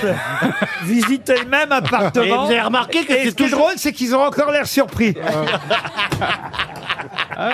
Speaker 1: visiter le même appartement.
Speaker 22: Et vous avez remarqué que
Speaker 1: Et
Speaker 22: c'est
Speaker 1: ce qui est
Speaker 22: toujours-
Speaker 1: drôle, c'est qu'ils ont encore l'air surpris.
Speaker 7: Ah,
Speaker 1: Ah.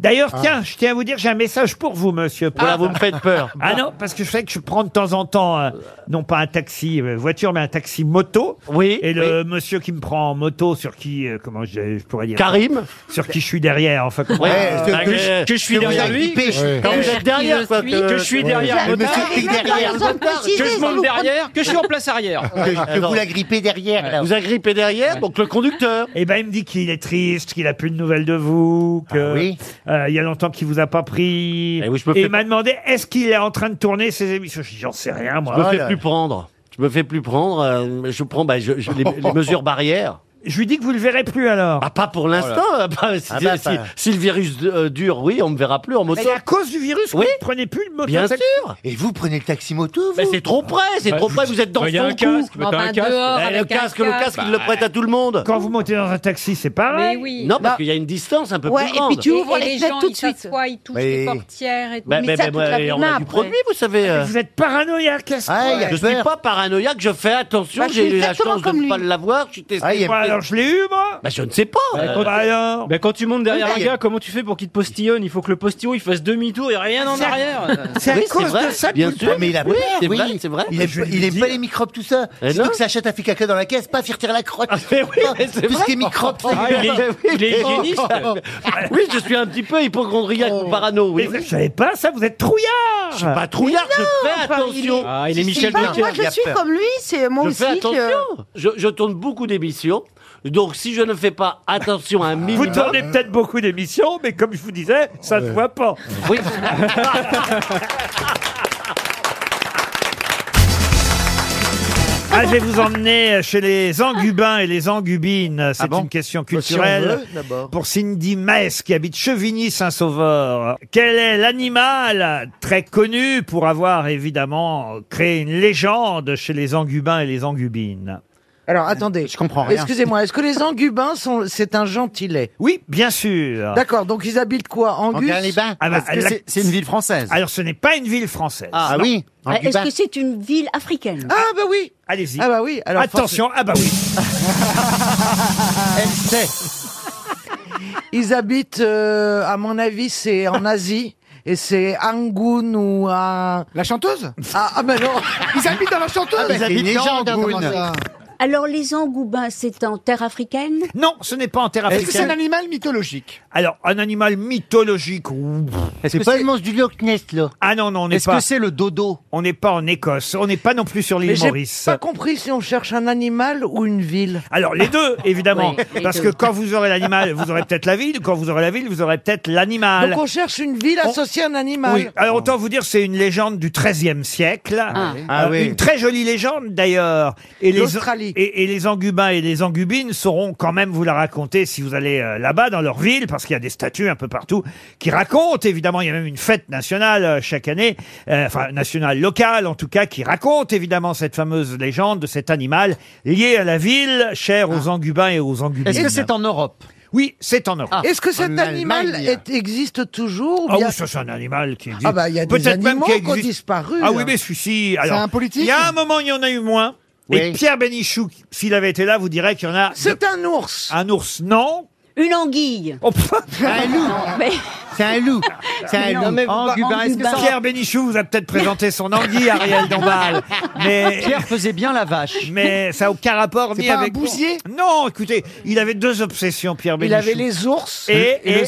Speaker 1: D'ailleurs,
Speaker 22: Ah.
Speaker 1: tiens, je tiens à vous dire, j'ai un message pour vous, monsieur.
Speaker 22: Voilà, vous me faites peur.
Speaker 1: Ah non, parce que je sais que je prends de temps en temps, euh, non pas un taxi euh, voiture, mais un taxi moto.
Speaker 22: Oui.
Speaker 1: Et le monsieur qui me prend en moto, sur qui, euh, comment je, je pourrais dire
Speaker 22: Karim
Speaker 1: Sur qui je suis derrière, enfin. comment-
Speaker 22: Ouais,
Speaker 1: Euh,
Speaker 22: que- que je- que je suis derrière lui. Ouais. Quand vous êtes derrière, quoi, que-
Speaker 23: Que je suis derrière
Speaker 22: Ouais.
Speaker 23: le motard.
Speaker 22: Monsieur qui est derrière le motard.
Speaker 23: Que je monte derrière, que je suis en place
Speaker 2: *laughs*
Speaker 23: arrière.
Speaker 22: Attends.
Speaker 12: grippez derrière.
Speaker 7: Ah.
Speaker 22: là. Vous agrippez derrière, donc le conducteur.
Speaker 1: Eh ben, il me dit qu'il est triste, qu'il a plus de nouvelles de vous, que
Speaker 22: Ah oui. Eh
Speaker 1: euh, il y a longtemps qu'il vous a pas pris. Et,
Speaker 22: oui, je me fais-
Speaker 1: il m'a demandé est-ce qu'il est en train de tourner ses émissions. Je dis, j'en sais rien moi.
Speaker 22: Je me
Speaker 1: Oh
Speaker 22: fais
Speaker 1: là
Speaker 22: plus
Speaker 1: là.
Speaker 22: prendre. Je me fais plus prendre. euh, je prends bah, je- je- les,
Speaker 12: *laughs*
Speaker 22: les mesures barrières.
Speaker 1: Je lui dis que vous le verrez plus alors.
Speaker 22: Ah, *laughs* pas pour l'instant. euh, bah, si,
Speaker 1: Ah bah,
Speaker 22: si-
Speaker 1: ça-
Speaker 22: si le virus euh, dure, oui, on me verra plus en moto.
Speaker 1: Mais à cause du virus,
Speaker 22: Oui.
Speaker 1: vous ne prenez plus le moto.
Speaker 22: Bien sûr.
Speaker 12: Et vous prenez le taxi moto vous
Speaker 22: Bah, c'est trop près, c'est
Speaker 23: Bah,
Speaker 22: trop près. Vous êtes dans
Speaker 23: bah,
Speaker 22: son
Speaker 23: il y a un
Speaker 22: cou.
Speaker 23: casque, bah,
Speaker 7: Ah,
Speaker 23: t'as un casque. Bah,
Speaker 22: Eh, le casque, le casque,
Speaker 12: Bah,
Speaker 22: il le prête à tout le monde.
Speaker 1: Quand vous montez dans un taxi, c'est pareil.
Speaker 7: Mais oui.
Speaker 22: Non, parce qu'il y a une distance un peu
Speaker 7: Ouais,
Speaker 22: plus
Speaker 7: et
Speaker 22: grande.
Speaker 7: puis tu ouvres
Speaker 14: Et
Speaker 7: les,
Speaker 14: les
Speaker 7: fenêtres
Speaker 14: gens,
Speaker 7: tout de
Speaker 14: ils
Speaker 7: suite.
Speaker 14: s'assoient, ils touchent
Speaker 22: les Oui.
Speaker 7: portières et tout.
Speaker 22: Bah, bah, bah, ouais, on a du produit, vous savez. euh.
Speaker 1: Ah, Vous êtes paranoïaque, est-ce
Speaker 22: Ah,
Speaker 1: que-
Speaker 22: je suis pas paranoïaque, je fais attention,
Speaker 1: Bah, je
Speaker 22: j'ai
Speaker 1: suis
Speaker 22: eu la
Speaker 1: exactement
Speaker 22: chance de
Speaker 1: comme
Speaker 22: ne
Speaker 1: lui.
Speaker 22: pas l'avoir, je suis
Speaker 12: Ah,
Speaker 22: testé.
Speaker 1: Moi, alors, je l'ai eu, moi
Speaker 22: Bah, je ne sais pas.
Speaker 23: Bah,
Speaker 22: Euh,
Speaker 23: quand,
Speaker 1: Bah, alors.
Speaker 23: bah, quand tu montes derrière
Speaker 22: Oui,
Speaker 23: un
Speaker 22: il y a-
Speaker 23: gars, comment tu fais pour qu'il te postillonne Il faut que le postillon il fasse demi-tour, il n'y a rien en
Speaker 1: C'est-
Speaker 23: arrière.
Speaker 1: C'est à
Speaker 22: Oui,
Speaker 1: cause
Speaker 22: vrai,
Speaker 1: de ça que
Speaker 22: bien
Speaker 1: vous le
Speaker 22: sûr.
Speaker 1: prenez.
Speaker 12: Mais il a
Speaker 22: Oui,
Speaker 12: peur,
Speaker 22: c'est
Speaker 12: oui.
Speaker 22: vrai, c'est vrai.
Speaker 12: Il aime,
Speaker 1: Je vais
Speaker 12: il
Speaker 1: lui
Speaker 12: aime
Speaker 1: dire.
Speaker 12: pas les microbes, tout ça.
Speaker 22: Eh
Speaker 12: Surtout
Speaker 22: non.
Speaker 12: que ça achète un flic à queue dans la caisse, paf, il retire la crotte.
Speaker 22: oui, mais c'est
Speaker 12: tout
Speaker 22: vrai.
Speaker 12: ce qui est microbes, ça
Speaker 23: Ah,
Speaker 12: lui
Speaker 23: il,
Speaker 12: va.
Speaker 23: est, il est hygiéniste.
Speaker 22: *laughs* Oui, je suis un petit peu hypochondriaque ou parano, oui.
Speaker 1: Mais vous- Je savais pas ça, vous êtes trouillard
Speaker 22: Je suis pas trouillard, je fais attention.
Speaker 23: Ah, il est
Speaker 12: Si, si,
Speaker 23: Michel
Speaker 12: il a-
Speaker 3: moi,
Speaker 12: il a
Speaker 3: je suis
Speaker 12: peur.
Speaker 3: comme lui, c'est moi
Speaker 22: Je
Speaker 3: aussi. que-
Speaker 22: fais attention. Je, je tourne beaucoup d'émissions. Donc, si je ne fais pas attention à un
Speaker 1: Vous
Speaker 22: minimum...
Speaker 1: tournez peut-être beaucoup d'émissions, mais comme je vous disais, ça ne se voit pas.
Speaker 22: Oui.
Speaker 1: *laughs* Ah, je vais vous emmener chez les Angubins et les Angubines.
Speaker 12: Ah
Speaker 1: C'est une question culturelle
Speaker 12: veut, d'abord.
Speaker 1: pour Cindy Maes qui habite Chevigny-Saint-Sauveur. Quel est l'animal très connu pour avoir évidemment créé une légende chez les Angubins et les Angubines
Speaker 2: Alors attendez.
Speaker 12: Je comprends rien.
Speaker 2: Excusez-moi, est-ce que les Angubins sont c'est un gentilet
Speaker 1: Oui, bien sûr.
Speaker 2: D'accord, donc ils habitent quoi Angus
Speaker 1: Ah bah, la-
Speaker 12: C'est une ville française.
Speaker 1: Alors ce n'est pas une ville française.
Speaker 12: Ah oui
Speaker 7: Euh, Est-ce que c'est une ville africaine
Speaker 2: Ah bah oui.
Speaker 1: Allez-y.
Speaker 2: Ah bah oui. Alors
Speaker 1: Attention, ah bah oui. *laughs*
Speaker 12: Elle sait.
Speaker 2: forcément, ils habitent euh, à mon avis c'est en Asie et c'est Angoun ou à
Speaker 12: La chanteuse
Speaker 2: Ah, ah bah non.
Speaker 12: Ils habitent dans la chanteuse
Speaker 2: Ah,
Speaker 12: Ils
Speaker 1: Ah,
Speaker 12: habitent dans
Speaker 1: hein,
Speaker 12: Angoune.
Speaker 7: Alors les Angoubins, c'est en terre africaine
Speaker 1: Non, ce n'est pas en terre
Speaker 12: Est-ce que c'est un
Speaker 1: africaine.
Speaker 12: animal mythologique
Speaker 1: Alors, un animal mythologique. ou-
Speaker 12: C'est pas le monstre du Loch Ness, là.
Speaker 1: Ah non, non, on n'est pas,
Speaker 12: le dodo
Speaker 1: on n'est pas en Écosse. On n'est pas non plus sur
Speaker 2: Mais
Speaker 1: l'île
Speaker 2: j'ai
Speaker 1: Maurice.
Speaker 2: pas compris si on cherche un animal ou une ville.
Speaker 1: Alors, les deux, évidemment.
Speaker 7: Oui, les
Speaker 1: parce
Speaker 7: deux.
Speaker 1: que quand vous aurez l'animal, vous aurez peut-être la ville. Quand vous aurez la ville, vous aurez peut-être l'animal.
Speaker 2: Donc on cherche une ville
Speaker 1: Ah, On-
Speaker 2: associée à un animal.
Speaker 1: Oui, alors autant vous dire, c'est une légende du XIIIe siècle.
Speaker 7: Ah.
Speaker 1: Euh,
Speaker 12: Ah oui.
Speaker 1: Une très jolie légende d'ailleurs. Et les,
Speaker 2: L'Australie. joli.
Speaker 1: Et, et les Angubins et les Angubines sauront quand même vous la raconter si vous allez euh, là-bas dans leur ville, parce qu'il y a des statues un peu partout qui racontent. Évidemment, il y a même une fête nationale euh, chaque année, euh, enfin nationale locale en tout cas, qui raconte évidemment cette fameuse légende de cet animal lié à la ville, cher aux Angubins et aux Angubines.
Speaker 2: Ah. Est-ce que c'est Ah.
Speaker 1: en Europe Oui, c'est Ah, en Europe.
Speaker 2: Est-ce que cet animal est- existe toujours ou
Speaker 1: Ah
Speaker 2: bien-
Speaker 1: oui, ça c'est un animal qui existe.
Speaker 2: Ah bah, il y a des
Speaker 1: Peut-être même
Speaker 2: animaux
Speaker 1: qu'il
Speaker 2: qui ont
Speaker 1: existe.
Speaker 2: disparu,
Speaker 1: Ah
Speaker 2: hein.
Speaker 1: oui, mais celui-ci. alors,
Speaker 2: un politique
Speaker 1: Il y a un moment, il y en a eu moins. Et
Speaker 2: Oui.
Speaker 1: Pierre Bénichou, s'il avait été là, vous dirait qu'il y en a. C'est
Speaker 2: un ours.
Speaker 1: Un ours, non. Oh,
Speaker 7: Une anguille.
Speaker 1: un loup.
Speaker 7: C'est un loup.
Speaker 1: C'est un loup. Pierre Bénichou vous a peut-être présenté son anguille, Ariel Dombal. Mais... Pierre faisait bien la vache. Mais ça n'a aucun rapport
Speaker 2: C'est
Speaker 1: ni
Speaker 2: pas un
Speaker 1: avec.
Speaker 2: bousier
Speaker 1: Non, écoutez, il avait deux obsessions, Pierre
Speaker 2: Il
Speaker 1: Bénichou.
Speaker 2: avait les ours
Speaker 1: Et, et-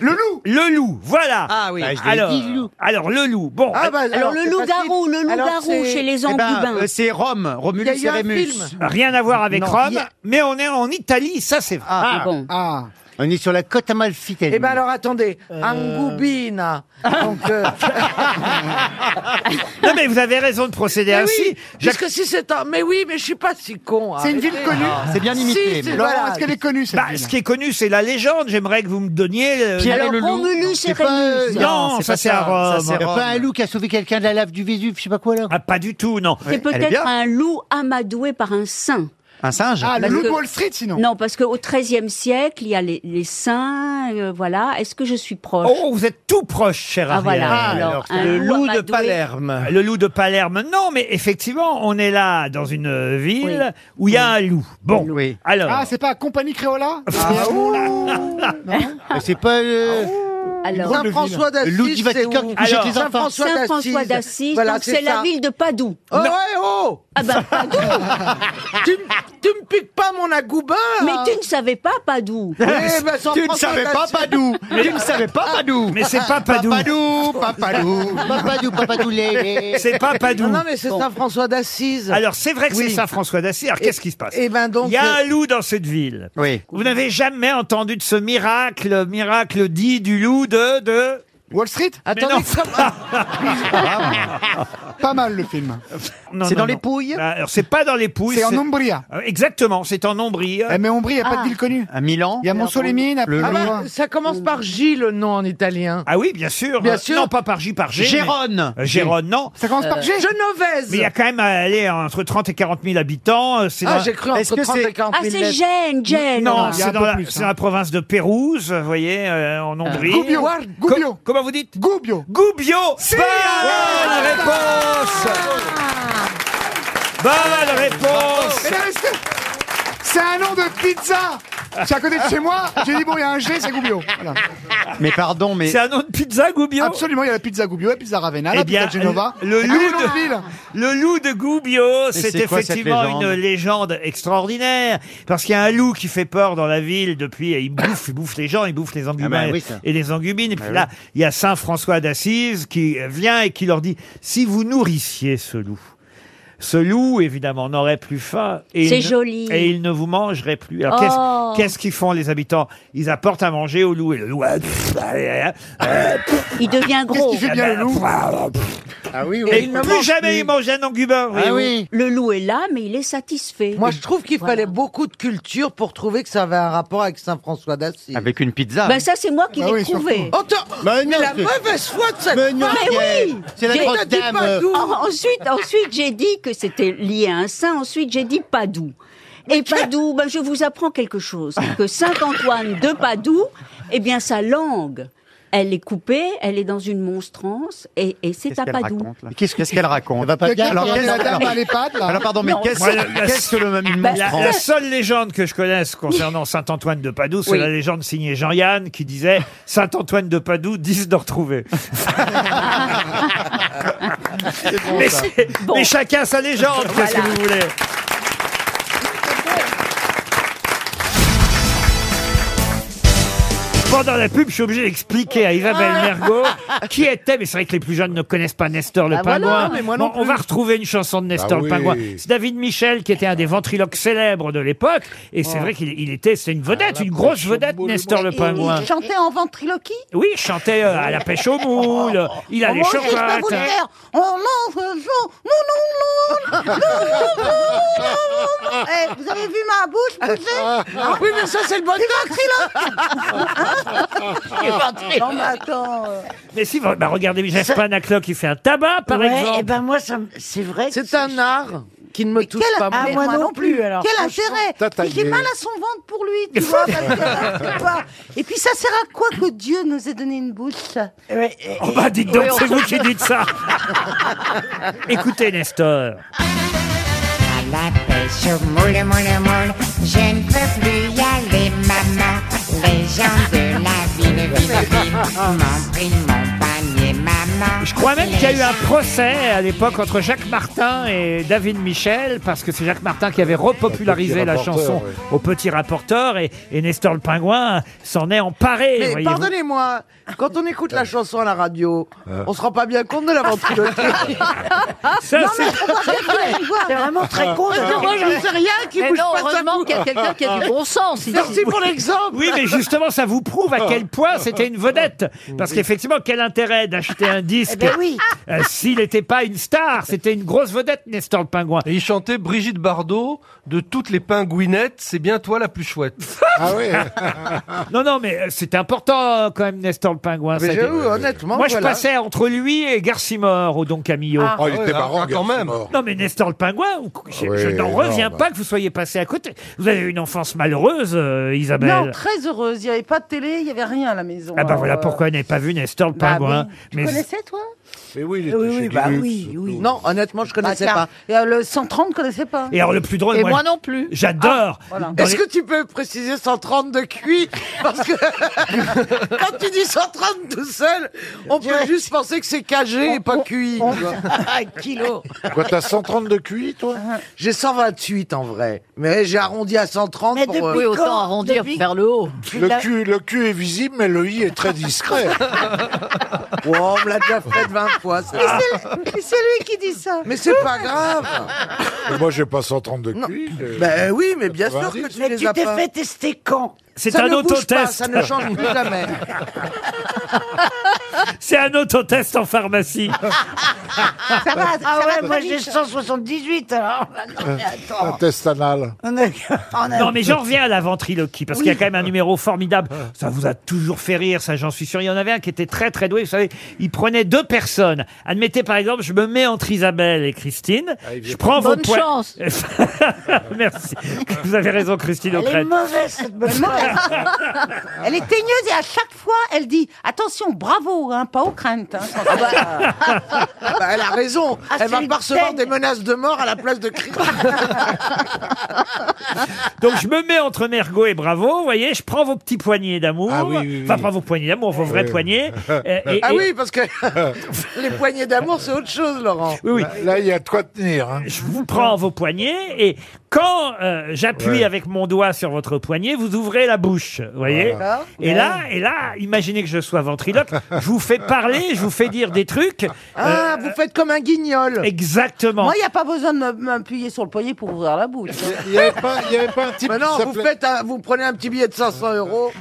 Speaker 2: Le loup.
Speaker 1: Le loup, voilà.
Speaker 2: Ah oui. Bah, je l'ai
Speaker 1: alors,
Speaker 2: dit, le loup.
Speaker 1: alors, le loup. Bon.
Speaker 2: Ah bah,
Speaker 7: Alors, le loup-garou, le loup-garou chez les Angubins.
Speaker 1: Eh ben, euh, c'est Rome,
Speaker 7: Romulus Il y a eu et un Rémus. film.
Speaker 1: Rien à voir avec
Speaker 7: Non,
Speaker 1: Rome,
Speaker 7: il y a-
Speaker 1: mais on est en Italie, ça c'est vrai.
Speaker 2: Ah, Ah, bon.
Speaker 1: On est sur la côte amalfitaine.
Speaker 2: Eh ben alors attendez,
Speaker 1: Euh.
Speaker 2: Angoubina. Donc,
Speaker 1: *laughs*
Speaker 2: euh, *laughs*
Speaker 1: Non mais vous avez raison de procéder
Speaker 2: mais
Speaker 1: ainsi.
Speaker 2: oui,
Speaker 1: Jacques-
Speaker 2: puisque si c'est un... Mais oui, mais je suis pas si con.
Speaker 1: C'est une
Speaker 2: arrêtez.
Speaker 1: ville connue
Speaker 2: Ah.
Speaker 1: C'est bien imité,
Speaker 2: Si,
Speaker 1: mais-
Speaker 2: c'est-
Speaker 1: Laurent,
Speaker 2: voilà.
Speaker 1: est-ce qu'elle est connue, cette Bah, ce qui est connu, c'est la légende. J'aimerais que vous me donniez. euh,
Speaker 7: Alors, Romulus et
Speaker 12: euh,
Speaker 7: Rémus.
Speaker 1: Non, ça c'est à
Speaker 7: Ça,
Speaker 1: Rome.
Speaker 7: c'est
Speaker 1: Il y a pas
Speaker 7: Rome.
Speaker 1: un loup qui a sauvé quelqu'un de la lave du Vésuve, je sais pas quoi là. Ah, pas du tout, non.
Speaker 7: C'est peut-être un loup amadoué par un saint.
Speaker 1: un singe.
Speaker 7: Parce que- Non, parce qu'au XIIIe siècle, il y a les, les saints, euh, voilà. Est-ce que je suis proche
Speaker 1: Oh, vous êtes tout proche, cher
Speaker 7: Ah,
Speaker 1: Ariel.
Speaker 7: voilà, Ah, alors, alors, un
Speaker 1: le
Speaker 7: loup
Speaker 1: loup de
Speaker 7: amadoué.
Speaker 1: Palerme. Le loup de Palerme. Non, mais effectivement, on est là dans une euh, ville où il y a un loup. Bon, alors.
Speaker 4: Ah, c'est pas Compagnie Créola
Speaker 1: *laughs*
Speaker 2: Ah.
Speaker 1: c'est pas
Speaker 12: Ah,
Speaker 7: Alors,
Speaker 2: Saint-François d'Assise. c'est où
Speaker 7: Saint-François d'Assise,
Speaker 2: Voilà,
Speaker 7: donc c'est la
Speaker 2: ça.
Speaker 7: ville de Padoue.
Speaker 2: Oh, ouais, oh
Speaker 7: Ah ben, Padoue
Speaker 2: tu, me- tu me piques pas mon agoubin
Speaker 7: Mais tu ne savais pas Padoue.
Speaker 2: Tu ne savais pas Padoue
Speaker 7: Tu ne savais pas Padoue
Speaker 1: Mais c'est pas Padoue.
Speaker 7: Papadou,
Speaker 1: *laughs* Papadou.
Speaker 7: Papadou, Papadou, lé, lé.
Speaker 1: C'est pas Padoue.
Speaker 2: Non, non, mais c'est Saint-François d'Assise.
Speaker 1: Alors, c'est vrai que
Speaker 2: Oui.
Speaker 1: c'est Saint-François d'Assise. Alors,
Speaker 2: Et-
Speaker 1: qu'est-ce qui se passe
Speaker 2: et ben donc,
Speaker 1: Il y a
Speaker 2: euh,
Speaker 1: un loup dans cette ville. Vous n'avez jamais entendu de ce miracle, miracle dit du loup de... de... Wall Street
Speaker 4: Attendez,
Speaker 1: Ah.
Speaker 4: Pas mal le film. C'est dans les
Speaker 1: Pouilles Bah, Alors, c'est pas dans les Pouilles.
Speaker 4: C'est en Umbria.
Speaker 1: Euh, Exactement, c'est en Umbria.
Speaker 4: Eh, mais Umbria, il n'y a pas de ville connue.
Speaker 1: À Milan.
Speaker 4: Il y a Monsolémine, après-
Speaker 2: Ah bah, ça commence par J, le nom en italien.
Speaker 1: Ah oui, bien sûr.
Speaker 2: Bien
Speaker 1: Euh,
Speaker 2: sûr.
Speaker 1: Non, pas par J, par G. mais-
Speaker 2: Gérone.
Speaker 1: Euh, Gérone, non.
Speaker 2: Ça commence par Euh, G Genovaise.
Speaker 1: Mais il y a quand même euh, allez, entre 30 et 40 000 habitants. euh, c'est
Speaker 2: Ah,
Speaker 1: dans-
Speaker 2: j'ai cru entre Est-ce que 30 et c'est- 40 000 Ah, c'est lettres.
Speaker 7: Gênes, Gênes.
Speaker 1: Non,
Speaker 7: Il y a un
Speaker 1: c'est dans,
Speaker 7: peu
Speaker 1: la-
Speaker 7: plus,
Speaker 1: c'est dans
Speaker 2: hein.
Speaker 1: la province de Pérouse, vous voyez, euh, en Hongrie.
Speaker 4: Gubbio.
Speaker 1: Co- comment vous dites Goubio. Goubio. Bonne réponse Bonne réponse
Speaker 4: Mais non, mais c'est- C'est un nom de pizza C'est à côté de chez moi, j'ai dit bon, il y a un G, c'est Goubio. Voilà.
Speaker 1: Mais pardon, mais. C'est un nom de pizza, Goubio
Speaker 4: Absolument, il y a la pizza Goubio, la pizza Ravenna,
Speaker 1: Eh
Speaker 4: la
Speaker 1: bien,
Speaker 4: pizza Genova.
Speaker 1: le, le
Speaker 4: Ah,
Speaker 1: loup
Speaker 4: les noms de ville.
Speaker 1: de, le loup de Gubbio, c'est
Speaker 4: c'est quoi cette
Speaker 1: effectivement
Speaker 4: légende
Speaker 1: une légende extraordinaire. Parce qu'il y a un loup qui fait peur dans la ville depuis, et il bouffe, il bouffe les gens, il bouffe les angubins
Speaker 4: Ah bah oui,
Speaker 1: et-
Speaker 4: ça.
Speaker 1: et les angubines. Et puis
Speaker 4: Bah
Speaker 1: là, il y a Saint François d'Assise qui vient et qui leur dit, si vous nourrissiez ce loup, ce loup, évidemment, n'aurait plus faim. et
Speaker 7: C'est
Speaker 1: il ne-
Speaker 7: joli.
Speaker 1: Et il ne vous mangerait plus. Alors,
Speaker 7: Oh.
Speaker 1: qu'est-ce- qu'est-ce qu'ils font, les habitants Ils apportent à manger au loup. Et le loup... ah, pff, ah, ah, ah, pff.
Speaker 7: Il devient gros.
Speaker 1: Ah oui, Eh ben, Et plus jamais il mange un
Speaker 15: Ah
Speaker 1: angubin.
Speaker 3: Ah
Speaker 1: voyez-vous.
Speaker 7: Ah Le loup est là, mais il est satisfait.
Speaker 2: Moi, je trouve qu'il
Speaker 7: Voilà.
Speaker 2: fallait beaucoup de culture pour trouver que ça avait un rapport avec Saint-François d'Assise.
Speaker 15: Avec une pizza.
Speaker 7: Ben ça, c'est moi qui
Speaker 2: Bah
Speaker 7: l'ai
Speaker 2: oui,
Speaker 7: trouvé.
Speaker 2: surtout. Attends,
Speaker 4: Bah,
Speaker 2: mais, la mauvaise foi de cette femme.
Speaker 7: Mais oui
Speaker 2: J'ai-
Speaker 7: J'ai-
Speaker 2: t'as dit
Speaker 4: Euh,
Speaker 2: pas d'où.
Speaker 7: En- Ah, ensuite, ensuite j'ai dit que c'était lié à un saint. Ensuite, j'ai dit Padoue. Et Padoue, ben, je vous apprends quelque chose. Que Saint-Antoine de Padoue, eh bien, sa langue, elle est coupée, elle est dans une monstrance, et, et c'est à Padoue.
Speaker 15: Qu'est-ce qu'elle raconte
Speaker 4: Quelqu'un
Speaker 15: Alors,
Speaker 4: qui a
Speaker 15: qu'est-ce-
Speaker 4: la dame à l'EHPAD, là.
Speaker 15: Alors, pardon, mais
Speaker 4: Non.
Speaker 15: qu'est-ce
Speaker 1: Moi, la- la-
Speaker 15: qu'est-ce que le mamie
Speaker 1: La-
Speaker 15: monstre
Speaker 1: La seule légende que je connaisse concernant Saint-Antoine de Padoue, c'est
Speaker 15: Oui.
Speaker 1: la légende signée Jean-Yann qui disait Saint-Antoine de Padoue, 10
Speaker 15: *laughs*
Speaker 1: de *laughs* retrouver. mais, c'est- mais chacun sa légende, qu'est-ce que vous voulez Pendant la pub, je suis obligé d'expliquer à Isabelle Mergo qui était, mais c'est vrai que les plus jeunes ne connaissent pas Nestor le
Speaker 2: Ah, voilà,
Speaker 1: pingouin.
Speaker 2: mais moi non
Speaker 1: Bon, on va
Speaker 2: plus.
Speaker 1: retrouver une chanson de Nestor
Speaker 2: Ah
Speaker 1: le
Speaker 2: oui.
Speaker 1: pingouin. C'est David Michel qui était un des ventriloques célèbres de l'époque. Et c'est
Speaker 5: Oh.
Speaker 1: vrai qu'il il était, c'est une vedette, une grosse vedette, Nestor le pingouin.
Speaker 5: Il chantait en ventriloquie
Speaker 1: Oui, il chantait euh, à la pêche aux moules, il a les
Speaker 3: Oh,
Speaker 5: Moi aussi, je peux vous le
Speaker 1: chocottes.
Speaker 3: euh,
Speaker 5: dire. Oh non, je- je- non, non, non.
Speaker 3: Eh, vous avez vu ma bouche bouger Hein
Speaker 8: Ah. Oui, mais ça, c'est
Speaker 3: *laughs*
Speaker 8: le
Speaker 3: Ventriloque
Speaker 8: Il est ventriloque.
Speaker 3: Non, mais attends. euh.
Speaker 1: Mais si, bah, regardez Jeff Panaclo qui fait un tabac, par
Speaker 2: Ouais,
Speaker 1: exemple.
Speaker 2: eh ben
Speaker 1: moi, c'est vrai.
Speaker 2: C'est un art qui ne me touche
Speaker 3: Quel-
Speaker 2: pas.
Speaker 3: Ah, moi non plus, alors. Quel intérêt J'ai
Speaker 2: gueule.
Speaker 3: mal à son ventre pour lui, tu vois. parce que, tu vois. Et puis ça sert à quoi que Dieu nous ait donné une bouche Eh
Speaker 1: Oh bah dites donc, c'est vous qui dites ça Écoutez Nestor.
Speaker 6: À la pêche au moule, moule, moule, je ne peux plus y aller, maman. Les gens de la ville, ville, ville, m'ont pris mon panier, maman.
Speaker 1: Je crois même qu'il y a eu un procès à l'époque entre Jacques Martin et David Michel, parce que c'est Jacques Martin qui avait repopularisé
Speaker 16: Au Petit
Speaker 1: la
Speaker 16: Rapporteur,
Speaker 1: chanson
Speaker 16: oui.
Speaker 1: au petit rapporteur, et, et Nestor le pingouin s'en est emparé.
Speaker 2: Mais
Speaker 1: voyez-vous.
Speaker 2: pardonnez-moi, quand on écoute
Speaker 16: Euh.
Speaker 2: la chanson à la radio, on se rend pas bien compte de la ventriloquie.
Speaker 1: Ça,
Speaker 2: Non,
Speaker 1: c'est-
Speaker 2: mais on va bien faire les voir. C'est vraiment
Speaker 16: Euh.
Speaker 2: très con.
Speaker 1: Parce que moi, j'en sais rien, qui
Speaker 2: Mais
Speaker 1: bouge
Speaker 2: non,
Speaker 1: pas sa
Speaker 2: heureusement
Speaker 1: boue.
Speaker 2: qu'il y a quelqu'un qui a du bon sens, ici. Merci pour l'exemple.
Speaker 1: Oui, mais justement, ça vous prouve à quel point c'était une vedette. Parce qu'effectivement, quel intérêt d'acheter un disque
Speaker 2: Eh ben oui.
Speaker 1: euh, s'il n'était pas une star C'était une grosse vedette, Nestor le pingouin.
Speaker 16: Et il chantait Brigitte Bardot, de toutes les pingouinettes, c'est bien toi la plus
Speaker 2: *laughs*
Speaker 16: chouette.
Speaker 1: Ah oui. non, non, mais euh, c'est important euh, quand même, Nestor le pingouin.
Speaker 16: Mais
Speaker 1: ça,
Speaker 16: j'avoue,
Speaker 1: que-
Speaker 16: honnêtement,
Speaker 1: Moi, je
Speaker 16: voilà.
Speaker 1: passais entre lui et Garcimore au Don Camillo.
Speaker 16: Ah. Oh, il était marrant,
Speaker 1: quand même. Non, mais Nestor le pingouin, vous- je, je
Speaker 16: Oui,
Speaker 1: n'en
Speaker 16: non,
Speaker 1: reviens
Speaker 16: bah.
Speaker 1: pas que vous soyez passé à côté. Vous avez eu une enfance malheureuse, euh, Isabelle.
Speaker 2: Non, très heureuse. Il n'y avait pas de télé, il n'y avait rien à la maison.
Speaker 1: Ah bah
Speaker 2: Alors,
Speaker 1: voilà
Speaker 2: euh,
Speaker 1: pourquoi on n'avait pas hein. vu Nestor le
Speaker 3: bah,
Speaker 1: pingouin.
Speaker 2: Tu Bah, connaissais, toi
Speaker 1: Mais oui,
Speaker 2: Oui, oui, bah oui, oui. Non, honnêtement, je connaissais
Speaker 1: Bah,
Speaker 2: pas. Et, euh, le 130, je connaissais pas.
Speaker 1: Et alors, le plus drôle,
Speaker 2: Et
Speaker 1: moi,
Speaker 2: moi,
Speaker 1: je-
Speaker 2: non plus.
Speaker 1: j'adore.
Speaker 2: Ah, voilà.
Speaker 1: Dans
Speaker 2: Est-ce
Speaker 1: les-
Speaker 2: que tu peux préciser 130 de cuit Parce
Speaker 16: *laughs*
Speaker 2: que quand tu dis 130 tout seul, on peut juste penser que c'est cagé et pas cuit.
Speaker 3: *laughs* Ah,
Speaker 2: Un *laughs* kilo.
Speaker 18: Quoi, t'as 130 de cuit, toi
Speaker 2: J'ai 128 en vrai. Mais j'ai arrondi à 130 pour... euh,
Speaker 26: Oui, autant arrondir vers le haut.
Speaker 18: Le cul, le cul est visible, mais le i est très
Speaker 2: *laughs*
Speaker 18: discret.
Speaker 2: Wow, on me l'a déjà fait 20 fois, ça.
Speaker 18: Mais
Speaker 3: Mais C'est lui qui dit ça.
Speaker 2: Mais c'est pas
Speaker 1: *laughs*
Speaker 2: grave.
Speaker 18: Mais Ah. moi, j'ai pas 130 de
Speaker 2: Non.
Speaker 18: cuit. euh,
Speaker 2: Ben oui, mais bien sûr que
Speaker 18: 90.
Speaker 2: tu les as pas.
Speaker 32: tester quand
Speaker 1: C'est
Speaker 2: Ça
Speaker 1: un
Speaker 2: ne bouge pas,
Speaker 1: autotest.
Speaker 2: Ça ne change
Speaker 4: *laughs*
Speaker 2: plus jamais.
Speaker 1: C'est un autotest en
Speaker 2: *laughs*
Speaker 1: pharmacie.
Speaker 32: Ça va,
Speaker 3: Ah
Speaker 32: ça va
Speaker 3: ouais, moi,
Speaker 2: bah,
Speaker 32: moi
Speaker 3: j'ai
Speaker 32: j'ai 178
Speaker 3: *laughs*
Speaker 32: alors.
Speaker 18: Un test anal.
Speaker 2: Oh,
Speaker 1: Non, mais
Speaker 2: *laughs*
Speaker 1: j'en reviens à la ventriloquie, parce qu'il y a
Speaker 32: Oui.
Speaker 1: quand même un numéro formidable.
Speaker 2: Ah.
Speaker 1: Ça vous a toujours fait rire, ça, j'en suis sûr. Il y en avait un qui était très, très doué. Vous savez, il prenait deux personnes. Admettez, par exemple, je me mets entre Isabelle et Christine.
Speaker 2: Ah,
Speaker 1: je prends vos
Speaker 32: Bonne
Speaker 1: poids-
Speaker 32: chance.
Speaker 1: *laughs* Merci. Vous avez raison, Christine
Speaker 32: Elle est
Speaker 1: O'Crane.
Speaker 32: mauvaise cette bonne
Speaker 3: Elle est mauvaise. Elle est teigneuse et à chaque fois, elle dit attention, bravo, hein, pas aux craintes. hein, sans-
Speaker 2: Ah Bah, elle a raison.
Speaker 3: Ah,
Speaker 2: Elle va
Speaker 3: c'est une
Speaker 2: pas recevoir
Speaker 3: teigne.
Speaker 2: des menaces de mort à la place de Christ.
Speaker 1: Donc, je me mets entre Mergot et Bravo. Vous voyez, je prends vos petits poignets d'amour.
Speaker 2: Ah
Speaker 1: Enfin, pas vos poignets d'amour, vos vrais
Speaker 2: Oui. *laughs*
Speaker 1: poignets. Et- et-
Speaker 2: ah
Speaker 1: et-
Speaker 2: oui,
Speaker 1: *laughs*
Speaker 2: parce que les poignées d'amour, c'est autre chose, Laurent.
Speaker 1: Oui, oui.
Speaker 18: Là, il y a de quoi tenir. hein.
Speaker 1: Je vous prends vos poignets et quand euh, j'appuie
Speaker 18: Ouais.
Speaker 1: avec mon doigt sur votre poignet, vous ouvrez la bouche, vous voyez
Speaker 2: D'accord.
Speaker 1: Et
Speaker 2: Ouais.
Speaker 1: là, et là, imaginez que je sois ventriloque, je vous fais parler, je vous fais dire des trucs. euh,
Speaker 2: Ah, vous faites comme un guignol.
Speaker 1: Exactement.
Speaker 2: Moi, il n'y a pas besoin de me- m'appuyer sur le poignet pour ouvrir la bouche.
Speaker 18: Il n'y avait, pas un type
Speaker 2: Mais non,
Speaker 18: qui
Speaker 2: vous,
Speaker 18: s'appelait-
Speaker 2: faites un- vous prenez un petit billet de
Speaker 1: *laughs*
Speaker 2: 500 euros.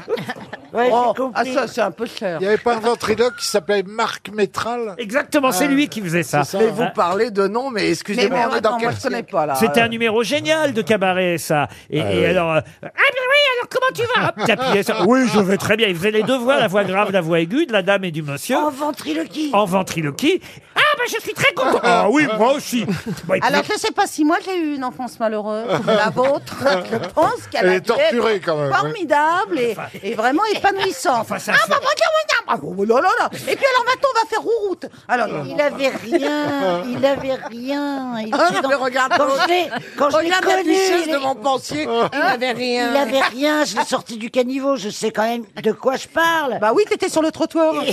Speaker 2: Oh, ah, ça, c'est un peu cher.
Speaker 18: Il n'y avait pas un ventriloque qui s'appelait Marc Métral Ah,
Speaker 1: Exactement, c'est lui qui faisait ça.
Speaker 2: Mais vous parlez de nom, mais excusez-moi,
Speaker 1: Mais bon,
Speaker 2: on est dans
Speaker 1: attends,
Speaker 2: quel
Speaker 1: moi, je connais
Speaker 2: siècle pas là. euh.
Speaker 1: C'était un numéro génial de cabaret, ça. Et,
Speaker 2: Ah
Speaker 1: et
Speaker 2: oui.
Speaker 1: alors, euh, ah ben oui, alors comment tu vas Hop, t'appuyais sur- Oui, je vais très bien. Il faisait les deux voix, la voix grave, la voix aiguë de la dame et du monsieur. En
Speaker 32: ventriloquie.
Speaker 1: En ventriloquie. Ah ben je suis très content. Ah *laughs* oui, Bah, moi aussi. Bon, il pouvait-
Speaker 3: Alors je sais pas si moi j'ai eu une enfance malheureuse, la
Speaker 18: *laughs*
Speaker 3: vôtre, je pense qu'elle
Speaker 1: Elle
Speaker 3: a
Speaker 1: est
Speaker 3: dû être
Speaker 1: torturée, quand même, ouais.
Speaker 3: Formidable et, et vraiment épanouissante.
Speaker 1: ça
Speaker 3: Ah,
Speaker 1: se-
Speaker 3: bah, bah, tiens, bah, tiens, bah, oh là là là. Et puis alors maintenant on va faire rouroute. Alors
Speaker 32: Il avait rien, il avait rien. Il
Speaker 2: Ah,
Speaker 32: était dans-
Speaker 2: mais regarde,
Speaker 32: quand je l'ai, quand je l'ai
Speaker 2: regarde la
Speaker 32: connu,
Speaker 2: duchesse
Speaker 32: il
Speaker 2: de
Speaker 32: est-
Speaker 2: Montpensier, il avait rien.
Speaker 32: Il avait rien, je l'ai sorti du caniveau, je sais quand même de quoi je parle.
Speaker 3: Bah oui, t'étais sur le trottoir.
Speaker 32: *laughs*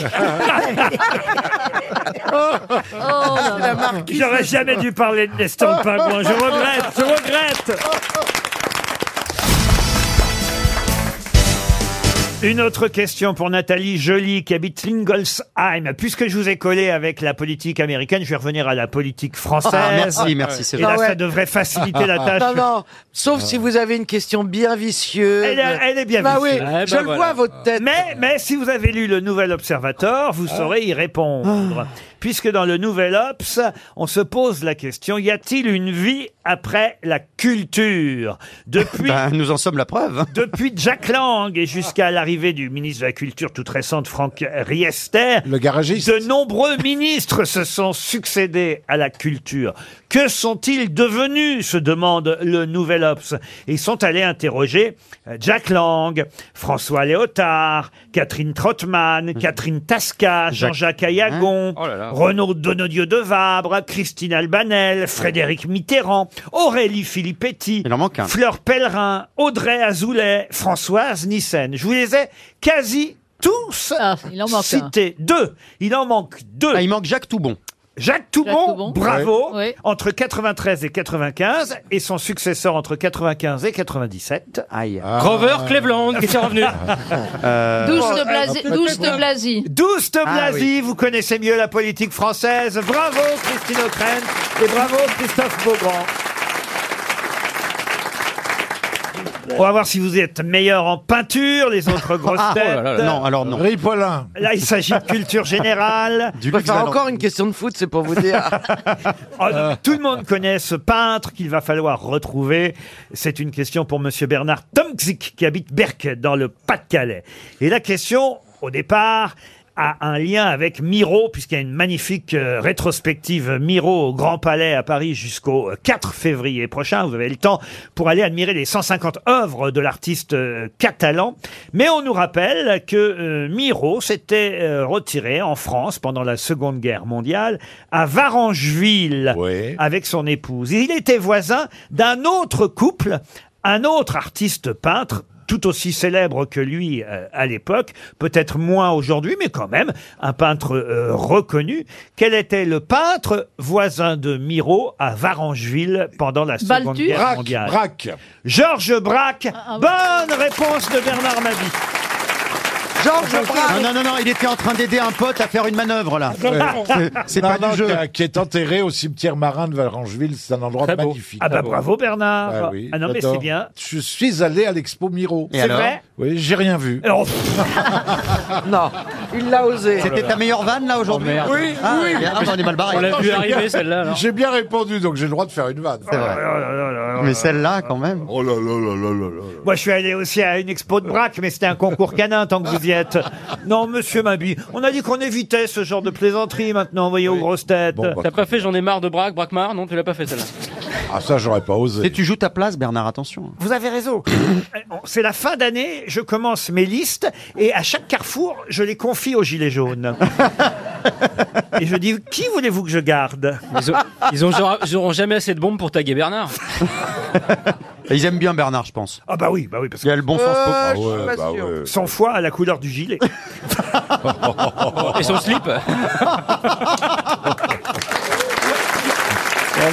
Speaker 1: *laughs* J'aurais jamais dû parler de Nestor le
Speaker 2: *laughs*
Speaker 1: Pingouin. Je regrette, je regrette. Une autre question pour Nathalie Joly qui habite Lingolsheim. Puisque je vous ai collé avec la politique américaine, je vais revenir à la politique française.
Speaker 2: Ah, merci, merci, c'est
Speaker 1: Et là,
Speaker 2: vrai.
Speaker 1: ça devrait faciliter
Speaker 2: *laughs*
Speaker 1: la tâche.
Speaker 2: Non, non, sauf si vous avez une question bien vicieuse.
Speaker 1: Elle, est- elle est bien
Speaker 2: Bah
Speaker 1: vue.
Speaker 2: oui, je le vois à votre tête. Ah.
Speaker 1: Mais, mais si vous avez lu le Nouvel Observateur, vous saurez y répondre. puisque dans le Nouvel Ops, on se pose la question, y a-t-il une vie après la culture *laughs* Depuis, Ben, Nous en sommes la preuve. *laughs* depuis Jack Lang et jusqu'à l'arrivée du ministre de la Culture toute récente, Franck Riester, le garagiste. de nombreux ministres se sont succédés à la culture. Que sont-ils devenus se demande le Nouvel Ops. Ils sont allés interroger euh, Jack Lang, François Léotard, Catherine Trottmann, Catherine Tasca, Jean-Jacques Ayagon,
Speaker 33: Oh là là.
Speaker 1: Renaud Donodieu de Vabre, Christine Albanel, Frédéric Mitterrand, Aurélie Filippetti, Fleur Pellerin, Audrey Azoulay, Françoise Nissen. Je vous les ai quasi tous cités. Deux. Il en manque deux. Ah, il manque Jacques Toubon. Jacques Toubon,
Speaker 17: Toubon.
Speaker 1: bravo,
Speaker 17: Ouais. Ouais.
Speaker 1: entre 93 et 95, et son successeur entre 95 et 97. Aïe.
Speaker 17: Grover Cleveland,
Speaker 1: *laughs*
Speaker 17: qui était revenu.
Speaker 19: Oh,
Speaker 17: Douce
Speaker 19: eh,
Speaker 17: de Blasi. douce de Blasi.
Speaker 1: Euh, Douce de
Speaker 17: Ah,
Speaker 1: Blasi, vous connaissez mieux la politique française. Bravo Christine O'Krent et bravo Christophe Beaugrand. On va voir si vous êtes meilleur en peinture,
Speaker 19: *laughs*
Speaker 1: les autres grosses
Speaker 19: Ah, oh
Speaker 1: têtes.
Speaker 19: là là là. Non, alors non.
Speaker 1: Ripollin. Là, il s'agit de culture générale.
Speaker 19: Du Je préfère luxe encore
Speaker 1: une question de foot, c'est pour
Speaker 18: *laughs*
Speaker 1: vous *laughs* dire. Oh, tout le monde connaît ce peintre qu'il va falloir retrouver. C'est une question pour Monsieur Bernard Tomczyk, qui habite Berck, dans le Pas-de-Calais. Et la question, au départ a un lien avec Miro, puisqu'il y a une magnifique euh, rétrospective Miro au Grand Palais à Paris jusqu'au euh, 4 février prochain. Vous avez le temps pour aller admirer les 150 œuvres de l'artiste euh, catalan. Mais on nous rappelle que euh, Miro s'était euh, retiré en France pendant la Seconde Guerre mondiale à Varangeville avec son épouse. Et il était voisin d'un autre couple, un autre artiste peintre tout aussi célèbre que lui euh, à l'époque, peut-être moins aujourd'hui, mais quand même un peintre euh, reconnu. Quel était le peintre voisin de Miro à Varangeville pendant la Seconde
Speaker 17: Balthus
Speaker 1: Guerre
Speaker 17: Braque,
Speaker 1: mondiale
Speaker 17: Braque.
Speaker 1: Georges Braque. Bonne réponse de Bernard Mabie. Georges
Speaker 19: Braque.
Speaker 17: Non, non, non, non, il était en train d'aider un pote à faire une manœuvre, là.
Speaker 2: Euh,
Speaker 18: Ouais.
Speaker 19: C'est
Speaker 18: Non,
Speaker 19: pas du
Speaker 18: non,
Speaker 19: jeu.
Speaker 18: qui a- Qui est enterré au cimetière marin de Varangeville, c'est un endroit
Speaker 19: Très beau.
Speaker 18: magnifique.
Speaker 19: Ah bah, bravo,
Speaker 1: Bernard.
Speaker 18: Bah oui,
Speaker 1: Ah non, mais
Speaker 18: j'adore.
Speaker 1: c'est bien.
Speaker 18: Je suis allé à l'expo Miro.
Speaker 19: Et C'est alors vrai
Speaker 18: Oui, j'ai rien vu.
Speaker 2: Oh,
Speaker 19: Non, il l'a osé.
Speaker 18: C'était ta meilleure
Speaker 19: vanne là Oh,
Speaker 18: aujourd'hui
Speaker 19: Oui,
Speaker 2: Ah,
Speaker 19: oui. Ah,
Speaker 18: Attends,
Speaker 2: *laughs*
Speaker 18: j'ai bien- J'ai bien répondu, donc j'ai le droit de faire une vanne.
Speaker 19: C'est vrai.
Speaker 1: Oh Mais
Speaker 18: celle-là, quand même. Oh là là là là là là.
Speaker 1: Moi, je suis allé aussi à une expo de braque, mais c'était un concours canin tant que vous y êtes. Non, monsieur Mabi, on a dit qu'on évitait ce genre de plaisanterie maintenant, vous voyez, aux grosses têtes.
Speaker 18: bah,
Speaker 23: T'as pas fait J'en ai marre de Braque, Braquemar Non, tu l'as pas fait celle-là.
Speaker 19: Ah ça, j'aurais pas osé.
Speaker 1: Et
Speaker 19: tu joues ta place, Bernard, attention. hein.
Speaker 1: Vous avez raison. Euh, C'est la fin d'année, je commence mes listes et à chaque carrefour, je les confie aux gilets jaunes. et je dis, qui voulez-vous que je garde
Speaker 23: Ils, ont, ils ont- ils auront jamais assez de bombes pour taguer Bernard.
Speaker 19: Ils aiment bien Bernard, je pense.
Speaker 1: Ah bah oui, bah oui. Parce
Speaker 19: Il y a le bon sens. pour- Ah bah
Speaker 1: Euh, je suis pas sûr. Son foie à la couleur
Speaker 19: *laughs*
Speaker 1: du gilet.
Speaker 23: Et son slip.
Speaker 19: Ah,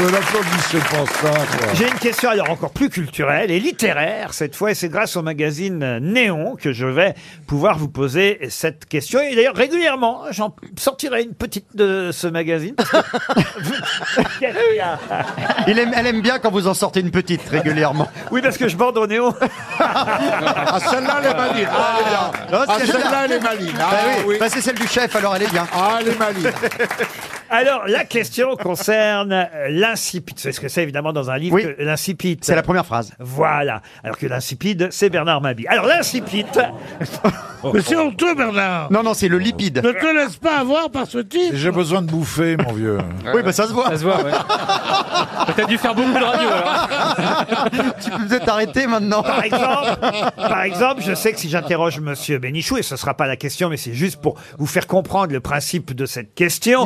Speaker 1: J'ai une question alors encore plus culturelle et littéraire cette fois, et c'est grâce au magazine Néon que je vais pouvoir vous poser cette question. Et d'ailleurs, régulièrement, j'en sortirai une petite de ce magazine. parce que- *laughs*
Speaker 19: Il aime, elle aime bien quand vous en sortez une petite régulièrement.
Speaker 1: oui, parce que je bande au néon.
Speaker 19: ah,
Speaker 18: celle-là, elle est maligne. Ah, elle est bien. Ah, celle-là, elle est maligne. Ah, oui.
Speaker 19: Bah, c'est celle du chef, alors elle est bien. Ah, elle est maligne.
Speaker 1: *laughs* Alors, la question concerne l'insipide. C'est ce que c'est évidemment dans un livre, que l'insipide. C'est la
Speaker 19: première phrase.
Speaker 1: Voilà. Alors que l'insipide, c'est Bernard Mabie.
Speaker 19: *laughs*
Speaker 1: Alors, l'insipide.
Speaker 19: Mais c'est honteux, Bernard. Non, non, c'est le lipide.
Speaker 18: Ne
Speaker 19: te laisse pas avoir par ce titre.
Speaker 18: J'ai besoin de bouffer, mon vieux.
Speaker 19: *laughs* Oui, bah, ça se voit. Ça se voit, *laughs* ouais.
Speaker 23: T'as dû faire beaucoup de
Speaker 19: Ah
Speaker 23: radio, alors.
Speaker 19: *laughs* tu peux peut-être arrêter maintenant.
Speaker 1: Par exemple, par exemple, je sais que si j'interroge Monsieur Bénichou, et ce ne sera pas la question, mais c'est juste pour vous faire comprendre le principe de cette question.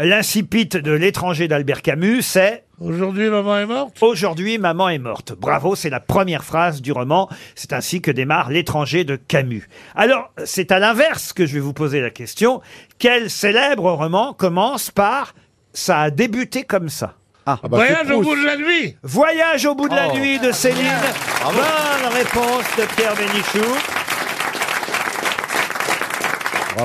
Speaker 1: L'incipit de l'étranger d'Albert Camus, c'est Aujourd'hui, maman est morte. Aujourd'hui, maman est morte. Bravo, c'est la première phrase du roman. C'est ainsi que démarre l'étranger de Camus. Alors, c'est à l'inverse que je vais vous poser la question. Quel célèbre roman commence par ça a débuté comme ça?
Speaker 19: Ah.
Speaker 18: bah, c'est Voyage au Proust. bout de la
Speaker 1: nuit. Voyage au bout de la
Speaker 18: Oh.
Speaker 1: nuit de Céline.
Speaker 19: Ah,
Speaker 1: Bonne réponse de Pierre Bénichou.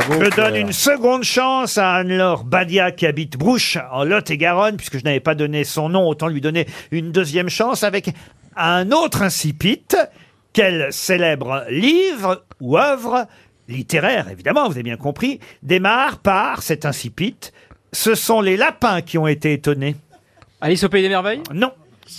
Speaker 1: Je donne une seconde chance à Anne-Laure Badia qui habite Brouche en Lot-et-Garonne, puisque je n'avais pas donné son nom, autant lui donner une deuxième chance avec un autre incipit. Quel célèbre livre ou œuvre littéraire, évidemment, vous avez bien compris, démarre par cet incipit. ce sont les lapins qui ont été étonnés. Alice au Pays des Merveilles Non.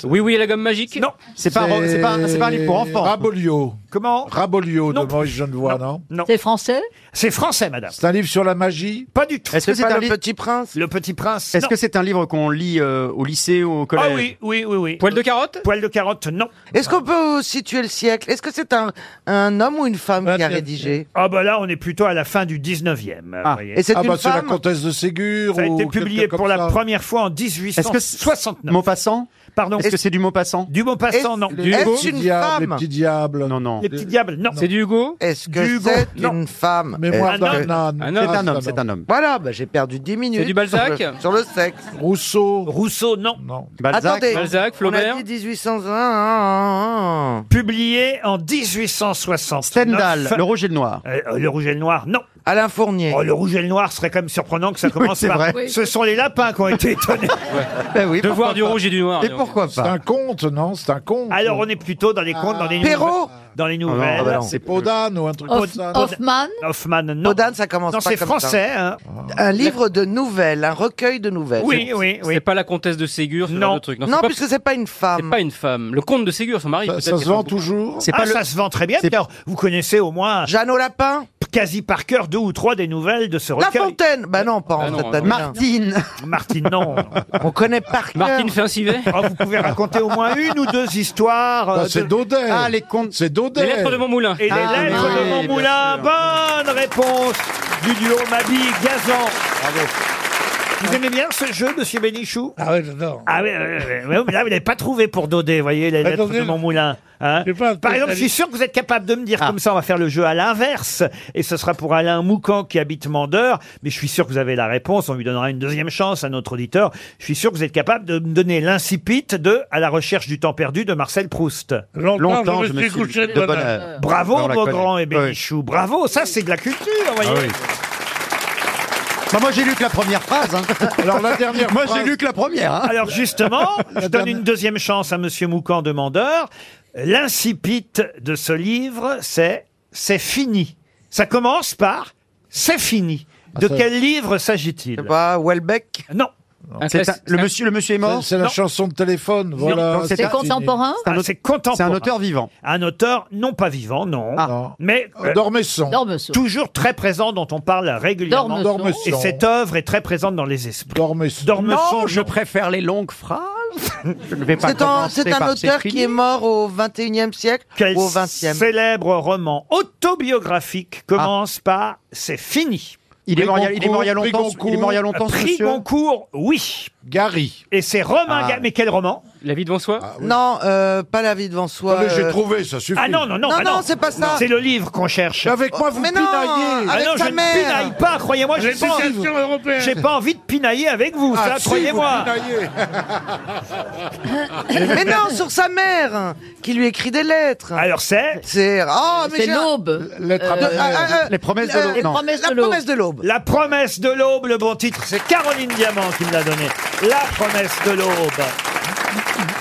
Speaker 1: Oui, oui, et la gomme magique Non.
Speaker 19: C'est pas un ro- c'est pas un- c'est pas un livre pour enfants.
Speaker 18: Rabolio.
Speaker 1: Comment
Speaker 18: Rabolio de Maurice Genevois, non
Speaker 1: C'est français C'est français, madame.
Speaker 18: C'est un livre sur la magie
Speaker 1: Pas du tout.
Speaker 19: Est-ce que c'est un livre-
Speaker 1: Petit Prince Le Petit Prince.
Speaker 19: Est-ce
Speaker 1: non.
Speaker 19: que c'est un livre qu'on lit euh, au lycée ou au collège
Speaker 1: Ah oui, oui, oui, oui. Poil de carotte Poil de carotte, non.
Speaker 2: Est-ce qu'on peut situer le siècle Est-ce que c'est un, un homme ou une femme qui a rédigé
Speaker 1: Ah bah là, on est plutôt à la fin du 19e. vous voyez.
Speaker 2: Et c'est Ah une bah, c'est la femme
Speaker 18: comtesse de Ségur
Speaker 1: Ça a
Speaker 18: ou
Speaker 1: été
Speaker 18: quelqu'un
Speaker 1: publié
Speaker 18: comme
Speaker 1: pour la
Speaker 18: ça.
Speaker 1: première fois en
Speaker 19: Est-ce que c'est
Speaker 1: 1869.
Speaker 19: Maupassant
Speaker 1: Pardon.
Speaker 19: Est-ce que c'est du Maupassant
Speaker 1: Du Maupassant, non.
Speaker 19: Du
Speaker 1: Est-ce
Speaker 19: Hugo
Speaker 1: une Les petits diables, femme les petits
Speaker 18: diables.
Speaker 19: Non, non.
Speaker 1: Les petits diables, non. C'est
Speaker 19: du Hugo
Speaker 2: Est-ce
Speaker 1: que Du Hugo, c'est non. une
Speaker 2: femme
Speaker 1: Mémoire d'un homme.
Speaker 19: C'est un homme, c'est un homme.
Speaker 2: Voilà, bah, j'ai perdu 10 minutes.
Speaker 19: du Balzac
Speaker 2: sur le, sur le sexe.
Speaker 18: Rousseau.
Speaker 1: Rousseau, non.
Speaker 19: Balzac.
Speaker 2: Attendez,
Speaker 19: Balzac, Flaubert.
Speaker 2: On a dit 1801.
Speaker 1: Publié en 1860.
Speaker 19: Stendhal, Le Rouge et le Noir.
Speaker 1: Euh, le rouge et le noir, non.
Speaker 2: Alain Fournier.
Speaker 1: Oh, le rouge et le noir serait quand même
Speaker 19: *laughs*
Speaker 1: surprenant que ça commence
Speaker 19: c'est
Speaker 1: par.
Speaker 19: vrai.
Speaker 1: Ce sont les lapins qui ont été
Speaker 19: *laughs*
Speaker 1: étonnés.
Speaker 2: Eh Ben
Speaker 19: De pourquoi voir du pas. rouge et du noir, Et donc. pourquoi
Speaker 18: C'est
Speaker 19: pas
Speaker 18: un conte, non C'est un conte.
Speaker 1: Alors on est plutôt dans les contes, dans les nouvelles.
Speaker 18: Perrault
Speaker 1: Dans les nouvelles.
Speaker 18: Ah bah non. C'est Podane ou un truc comme ça. non
Speaker 1: Hoffman, non.
Speaker 2: Podane, ça commence
Speaker 1: Non,
Speaker 2: pas
Speaker 1: c'est
Speaker 2: comme
Speaker 1: français,
Speaker 2: ça. Ah.
Speaker 1: hein.
Speaker 2: Un livre de nouvelles, hein. un recueil de nouvelles.
Speaker 1: Oui, oui, oui.
Speaker 26: C'est pas la comtesse de Ségur, ce genre de truc.
Speaker 2: Non,
Speaker 26: c'est pas-
Speaker 2: puisque c'est pas une femme.
Speaker 26: C'est pas une femme. Le comte de Ségur, son mari.
Speaker 18: Ça-
Speaker 26: peut-être
Speaker 18: ça
Speaker 26: qu'il
Speaker 18: se
Speaker 26: y a
Speaker 18: vend
Speaker 26: beaucoup.
Speaker 18: toujours
Speaker 1: Ah, ça se vend très bien. Car vous connaissez au moins.
Speaker 2: Jeannot Lapin
Speaker 1: Quasi par cœur deux ou trois des nouvelles de ce
Speaker 2: La
Speaker 1: recueil.
Speaker 2: Fontaine Bah non, pas en
Speaker 1: non,
Speaker 2: fait.
Speaker 1: non. Martine. Martine, non.
Speaker 2: On connaît par cœur.
Speaker 1: Fincivet Vous pouvez raconter au moins une ou deux histoires. euh,
Speaker 18: Bah, c'est
Speaker 1: de-
Speaker 18: Daudet.
Speaker 1: Ah,
Speaker 18: les contes. C'est Daudet.
Speaker 1: Les Lettres de
Speaker 26: Montmoulin.
Speaker 1: Et
Speaker 18: Ah,
Speaker 1: les lettres
Speaker 18: oui,
Speaker 1: de
Speaker 18: bien
Speaker 1: Montmoulin. Bonne réponse du duo Mabi Gazan. Bravo. Vous aimez bien ce jeu, monsieur Bénichou
Speaker 31: Ah oui, j'adore.
Speaker 1: Ah oui, mais là, vous n'avez pas trouvé pour Daudet, vous voyez, les lettres
Speaker 31: Attendez,
Speaker 1: de Montmoulin. hein. Par exemple, je suis sûr que vous êtes capable de me dire comme ça, on va faire le jeu à l'inverse. Et ce sera pour Alain Moucan qui habite Mandeur. Mais je suis sûr que vous avez la réponse. On lui donnera une deuxième chance à notre auditeur. Je suis sûr que vous êtes capable de me donner l'incipit de À la recherche du temps perdu de Marcel Proust.
Speaker 31: Longtemps, Longtemps, je je me me suis suis couché de de bonne bonne heure. heure.
Speaker 1: Bravo,
Speaker 31: On la
Speaker 1: Beaugrand
Speaker 31: connaît.
Speaker 1: et Bénichou. Bravo, ça, c'est de la culture, vous
Speaker 18: Ah,
Speaker 1: voyez.
Speaker 31: Ah Bah, moi, j'ai lu que la première phrase. hein.
Speaker 18: *laughs* Alors, la dernière
Speaker 31: Moi,
Speaker 18: phrase-
Speaker 31: j'ai lu que la première. hein.
Speaker 1: Alors justement,
Speaker 31: *laughs*
Speaker 1: je donne une deuxième chance à Monsieur Moukan demandeur. L'incipit de ce livre, c'est c'est fini. Ça commence par c'est fini.
Speaker 31: Ah,
Speaker 1: De
Speaker 18: ça-
Speaker 1: quel livre s'agit-il
Speaker 2: Pas Welbeck
Speaker 1: Non.
Speaker 31: Ah, C'est un- le monsieur, le monsieur est mort.
Speaker 18: C'est la
Speaker 1: Non.
Speaker 18: chanson de téléphone. Voilà.
Speaker 31: donc c'est un- contemporain
Speaker 1: Ah, C'est contemporain.
Speaker 31: C'est un auteur vivant.
Speaker 18: Ah.
Speaker 1: Un auteur non pas vivant, non.
Speaker 31: Ah.
Speaker 1: Mais euh,
Speaker 18: Dormesson.
Speaker 1: toujours très présent, dont on parle régulièrement.
Speaker 18: Dormesson.
Speaker 1: Et cette œuvre est très présente dans les esprits.
Speaker 18: Dormesson.
Speaker 1: Dormesson,
Speaker 31: je préfère les longues
Speaker 1: *laughs*
Speaker 31: phrases. Je ne vais pas
Speaker 2: C'est un,
Speaker 31: commencer
Speaker 2: c'est un
Speaker 31: par
Speaker 2: auteur
Speaker 31: ces
Speaker 2: qui est mort au 21e siècle
Speaker 1: Quel
Speaker 2: ou au 20e.
Speaker 1: célèbre roman autobiographique commence par C'est fini.
Speaker 31: Ah. Il est mort il y a- il est mort il y a longtemps,
Speaker 18: Goncourt,
Speaker 31: il est mort il y a longtemps, ce
Speaker 1: Prix
Speaker 31: monsieur
Speaker 1: Goncourt, oui.
Speaker 18: Gary.
Speaker 1: Et c'est Romain
Speaker 31: Ah.
Speaker 1: Ga- Mais quel roman
Speaker 26: La vie devant soi
Speaker 2: Non, euh, pas la vie devant soi.
Speaker 18: Attendez, Ah, j'ai
Speaker 2: euh,
Speaker 18: trouvé, ça suffit.
Speaker 1: Ah non, non, non.
Speaker 2: Non,
Speaker 1: ah
Speaker 2: non, c'est pas ça.
Speaker 1: C'est le livre qu'on cherche.
Speaker 18: Avec moi, vous
Speaker 2: Mais non,
Speaker 18: pinaillez.
Speaker 1: Ah
Speaker 2: avec
Speaker 1: non,
Speaker 2: sa
Speaker 1: je ne
Speaker 2: mère.
Speaker 1: pinaille pas, croyez-moi. J'ai pas,
Speaker 18: Législation
Speaker 1: envie- j'ai pas envie de pinailler avec vous,
Speaker 18: Ah,
Speaker 1: ça,
Speaker 18: si, vous
Speaker 1: croyez-moi.
Speaker 18: pinaillez.
Speaker 2: *laughs* Mais non, sur sa mère, hein, qui lui écrit des lettres.
Speaker 1: Alors c'est
Speaker 2: C'est ah, mais
Speaker 26: C'est
Speaker 2: j'ai un-
Speaker 26: l'aube.
Speaker 2: Euh, ah, ah,
Speaker 31: Les promesses de
Speaker 2: euh,
Speaker 31: l'aube,
Speaker 2: les
Speaker 31: non.
Speaker 2: promesses de
Speaker 26: La
Speaker 2: l'aube.
Speaker 26: promesse
Speaker 2: de l'aube.
Speaker 1: La promesse de l'aube, le bon titre, c'est Caroline Diamant qui me l'a donné. La promesse de l'aube.